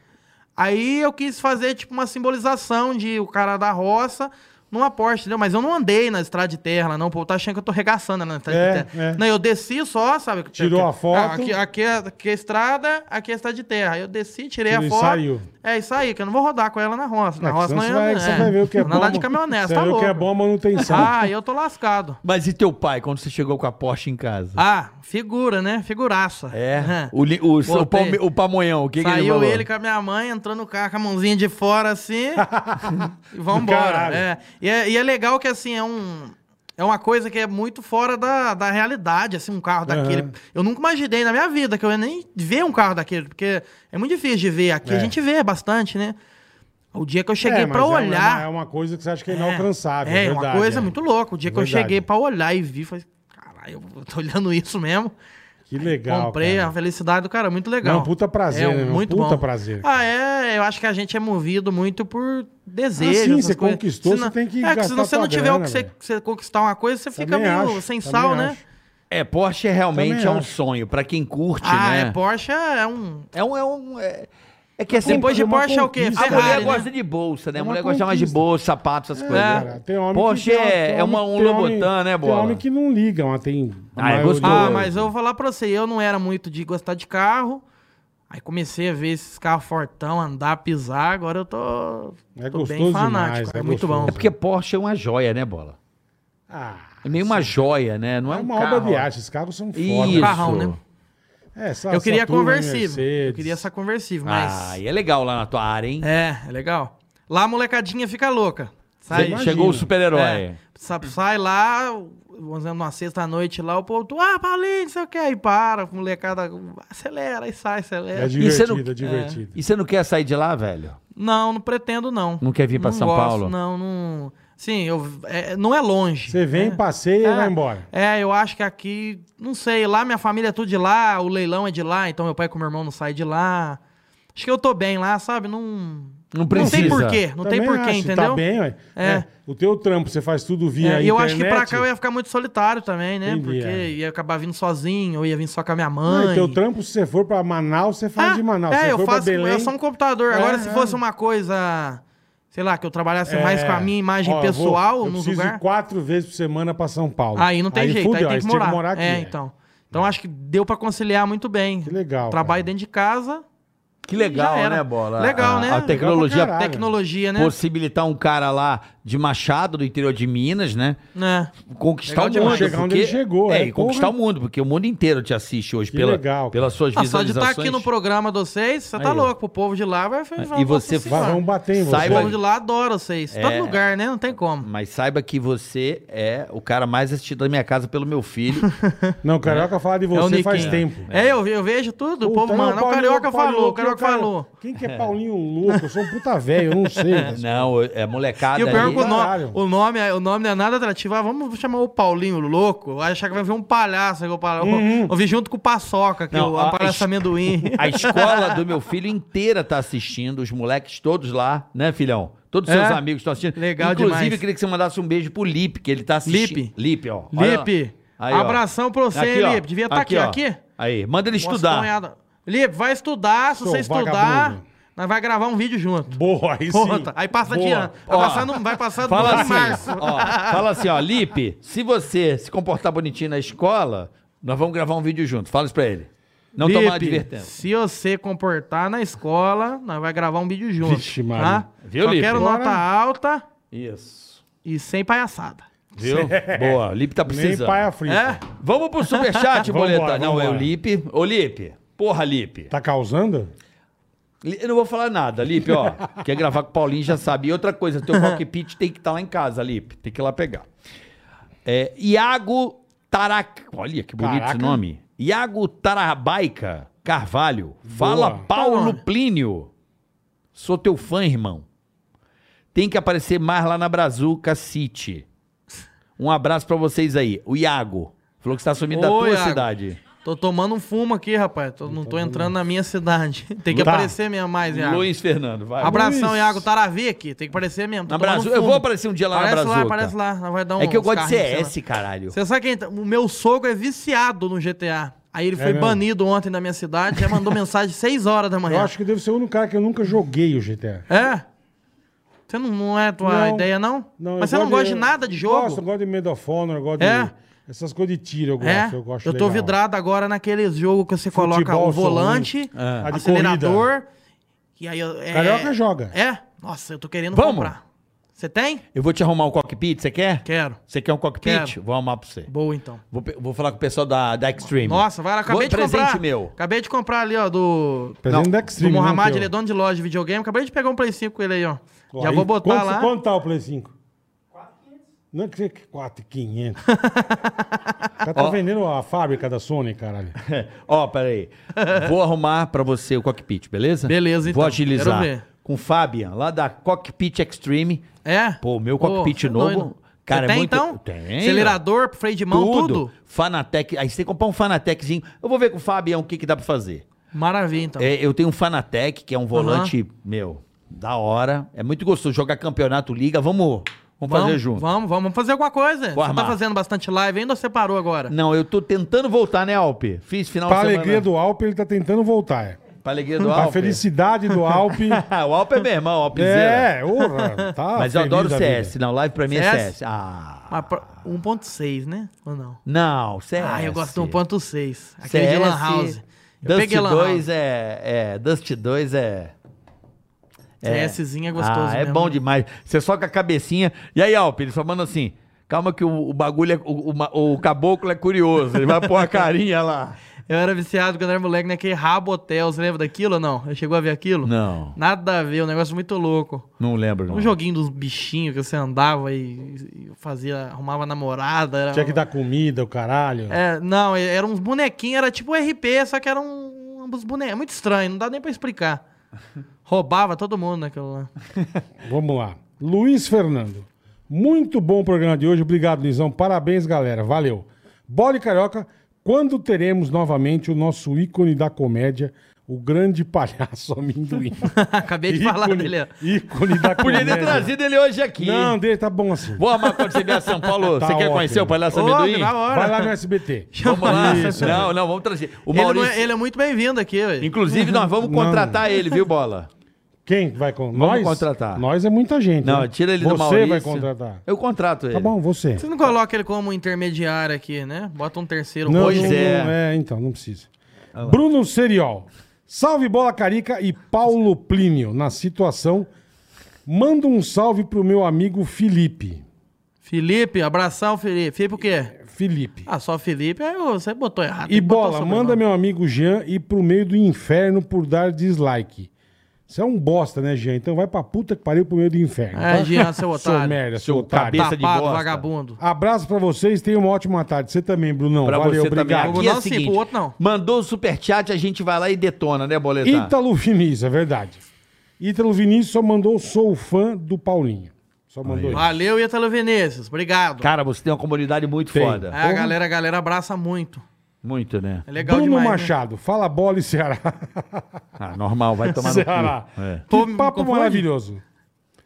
S5: Aí eu quis fazer tipo uma simbolização de o cara da roça numa Porsche, entendeu? Mas eu não andei na estrada de terra lá, não. O povo tá achando que eu tô regaçando na estrada
S3: É,
S5: de terra.
S3: é.
S5: Não, eu desci só, sabe?
S3: Tirou a foto.
S5: Ah, Aqui, aqui, é- aqui é a estrada, aqui é a estrada de terra. Aí Eu desci, tirei
S3: Tirou
S5: a
S3: e
S5: foto.
S3: saiu.
S5: É, isso aí, que eu não vou rodar com ela na roça. Na
S3: É,
S5: roça
S3: senão
S5: não
S3: você
S5: ia.
S3: vai, você vai ver
S5: *laughs*
S3: o que é bom.
S5: Não dá de caminhonete,
S3: você
S5: tá
S3: vai ver
S5: louco.
S3: o que é bom É. a manutenção.
S5: Ah, eu tô lascado.
S4: Mas e teu pai, quando você chegou com a Porsche em casa?
S5: Ah, figura, né? Figuraça.
S4: É.
S5: Aham.
S4: O, li- o, o,
S5: Voltei.
S4: palme- o Pamonhão, o que, que ele
S5: Saiu
S4: falou?
S5: ele, com a minha mãe, entrou no carro com a mãozinha de
S3: *laughs*
S5: fora assim. e vambora.
S3: Caralho.
S5: É. E, é, e é legal que assim, é um. É uma coisa que é muito fora da, da realidade, assim, um carro daquele. Eu nunca imaginei na minha vida que eu ia nem ver um carro daquele, porque é muito difícil de ver. Aqui
S3: É.
S5: a gente vê bastante, né? O dia que eu cheguei
S3: É, mas
S5: pra
S3: é uma-
S5: olhar.
S3: É uma coisa que você acha que é
S5: É.
S3: inalcançável.
S5: É, uma
S3: verdade,
S5: coisa
S3: é.
S5: muito louca. O dia que eu
S3: Verdade.
S5: cheguei pra olhar e vi, falei, caralho, eu tô olhando isso mesmo.
S3: Que legal.
S5: Comprei
S3: cara.
S5: a felicidade do cara, muito legal. É
S3: Não, puta prazer, né, meu?
S5: Muito
S3: Puta
S5: bom.
S3: prazer.
S5: Ah, é, eu acho que a gente é movido muito por desejo.
S3: Ah, sim,
S5: essas
S3: você
S5: coisas.
S3: conquistou,
S5: Se não-
S3: você tem que
S5: É, que
S3: gastar
S5: se não- você não
S3: tua
S5: tiver o
S3: grana,
S5: que você,
S3: velho.
S5: você conquistar uma coisa, você fica
S3: Também
S5: meio
S3: acho,
S5: sem
S3: também
S5: sal, né?
S3: acho.
S4: É, Porsche realmente
S3: Também
S4: é um
S3: acho.
S4: sonho, pra quem curte,
S5: Ah,
S4: né?
S5: é Porsche é um...
S4: É um. É, um, é, é que é sempre.
S5: Depois de
S3: uma
S5: Porsche é o quê?
S3: conquista.
S4: A
S5: Ferrari,
S4: mulher
S5: né?
S4: gosta de bolsa, né? A
S3: É uma
S4: mulher gosta mais de
S3: conquista. É.
S4: bolsa, sapatos, essas
S5: É.
S4: coisas. né?
S3: Cara, tem homem que-
S4: Porsche
S3: tem-
S4: é,
S3: tem
S4: é uma,
S3: homem-
S4: um
S3: tem homem-
S4: Lobotan, né,
S3: Tem
S4: Bola?
S3: homem que não liga, mas tem... a
S4: Ah, é
S3: maioria-
S4: gostoso.
S5: Ah,
S4: Todo.
S5: mas eu vou falar pra você, eu não era muito de gostar de carro. Aí comecei a ver esses carros fortão, andar, pisar. Agora eu tô,
S3: É
S5: tô bem
S3: gostoso
S5: fanático.
S3: demais,
S5: é,
S3: é
S5: muito
S3: gostoso.
S5: bom.
S4: É porque Porsche é uma joia, né, Bola?
S3: Ah,
S4: É meio uma joia, né? Não
S3: é
S4: é, um
S3: uma
S4: carro.
S3: obra de arte. Esses carros são foda.
S4: Isso.
S5: Carrão, né?
S3: É, essa-
S5: Eu queria
S3: Saturno,
S5: conversível. Eu
S3: Mercedes.
S5: queria essa conversível, mas.
S4: Ah, e é legal lá na tua área, hein?
S5: É, é legal. Lá a molecadinha fica louca.
S4: Cê-
S5: Sai,
S3: imagina.
S4: chegou o super-herói.
S5: é, sa- sai lá, vamos dizer, numa sexta-noite lá, o povo, tu, ah, Paulinho, não sei o que, aí para, molecada, acelera, aí sai, acelera.
S3: É
S4: você não-
S3: divertido, é divertido.
S4: E você não quer sair de lá, velho?
S5: Não, não pretendo, não.
S4: Não quer vir pra São
S5: gosto,
S4: Paulo?
S5: Não, não. Sim, eu, é, não é longe.
S3: Você vem,
S5: né?
S3: passeia e
S5: É,
S3: vai embora.
S5: É, eu acho que aqui, não sei, lá minha família é tudo de lá, o leilão é de lá, então meu pai com meu irmão não sai de lá. Acho que eu tô bem lá, sabe? Não.
S4: Não precisa.
S5: Não tem porquê, é, não tem
S3: Também
S5: porquê,
S3: acho,
S5: entendeu?
S3: Tá bem, ué.
S5: É.
S3: O teu trampo, você faz tudo
S5: É, E
S3: via internet.
S5: eu acho que pra cá eu ia ficar muito solitário também, né?
S3: Entendi,
S5: Porque
S3: é.
S5: ia acabar vindo sozinho, ou ia vir só com a minha mãe.
S3: Não, e teu trampo, se você for pra Manaus, você faz
S5: Ah,
S3: de Manaus. Se
S5: É,
S3: você
S5: eu
S3: for pra
S5: faço
S3: Belém,
S5: é só um computador. Agora,
S3: É,
S5: se
S3: é.
S5: fosse uma coisa, sei lá, que eu trabalhasse
S3: é,
S5: mais com a minha imagem
S3: ó, eu vou-
S5: pessoal
S3: eu
S5: nos
S3: preciso ir
S5: lugares.
S3: quatro vezes por semana pra São Paulo.
S5: Aí não tem jeito,
S3: fudeu,
S5: aí tem que
S3: você tinha
S5: morar.
S3: aqui.
S5: é,
S3: né?
S5: então. Então acho que deu pra conciliar muito bem.
S3: Que legal,
S5: Trabalho
S3: cara.
S5: dentro de casa,
S4: Que legal,
S5: Já era.
S4: né, Bola?
S5: Legal,
S4: A-
S5: né?
S4: A
S5: Legal pra
S4: tecnologia
S3: caralho. Ah,
S5: tecnologia, né?
S4: possibilitar um cara lá de Machado, do interior de Minas, né?
S5: né?
S4: Conquistar
S5: Legal
S4: o mundo.
S5: demais.
S3: Chegar onde ele chegou,
S4: É,
S3: é,
S4: e conquistar
S3: porra.
S4: o mundo, porque o mundo inteiro te assiste hoje
S3: Que
S4: pela,
S3: legal, cara.
S4: pelas suas
S5: Ah, só de estar
S4: visualizações.
S5: aqui no programa de vocês, você tá
S4: Aí, ó.
S5: louco. O povo de lá vai... vai vai-
S4: E você
S5: vai-
S3: Vai,
S5: vai-
S3: vamos bater em você. um
S5: O
S4: Saiba-
S5: povo de lá adora vocês.
S4: É.
S5: Todo lugar, né? Não tem como.
S4: Mas saiba que você é o cara mais assistido da minha casa pelo meu
S5: *laughs*
S4: filho.
S3: Não, o Carioca fala de você
S5: É. Niquinho.
S3: faz tempo.
S5: É, eu, eu vejo tudo. o
S3: Puta, não,
S5: povo, mano, o
S3: Paulinho-
S5: Carioca
S3: Paulinho
S5: falou, o
S3: louco,
S5: Carioca
S3: eu quero-
S5: falou.
S3: Quem que é Paulinho louco? Eu sou um puta velho, eu não
S5: *laughs*
S3: sei. mas-
S4: Não, é molecada
S5: E o pior é
S4: aí.
S5: que o nome,
S3: Ah, caralho.
S5: o, nome, é- o nome não é nada atrativo. Ah, vamos chamar o Paulinho louco. Vai achar que vai vir um palhaço. Que eu, pal...
S3: Uhum.
S5: eu vi junto com o Paçoca, que
S4: Não,
S5: o
S4: a-
S5: palhaço
S4: a-
S5: amendoim.
S3: *laughs*
S4: A escola do meu filho inteira tá assistindo, os moleques todos lá, né, filhão? Todos os
S5: É?
S4: seus amigos estão assistindo.
S5: Legal
S4: Inclusive,
S5: demais.
S4: eu queria que você mandasse um beijo pro Lipe, que ele tá assistindo.
S5: Lipe.
S4: Lipe, ó. Olha lá.
S5: Lipe,
S4: Aí, ó.
S5: abração pra você,
S4: Aqui, ó.
S5: Lipe. Devia estar aqui, ó. aqui.
S4: Aí, manda ele
S5: Nossa,
S4: estudar.
S5: cunhada. Lipe, vai estudar. Se
S3: Sou
S5: você estudar,
S3: vagabundo.
S5: Nós vai gravar um vídeo junto.
S3: Boa, aí sim.
S5: Pronto. tá, Aí passa de
S3: Boa.
S5: ano. Vai
S4: Ó.
S5: passando, vai passando
S4: Fala
S5: de
S4: assim, ó, fala assim, ó, Lipe, se você se comportar bonitinho na escola, nós vamos gravar um vídeo junto. Fala isso pra ele. Não tomar
S5: Lipe,
S4: advertência.
S5: Se você comportar na escola, nós vai gravar um vídeo junto.
S3: Vixe, Maria.
S5: tá?
S4: Viu,
S5: Só
S4: Lipe?
S5: quero
S4: Bora.
S5: nota alta
S4: Isso.
S5: e sem palhaçada.
S4: Viu? Boa, o Lipe tá
S3: Nem
S4: precisando.
S3: paia frita.
S5: É?
S4: Vamos pro
S3: *laughs*
S4: superchat, boleta.
S3: Vambora,
S4: Não, é o
S3: vambora.
S4: Lipe. Ô, Lipe. Porra, Lipe.
S3: Tá causando?
S4: Li- Eu não vou falar nada,
S3: *laughs*
S4: Lipe, ó. Quer gravar com o Paulinho, já sabe. E outra coisa, teu cockpit tem que estar lá em casa, Lipe. Tem que ir lá pegar. É, Iago Tarac... Olha, que bonito
S3: Caraca.
S4: esse nome. Iago Tarabaica Carvalho.
S3: Boa.
S4: Fala, Paulo
S5: Tá bom.
S4: Plínio. Sou teu fã, irmão. Tem que aparecer mais lá na Brazuca City. Um abraço pra vocês aí. O Iago. Falou que está sumindo da
S5: Ô,
S4: tua
S5: Iago.
S4: cidade.
S5: Tô tomando um fumo aqui, rapaz. Tô- não tô entrando na minha cidade. *laughs* Tem que
S3: Tá.
S5: aparecer mesmo mais, Iago.
S4: um Luiz Fernando, vai.
S5: Abração,
S3: Luiz.
S5: Iago Taravi aqui. Tem que aparecer mesmo. Tô
S4: Na
S5: tomando
S4: Brazu-
S5: fumo.
S4: Eu vou aparecer um dia lá
S5: aparece
S4: na Brazuca.
S5: lá, aparece lá. Nós vai dar um
S4: É que eu gosto de
S5: carrinhos,
S4: CS, caralho.
S5: Você sabe quem? tá- O meu sogro é viciado no GTA. Aí ele foi
S3: É mesmo?
S5: banido ontem da minha cidade,
S3: *laughs*
S5: já mandou mensagem 6 horas da
S3: Eu
S5: manhã.
S3: acho que deve ser o único cara que eu nunca joguei o GTA.
S5: É? Você não, não é a tua
S3: Não.
S5: ideia, não?
S3: eu
S5: Mas você não
S3: gosto
S5: gosta de nada de jogo?
S3: Gosto, eu gosto de Medal of Honor, eu gosto
S5: É?
S3: de... Essas coisas de tiro eu gosto,
S5: é?
S3: eu gosto
S5: eu tô
S3: legal.
S5: vidrado agora naquele jogo que você
S3: Futebol,
S5: coloca
S3: sou
S5: o volante,
S3: ruim. É. A de
S5: acelerador. E aí eu- é-
S3: Carioca joga.
S5: É? Nossa, eu tô querendo
S4: Vamos.
S5: comprar. Você tem?
S4: Eu vou te arrumar um cockpit, você quer?
S5: Quero.
S4: Você quer um cockpit?
S5: Quero.
S4: Vou arrumar pra você.
S5: Boa então.
S4: Vou, pe- vou falar com o pessoal da, da Extreme.
S5: Nossa, vai lá, acabei
S4: Vou-
S5: de
S4: presente
S5: comprar.
S4: meu. *laughs*
S5: Acabei de comprar ali, ó, do.
S3: Presente
S4: Não,
S3: da
S5: do
S3: Extreme, né, não
S5: Mohamed,
S4: um-
S3: teu.
S5: ele é dono de loja de videogame. Acabei de pegar um Play 5 com ele aí, ó.
S3: Ó,
S5: Já
S3: aí,
S5: vou botar
S3: quanto,
S5: lá.
S3: Quanto tá o Play 5? 4,500. Não é que
S4: *laughs*
S3: 4,500. o cara tá
S4: Ó.
S3: vendendo a fábrica da Sony, caralho.
S4: Ó,
S5: *laughs*
S4: peraí. Vou arrumar pra você o cockpit, beleza?
S5: Beleza, então.
S4: Vou agilizar.
S5: Quero ver.
S4: Com o Fabian, lá da Cockpit Extreme.
S5: É?
S4: Pô, o meu cockpit
S5: você é
S4: novo,
S5: doido.
S4: cara,
S5: Você
S4: é
S5: tem,
S4: muito-
S5: então?
S4: Tem.
S5: Acelerador, freio de mão, tudo.
S4: Fanatec. Aí você tem que comprar um Fanateczinho. Eu vou ver com o Fabian o que, que dá pra fazer.
S5: Maravilha, então.
S4: É, eu tenho um Fanatec, que é um volante, meu, da hora. É muito gostoso jogar campeonato, liga. Vamos, vamos, fazer junto.
S5: Vamos, vamos fazer alguma coisa. você
S4: armar.
S5: tá fazendo bastante live ainda ou você parou agora?
S4: Não, eu tô tentando voltar, né, Alpe? Fiz final
S3: Pra
S4: de semana.
S3: alegria do Alpe, ele tá tentando voltar. É.
S4: Pra
S3: *laughs*
S4: alegria do
S3: Pra
S4: Alpe.
S3: felicidade do Alpe.
S4: *laughs* o Alpe é meu irmão, Alpe
S3: é, urra, tá
S4: Mas eu
S3: feliz
S4: adoro
S3: da
S4: CS.
S3: vida.
S4: Não, live pra mim é
S5: CS?
S4: CS. Ah.
S5: Mas pra- 1.6, né? Ou não?
S4: Não, CS.
S5: Ah, eu gosto do 1.6. Aquele
S4: CS,
S5: de Lan House. Eu
S4: Dust
S5: peguei Lan
S4: 2
S5: House.
S4: é, é. Dust 2 é.
S5: CSzinho é gostoso
S4: Ah, é
S5: mesmo,
S4: bom
S5: né?
S4: demais. Você só com a cabecinha. E aí, Alpe, ele só manda assim. Calma que o, o bagulho, é, o, o ma- o caboclo é curioso. Ele vai pôr a carinha lá.
S5: Eu era viciado quando era moleque naquele Rabo Hotel. Você lembra daquilo ou não? Chegou a ver aquilo?
S4: Não,
S5: Nada a ver, um negócio muito louco.
S4: não lembro. Não.
S5: Um joguinho dos bichinhos que você andava e e fazia, arrumava namorada. Era...
S3: Tinha que dar comida, o caralho.
S5: É, não, era uns bonequinhos, era tipo RP, só que era um, uns bonequinhos. Muito estranho, não dá nem
S3: *laughs*
S5: pra explicar. Roubava todo mundo naquilo lá. *laughs*
S3: Vamos lá. Luiz Fernando. Muito bom o programa de hoje. Obrigado, Luizão. Parabéns, galera. Valeu. Bola e Carioca, quando teremos novamente o nosso ícone da comédia, o grande palhaço
S4: *laughs*
S3: amendoim?
S5: Acabei de falar dele. ó.
S3: ícone da
S4: Podia
S3: comédia.
S4: ter trazido ele hoje aqui.
S3: Não, dele tá bom assim.
S4: Vou amar quando você vier a São Paulo.
S3: Tá
S4: você quer
S3: ótimo.
S4: conhecer o Palhaço
S5: Ô,
S4: Amendoim?
S5: da hora.
S3: Vai lá no SBT.
S4: Vamos lá.
S3: Isso.
S4: Não, não, vamos trazer. O
S5: Ele, não é-
S4: Maurício,
S5: ele é muito bem-vindo aqui, ué.
S4: inclusive, nós vamos contratar ele, viu, Bola?
S3: Quem vai contratar? Nós?
S4: contratar.
S3: Nós é muita gente.
S4: Não,
S3: né?
S4: tira ele do
S3: Você
S4: Maurício.
S3: vai contratar.
S4: Eu contrato ele.
S3: Tá bom, você.
S5: Vocês não colocam ele como intermediário aqui, né? Bota um terceiro.
S3: Não,
S4: Pois
S3: não,
S4: é.
S3: não- é, então, não precisa. Bruno Seriol. Salve Bola Carica e Paulo Plínio. Na situação, manda um salve pro meu amigo Felipe.
S5: Felipe, abração, Felipe. Felipe o quê?
S3: Felipe.
S5: Ah, só Felipe, aí ô, você botou errado.
S3: e
S5: tem que botar o
S3: Bola,
S5: sobrenome.
S3: manda meu amigo Jean ir pro meio do inferno por dar dislike. Você é um bosta, né, Jean? Então vai pra puta que pariu pro meio do inferno.
S5: É,
S3: *laughs*
S5: Jean, seu
S3: Seu
S5: otário.
S3: merda, seu
S4: Seu
S3: otário.
S4: cabeça de
S5: Tapado,
S4: bosta.
S5: vagabundo.
S3: Abraço pra vocês, tenham uma ótima tarde. Você também, Brunão.
S4: Pra
S3: Valeu,
S4: você
S3: obrigado.
S4: também. Aqui
S5: Não,
S4: é o
S5: sim,
S4: seguinte,
S5: pro outro não.
S4: Mandou o superchat, a gente vai lá e detona, né, Boletar?
S3: Ítalo Vinícius, é verdade. Ítalo Vinícius só mandou sou fã do Paulinho. Só mandou isso.
S5: Valeu, Ítalo Vinícius. Obrigado.
S4: Cara, você tem uma comunidade muito
S3: Tem.
S4: foda.
S5: É, a galera, a galera abraça muito.
S4: Muito, né?
S5: É legal
S3: Bruno
S5: demais. né?
S3: Machado, fala bola e Ceará.
S4: Ah, normal, vai
S3: *laughs*
S4: tomar
S3: Ceará.
S4: no cu. É.
S5: Tô
S3: Que
S5: me
S3: papo
S5: confundindo.
S3: maravilhoso.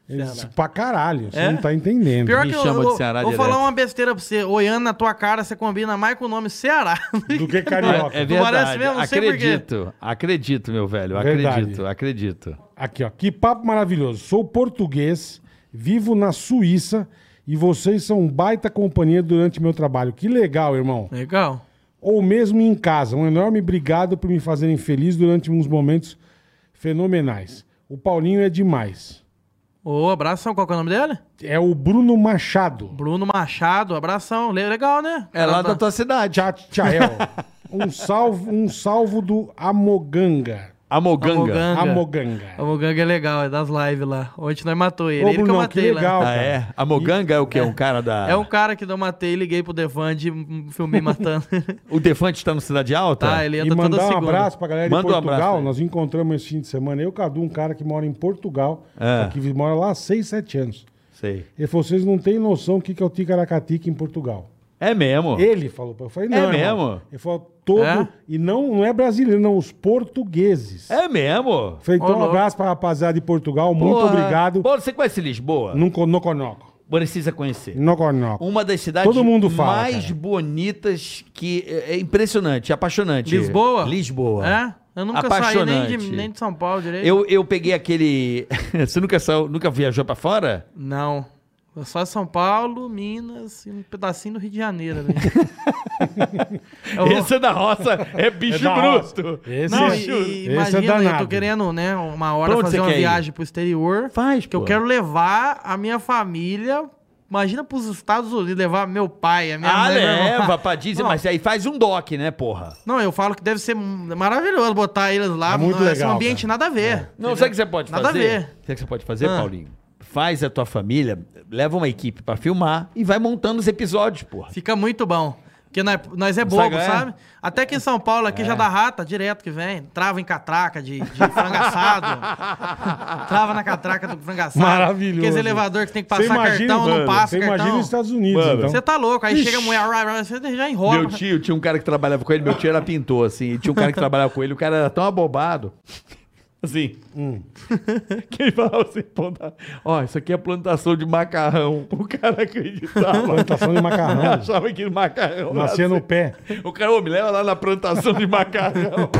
S3: Eles, pra caralho, você não tá entendendo.
S5: Pior
S4: Me
S5: que eu,
S4: chama
S5: eu
S4: de
S5: vou-
S4: Ceará
S5: vou
S4: direto.
S5: falar uma besteira pra você. Olhando na tua cara, você combina mais com o nome Ceará.
S3: Do que carioca.
S4: É
S5: Tu parece
S4: verdade.
S5: mesmo, não sei por quê.
S4: acredito, acredito, meu velho.
S3: Verdade.
S4: Acredito, acredito.
S3: Aqui, ó. Que papo maravilhoso. Sou português, vivo na Suíça e vocês são um baita companhia durante meu trabalho. Que legal, irmão.
S5: *laughs* Legal.
S3: Ou mesmo em casa. Um enorme obrigado por me fazerem feliz durante uns momentos fenomenais. O Paulinho é demais.
S5: Ô, abração, qual que é o nome dele?
S3: É o Bruno Machado.
S5: Bruno Machado, abração. Le- Legal, né?
S4: É lá da
S5: Tá-
S4: tua cidade.
S3: Tcha-
S4: *laughs*
S3: Tchael. Um salvo, um salvo do Amoganga.
S4: Amoganga.
S5: Amoganga.
S3: Amoganga.
S5: O Muganga é legal, é das lives lá. Ontem nós matou ele.
S3: Ô,
S5: ele que eu
S3: Brunão,
S5: matei
S3: que
S5: lá.
S3: legal.
S4: Ah, é? Amoganga é o quê? Um cara da...
S5: É um cara que eu matei, liguei pro Defante e
S3: *laughs*
S5: filmei matando.
S4: O Defante tá no Cidade Alta?
S5: tá, ele
S3: E
S5: entra toda
S3: mandar um
S5: segunda.
S3: abraço pra galera de
S4: Manda um abraço
S3: Portugal.
S4: pra ele.
S3: Nós encontramos esse fim de semana. Eu, Cadu, um cara que mora em Portugal,
S4: É.
S3: que mora lá há 6, 7 anos.
S4: Sei.
S3: Ele falou: vocês não têm noção do que que é o Ticaracatica em Portugal.
S4: É mesmo.
S3: Ele falou pra eu. Eu falei, não.
S4: É
S3: irmão."
S4: mesmo?
S3: Ele falou, todo.
S5: É?
S3: E não, não é brasileiro, não, os portugueses.
S4: É mesmo.
S3: Falei, então, um
S5: Ô, louco. é.
S3: abraço pra rapaziada de Portugal. Muito
S4: Porra.
S3: obrigado.
S4: Paulo, você conhece Lisboa?
S3: No Noconoco.
S4: Precisa conhecer.
S5: Um
S3: Noconoco.
S4: Uma das cidades
S3: Todo mundo fala,
S4: mais
S3: cara.
S4: bonitas que é é impressionante, apaixonante.
S5: Lisboa?
S4: Lisboa.
S5: É? Eu nunca saí nem de,
S4: Apaixonante.
S5: nem de São Paulo direito.
S4: Eu, eu peguei aquele. *laughs* Você nunca saiu, nunca viajou pra fora?
S5: Não. Eu Só São Paulo, Minas e um pedacinho do Rio de Janeiro. ali.
S4: *laughs*
S5: Eu vou-
S4: Esse é da roça,
S5: *laughs*
S4: é bicho
S3: da roça.
S4: bruto.
S3: Esse
S5: Não,
S3: é-
S5: e- e
S3: esse é
S5: imagina, eu
S3: danado.
S5: tô querendo, né, uma hora
S4: Pra onde
S5: fazer
S4: você
S5: uma
S4: quer ir?
S5: viagem pro exterior.
S4: Faz,
S5: Que eu
S4: pô.
S5: quero levar a minha família. Imagina pros Estados Unidos, levar meu pai, a minha
S4: Ah,
S5: mãe. né, meu irmão.
S4: leva pra dizer,
S5: Não,
S4: mas aí faz um doc, né, porra?
S5: *laughs* Não, eu falo que deve ser maravilhoso botar eles lá.
S3: É muito
S5: não,
S3: legal,
S5: um ambiente
S3: cara.
S5: nada a ver.
S4: É. Não,
S5: entendeu?
S4: sabe o que você pode
S5: Nada
S4: fazer?
S5: a ver.
S4: Sabe o que você pode fazer,
S5: Ah.
S4: Paulinho? Faz a tua família, leva uma equipe pra filmar e vai montando os episódios, porra.
S5: Fica muito bom. Porque nós, nós é bobo,
S4: Sabe, é?
S5: sabe? Até que em São Paulo aqui já dá rata direto que vem. Trava em catraca de, de frango
S4: *laughs*
S5: assado. Trava na catraca do frango assado.
S3: Maravilhoso.
S5: Aqueles elevador que tem que
S3: Você
S5: passar cartão, não
S3: mano,
S5: passa
S3: Você imagina
S5: cartão.
S3: os Estados Unidos, então.
S5: Você tá louco. Aí
S4: Ixi.
S5: chega a mulher, rá, rá, você já enrola.
S4: Meu tio, tinha um cara que trabalhava com ele, meu tio era pintor, assim, e tinha um
S5: *laughs*
S4: cara que trabalhava com ele, o cara era tão abobado, assim,
S5: *laughs*
S4: que ele falava assim, pô, dá- ó, isso aqui é plantação de macarrão, o cara acreditava,
S3: Plantação de macarrão.
S4: *laughs* achava que macarrão
S3: Nascia no
S4: assim.
S3: pé.
S4: O cara, ô, me leva lá na plantação de
S5: *laughs*
S4: macarrão,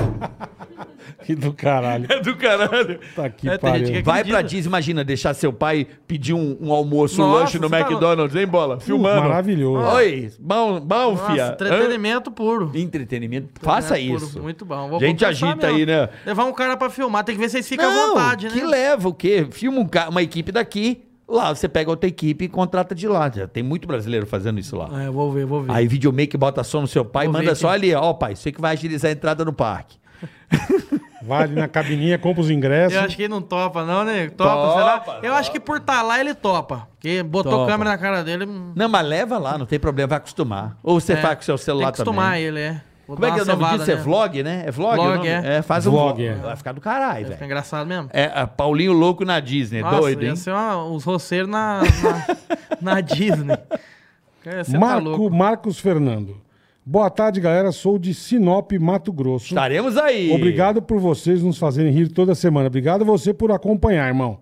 S3: Que do caralho.
S4: é do caralho.
S3: Tá aqui,
S5: É, tem gente
S3: pariu.
S5: que-
S4: Vai pra Disney, imagina, deixar seu pai pedir um, um almoço, um
S5: Nossa,
S4: lanche no
S5: você tá
S4: McDonald's, hein, bola? Filmando.
S3: maravilhoso.
S4: Oi, bom, bom,
S5: Nossa,
S4: fia.
S5: entretenimento puro.
S4: Hã? Entretenimento. Faça
S5: Entretenimento
S4: isso.
S5: puro. Muito bom. Vou-
S4: Gente
S5: vou pensar
S4: agita aí,
S5: mesmo.
S4: né?
S5: Levar um cara pra filmar, tem que ver se eles ficam à vontade, né?
S4: que leva o quê? Filma um ca- uma equipe daqui, lá você pega outra equipe e contrata de lá. Já tem muito brasileiro fazendo isso lá.
S5: É, eu vou ver, vou ver.
S4: Aí videomaker bota som no seu pai e
S5: Vou
S4: manda
S5: ver
S4: só
S5: aqui.
S4: ali, ó, pai, você que vai agilizar a entrada no parque.
S3: Vai ali na cabininha, compra os ingressos.
S5: Eu acho que ele não topa, não, né? Topa, será?
S4: assim. Topa,
S5: Eu acho que por estar lá ele topa. Porque botou
S4: Topa.
S5: câmera na cara dele. hum,
S4: Não, mas leva lá, não tem problema, vai acostumar. Ou você
S5: é,
S4: faz com o seu celular
S5: Tem que acostumar
S4: também.
S5: ele, é. Vou
S4: Como é
S5: dar
S4: que é o
S5: uma
S4: nome
S5: cevada
S4: disso? É
S5: nele.
S4: vlog, né? É vlog?
S5: Vlog,
S4: o nome?
S5: é.
S4: faz um
S3: Vlog,
S4: vlog.
S3: é.
S4: Vai ficar do caralho,
S5: Fica
S4: velho.
S5: engraçado mesmo.
S4: É, a Paulinho Louco na Disney,
S5: Nossa,
S4: É doido,
S5: ia
S4: hein?
S5: ser uma- os roceiros na, na, *laughs* na Disney. É, Você tá
S3: Marco,
S5: louco.
S3: Marcos Fernando. Boa tarde, galera. Sou de Sinop, Mato Grosso.
S5: Tá
S4: Estaremos aí.
S3: Obrigado por vocês nos fazerem rir toda semana. Obrigado você por acompanhar, irmão.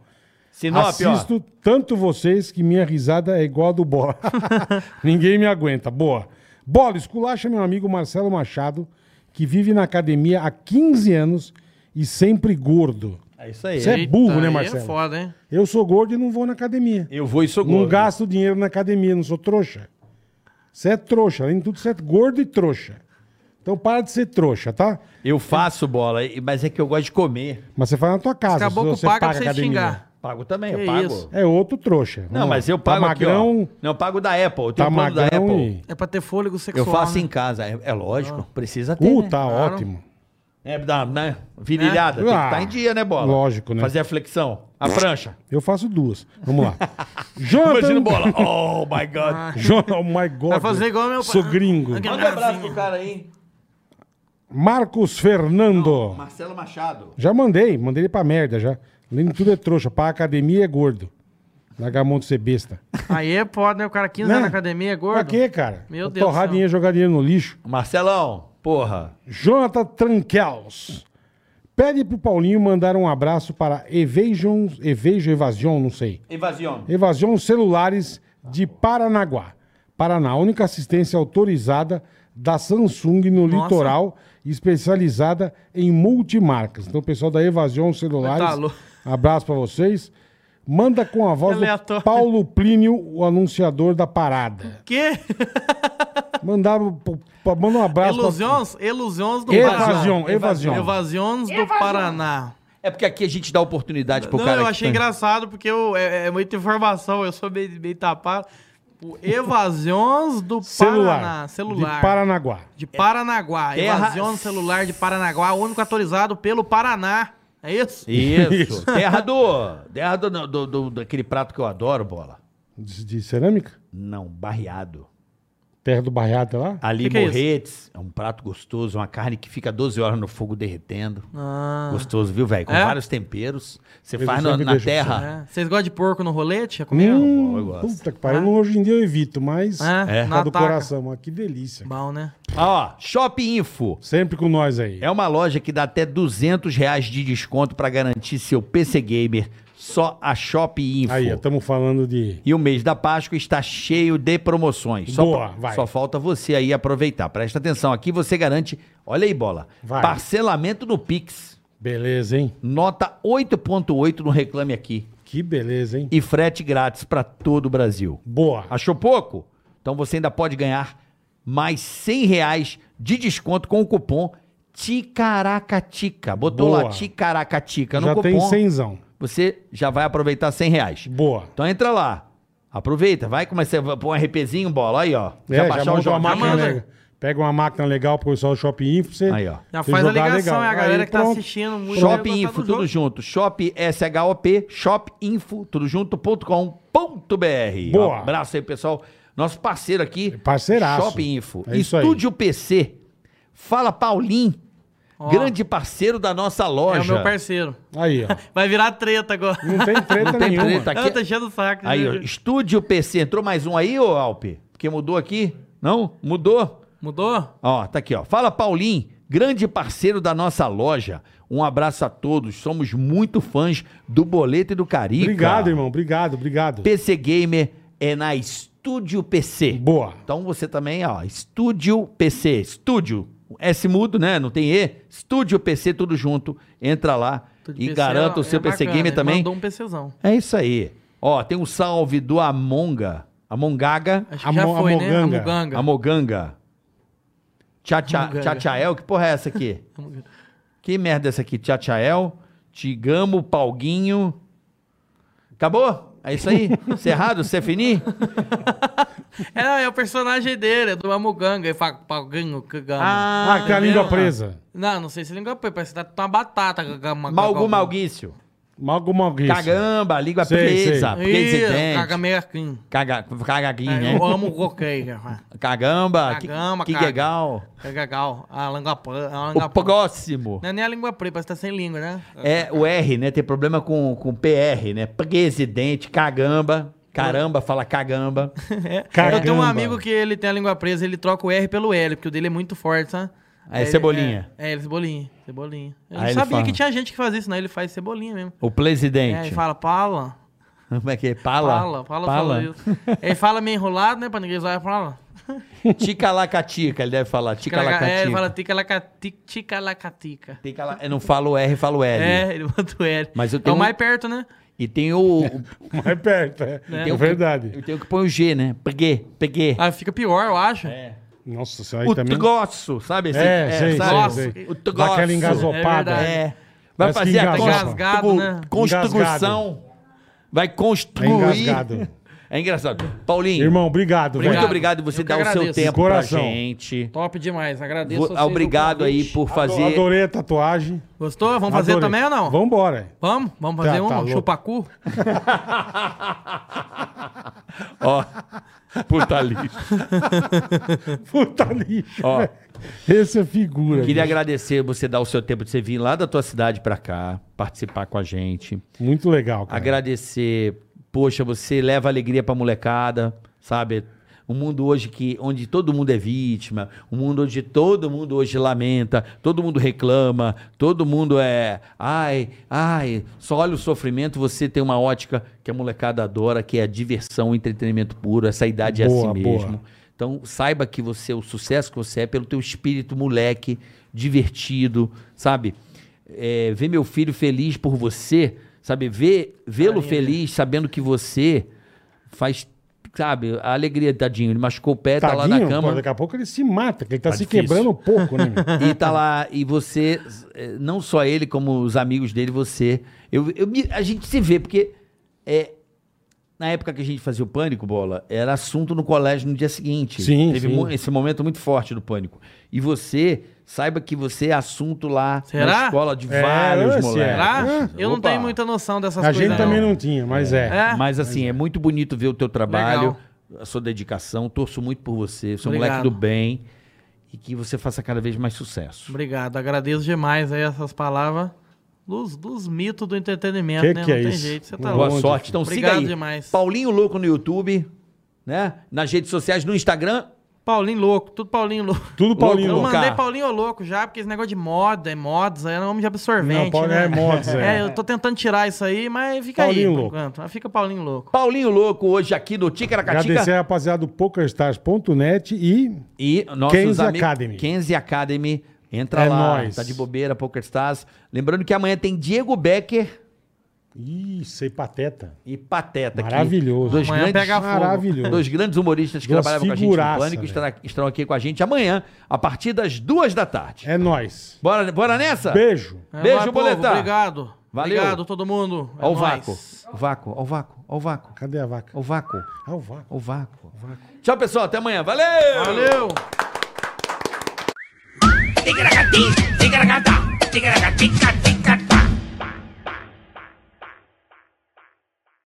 S4: Sinop,
S3: Assisto tanto vocês que minha risada é igual a do
S5: *laughs*
S3: Bola. *laughs* Ninguém me aguenta. Boa. Bola, esculacha meu amigo Marcelo Machado, que vive na academia há 15 anos e sempre gordo.
S4: ó. É isso aí.
S3: Cê- é burro, né,
S5: aí
S3: Marcelo?
S5: É foda, hein?
S3: Eu sou gordo e não vou na academia.
S4: Eu vou e sou
S3: Não
S4: gordo.
S3: gasto dinheiro na academia, não sou trouxa. Você é trouxa, além de tudo, você é gordo e trouxa. Então para de ser trouxa, tá?
S4: Eu faço bola, e- mas é que eu gosto de comer.
S3: Mas você faz na tua casa.
S5: Acabou
S3: se
S5: com o paga pra
S3: a
S5: você
S3: academia.
S5: xingar.
S4: Pago também, eu
S5: Que
S4: pago.
S5: isso.
S3: É outro trouxa.
S4: Não, mas eu pago
S3: pago Tá magrão,
S4: aqui, ó. Não, eu pago da Apple. Eu tenho
S3: Tá
S4: um plano da
S3: magrão
S4: Apple.
S3: e...
S5: É pra ter fôlego
S4: Eu
S5: sexual.
S4: faço
S5: né?
S4: em casa. É, é lógico,
S5: Ah.
S4: precisa ter,
S3: Uh,
S4: né?
S3: tá
S5: Claro.
S3: ótimo.
S4: É, dá, né? Virilhada,
S3: É.
S4: tem que
S3: Ah,
S4: estar em dia, né, bola?
S3: lógico, né?
S4: Fazer a flexão, a prancha.
S3: Eu faço duas. Vamos
S4: *laughs*
S3: lá. Jonathan...
S4: Imagina bola.
S3: *laughs*
S4: Oh, my
S5: Ah,
S4: God.
S3: Jo- Oh my God.
S5: Vai fazer igual meu pai.
S3: Sou gringo.
S5: Ah,
S4: Manda um abraço pro cara aí.
S3: Marcos Fernando.
S4: Marcelo Machado.
S3: Já mandei, mandei ele pra merda já. Além de tudo é trouxa, pra academia é gordo. Largar a mão de ser besta.
S5: Aí é foda, né? O cara 15 anos
S3: Né?
S5: na academia, é gordo.
S3: Pra
S5: *laughs*
S3: quê, cara?
S5: Meu
S3: Pra
S5: Deus do
S3: Torrar
S5: céu.
S3: dinheiro, jogar dinheiro no lixo.
S4: Marcelão, porra.
S3: Jonathan Tranquels. Pede pro Paulinho mandar um abraço para Evasion, Evasion, Evasion, não sei.
S4: Evasione.
S3: Evasion Celulares de Paranaguá. Paraná, a única assistência autorizada da Samsung no
S5: Nossa.
S3: litoral, especializada em multimarcas. Então, o pessoal da Evasion Celulares
S5: Tá louco.
S3: Abraço pra vocês. Manda com a voz do
S5: Aleatório.
S3: Paulo Plínio, o anunciador da parada.
S5: Que?
S3: Mandar, pro- pra- manda um abraço
S5: Ilusões, ilusões do
S3: Evasion,
S5: Paraná.
S3: evasion.
S5: Evasiões do Paraná.
S4: É porque aqui a gente dá oportunidade pro
S5: Não,
S4: cara.
S5: eu
S4: que
S5: achei
S4: tá-
S5: engraçado porque eu, é, é muita informação, eu sou meio, meio tapado. O Evasiões do
S3: pra *laughs* celular.
S5: Paraná. Celular.
S3: De É, ah, Paranaguá.
S5: De Paranaguá.
S4: Terra-
S5: Evasião celular de Paranaguá, único autorizado pelo Paraná. É isso?
S4: Isso. *laughs* Terra do. Terra do, do- do- daquele prato que eu adoro, bola.
S3: De, de cerâmica?
S4: Não, barreado.
S3: Terra do Barreado lá?
S4: Ali
S5: Que que é
S4: morretes. É, um prato gostoso, uma carne que fica 12 horas no fogo derretendo.
S5: Ah.
S4: Gostoso, viu, velho? Com
S5: É?
S4: vários temperos. Você
S3: Eles
S4: faz na,
S3: sempre
S4: na
S3: deixam
S4: terra.
S5: É. Vocês gostam de porco no rolete? Já comeram?
S4: Hum, eu gosto.
S3: puta que pariu.
S5: Ah.
S3: Hoje em dia eu evito, mas.
S5: É,
S3: É,
S5: não
S3: do
S5: ataca.
S3: coração. Mas que delícia.
S5: Bom, né?
S4: Ó, Shop Info.
S3: Sempre com nós aí.
S4: É uma loja que dá até 200 reais de desconto pra garantir seu PC Gamer. Só a Shop um Info.
S3: Aí, estamos falando de.
S4: E o mês da Páscoa está cheio de promoções. Só,
S3: Boa,
S4: pa-
S3: vai.
S4: só falta você aí aproveitar. Presta atenção, aqui você garante, olha aí bola,
S3: Vai.
S4: parcelamento no Pix,
S3: Beleza, hein?
S4: nota 8.8 no Reclame Aqui
S3: Que beleza, hein?
S4: e frete grátis para todo o Brasil.
S3: Boa.
S4: Achou pouco? Então você ainda pode ganhar mais 100 reais de desconto com o cupom TICARACATICA. Botou
S3: Boa.
S4: lá TICARACATICA no
S3: Já
S4: cupom,
S3: tem cenzão.
S4: você já vai aproveitar 100 reais.
S3: Boa.
S4: Então entra lá. Aproveita, vai começar põe um RPzinho, bola aí, ó.
S3: É, já monta
S4: jogo.
S3: uma máquina
S5: manda.
S3: legal. Pega uma máquina legal pro pessoal do Shopping Info. Você,
S4: Aí, ó.
S5: Já
S3: você
S5: faz a
S3: jogar
S5: ligação,
S3: legal.
S5: é a galera
S3: Aí,
S5: que tá
S3: pronto.
S5: assistindo. muito
S4: Shop
S5: vai gostar
S4: Info,
S5: do
S4: tudo
S5: jogo.
S4: junto. Shop S-H-O-P, Shop Info, tudo junto.com.br.
S3: Boa. É
S4: Um abraço aí, pessoal. Nosso parceiro aqui.
S3: Parceiraço.
S4: Shop Info.
S3: É isso aí.
S4: Estúdio PC. Fala Paulinho.
S5: Ó.
S4: Grande parceiro da nossa
S5: É
S4: loja.
S5: o meu parceiro.
S3: Aí, ó.
S5: Vai virar treta agora.
S3: Não
S4: *laughs*
S3: tem treta
S4: Não tem
S3: nenhuma.
S4: treta
S5: *laughs* Eu tô
S4: aqui.
S5: enchendo o saco. né?
S4: Aí, ó. Estúdio PC. Entrou mais um aí, ô Alpe? Porque mudou aqui? Não? Mudou?
S5: Mudou?
S4: Ó, tá aqui, ó. Fala Paulinho, grande parceiro da nossa loja. Um abraço a todos. Somos muito fãs do Boleto e do Carica.
S3: Obrigado, irmão. Obrigado, obrigado.
S4: PC Gamer é na Estúdio PC.
S3: Boa.
S4: Então você também, ó, Estúdio PC, Estúdio, S mudo, né? Não tem E. Estúdio PC tudo junto. Entra lá
S5: Tudo
S4: e
S5: PC
S4: garanta
S5: é-
S4: o seu
S5: é
S4: PC
S5: bacana,
S4: Gamer
S5: ele
S4: também.
S5: Mandou um PCzão.
S4: É isso aí. Ó, tem um salve do Amonga, Amongaga.
S5: Acho que
S3: A
S5: já
S3: mo- a
S5: foi, né? A
S3: moganga.
S5: Muganga.
S4: A Moganga. Tchatcha-
S5: Moganga.
S4: Tchatchael, que porra é essa
S5: *laughs*
S4: aqui? que merda é essa aqui? Tchatchael, Tigamo, Palguinho. Acabou? É isso
S5: *laughs*
S4: aí? Cerrado? Cefini?
S5: É, é o personagem dele, é do Amuganga. Ele fala pagango, cagamo.
S3: Ah, que a língua
S5: entendeu?
S3: presa.
S5: Não, não sei se língua preta, parece que tá uma batata. cagama,
S4: Malgu
S5: cagama.
S4: Malguício.
S3: Malgo Malguício.
S4: Cagamba, língua
S3: Sei,
S4: presa,
S5: Ih,
S4: presidente.
S5: Cagamerquim.
S4: Caga, cagaguinho,
S5: É,
S4: né?
S5: Eu amo o *laughs* coqueiro. cara.
S4: Cagamba, que-
S5: Cagamba,
S4: que,
S5: caga.
S4: legal.
S5: É legal. A língua preta. A
S4: O
S5: língua preta.
S4: próximo
S5: Não é nem a língua preta, parece que tá sem língua, né?
S4: é o R, né? Tem problema com, com PR, né? Presidente, cagamba. Caramba, fala cagamba.
S3: Cagamba.
S5: Eu tenho um amigo que ele tem a língua presa, ele troca o R pelo L, porque o dele é muito forte, sabe?
S4: Aí,
S5: ele-
S4: Ah, Cebolinha.
S5: É, é, ele cebolinha. Cebolinha. Eu
S4: Aí
S5: não
S4: ele
S5: sabia
S4: fala.
S5: que tinha gente que fazia isso, não. Ele faz cebolinha mesmo.
S4: O
S5: É, ele
S4: presidente.
S5: fala pala.
S4: Como é que é? Pala.
S5: Pala, pala, fala isso. Ele fala meio enrolado, né? Pra ninguém usar, fala.
S4: *laughs* Ticalacatica, ele deve falar.
S5: É, ele
S4: Ticalacatica.
S5: fala ticalacatica, ticalacatica.
S4: Ticala- Eu não falo R, falo L.
S5: É, ele bota o L.
S4: Mas eu
S5: é
S4: tenho
S5: o
S4: um-
S5: mais perto, né?
S4: E tem o.
S3: *laughs* Mais perto, é. É
S4: o-
S3: verdade.
S4: Eu tenho que pôr o G, né? Peguei, peguei.
S5: Ah, fica pior, eu acho.
S3: Nossa, isso aí
S4: o
S3: também...
S4: troço, sabe?
S3: É, sei,
S4: sabe?
S5: sei,
S3: sei.
S4: O
S3: Dá
S4: troço.
S3: aquela engasopada.
S5: É
S4: É. Vai
S3: Parece que
S4: fazer a
S3: engasgou.
S5: Engasgado,
S4: constru-
S5: né?
S4: construção. Vai construir.
S3: engasgado.
S4: É engraçado. Paulinho,
S3: Irmão, obrigado,
S4: muito
S3: velho.
S4: obrigado
S5: obrigado. Eu
S4: você
S5: que
S4: dar o seu
S5: agradeço.
S4: tempo
S3: De coração.
S4: pra gente.
S5: Top demais, agradeço.
S4: Vou-
S5: vocês o
S4: obrigado aí
S5: convite.
S4: por fazer.
S3: Adorei a tatuagem.
S5: Gostou? Vamos fazer
S3: Adorei.
S5: também ou não?
S3: Vambora. *laughs*
S5: Vamos? Vamos fazer
S3: Tá,
S5: um,
S3: tá
S5: um
S3: louco.
S5: chupacu?
S4: *laughs* Ó, puta lixo.
S3: Puta lixo.
S4: Ó.
S3: velho. Essa é figura.
S4: Queria
S3: bicho.
S4: agradecer você dar o seu tempo de você vir lá da tua cidade pra cá, participar com a gente.
S3: Muito legal, cara.
S4: Agradecer. Poxa, você leva alegria pra molecada, sabe? Um mundo hoje que onde todo mundo é vítima, um mundo onde todo mundo hoje lamenta, todo mundo reclama, todo mundo é, ai, ai, só olha o sofrimento, você tem uma ótica que a molecada adora, que é a diversão, o entretenimento puro, essa idade é
S3: Boa,
S4: assim
S3: boa.
S4: mesmo. Então, saiba que você, o sucesso que você é, pelo teu espírito moleque, divertido, sabe? É, ver meu filho feliz por você Sabe, vê- vê-lo feliz, sabendo que você faz, sabe, a alegria, tadinho. Ele machucou o pé, tá lá na
S3: pô,
S4: cama.
S3: daqui a pouco ele se mata, que ele tá,
S4: Tá
S3: se
S4: difícil.
S3: quebrando um pouco, né? meu?
S4: E tá lá, e você, eh, não só ele, como os amigos dele, você. Eu, eu me- a gente se vê, porque é, na época que a gente fazia o pânico, bola, era assunto no colégio no dia seguinte.
S3: Sim,
S4: Teve
S3: sim.
S4: mu- esse momento muito forte do pânico. E você, saiba que você é assunto lá na
S5: Será?
S4: escola de
S3: É,
S4: vários
S3: esse é.
S4: moleques.
S5: Será?
S3: É.
S5: Eu não
S4: Opa.
S5: tenho muita noção dessas
S3: a
S5: coisas.
S3: gente também não tinha, mas é.
S5: É?
S4: Mas assim, é muito bonito ver o teu trabalho,
S5: Legal.
S4: a sua dedicação. Torço muito por você. Você é um
S5: Obrigado.
S4: moleque do bem. E que você faça cada vez mais sucesso.
S5: Obrigado, agradeço demais aí essas palavras dos, dos mitos do entretenimento,
S3: Que
S5: né?
S3: que
S5: não
S3: é
S5: tem
S3: isso?
S5: jeito, você tá
S3: Boa
S4: Boa
S5: louco.
S4: sorte. Então
S5: Obrigado
S4: siga aí.
S5: demais.
S4: Paulinho Louco no YouTube, né? Nas redes sociais, no Instagram.
S5: Paulinho louco, tudo Paulinho louco.
S3: Tudo Paulinho
S5: Eu
S4: Louco.
S3: louco. Tá.
S5: mandei
S4: Louca.
S5: Paulinho ô louco já, porque esse negócio de moda, é modas, aí é nome de absorvente.
S3: Não, Paulinho
S5: né?
S3: é
S5: *laughs*
S3: modas, é.
S5: É, eu tô tentando tirar isso aí, mas fica
S3: Paulinho
S5: aí, por
S3: louco.
S5: enquanto. Mas Fica Paulinho louco.
S4: Paulinho Louco hoje aqui no
S3: Agradecer
S4: Ticaracatica.
S3: a rapaziada do PokerStars.net e
S4: E nossos
S3: Kenzie
S4: amigos-
S3: Academy.
S4: Kenzie Academy. Entra
S3: É
S4: lá.
S3: nóis.
S4: Tá de bobeira, PokerStars. Lembrando que amanhã tem Diego Becker
S3: Ih, sei pateta.
S4: e Pateta. aqui.
S3: Maravilhoso.
S4: Dois
S5: Amanhã
S4: grandes
S5: pega fogo.
S3: Maravilhoso.
S4: Dois grandes humoristas que
S3: Duas
S4: trabalhavam com a gente no
S3: figuraça,
S4: Pânico
S3: velho.
S4: estará- estarão aqui com a gente amanhã, a partir das duas da tarde.
S3: É nóis.
S4: Bora, bora nessa?
S3: Beijo.
S5: É,
S4: Beijo,
S5: vai, povo,
S4: Boletar.
S5: Obrigado.
S4: Valeu.
S5: Obrigado, todo mundo. É
S4: Ó o
S5: nóis.
S4: vácuo. O vácuo, ó o vácuo, ó o vácuo,
S3: Cadê a vaca?
S4: ó o vácuo,
S3: Ah, o vácuo.
S4: ó o vácuo. Tchau, pessoal. Até amanhã. Valeu!
S5: Valeu.
S7: Tigaracatica, tigaracatica, tigaracatica,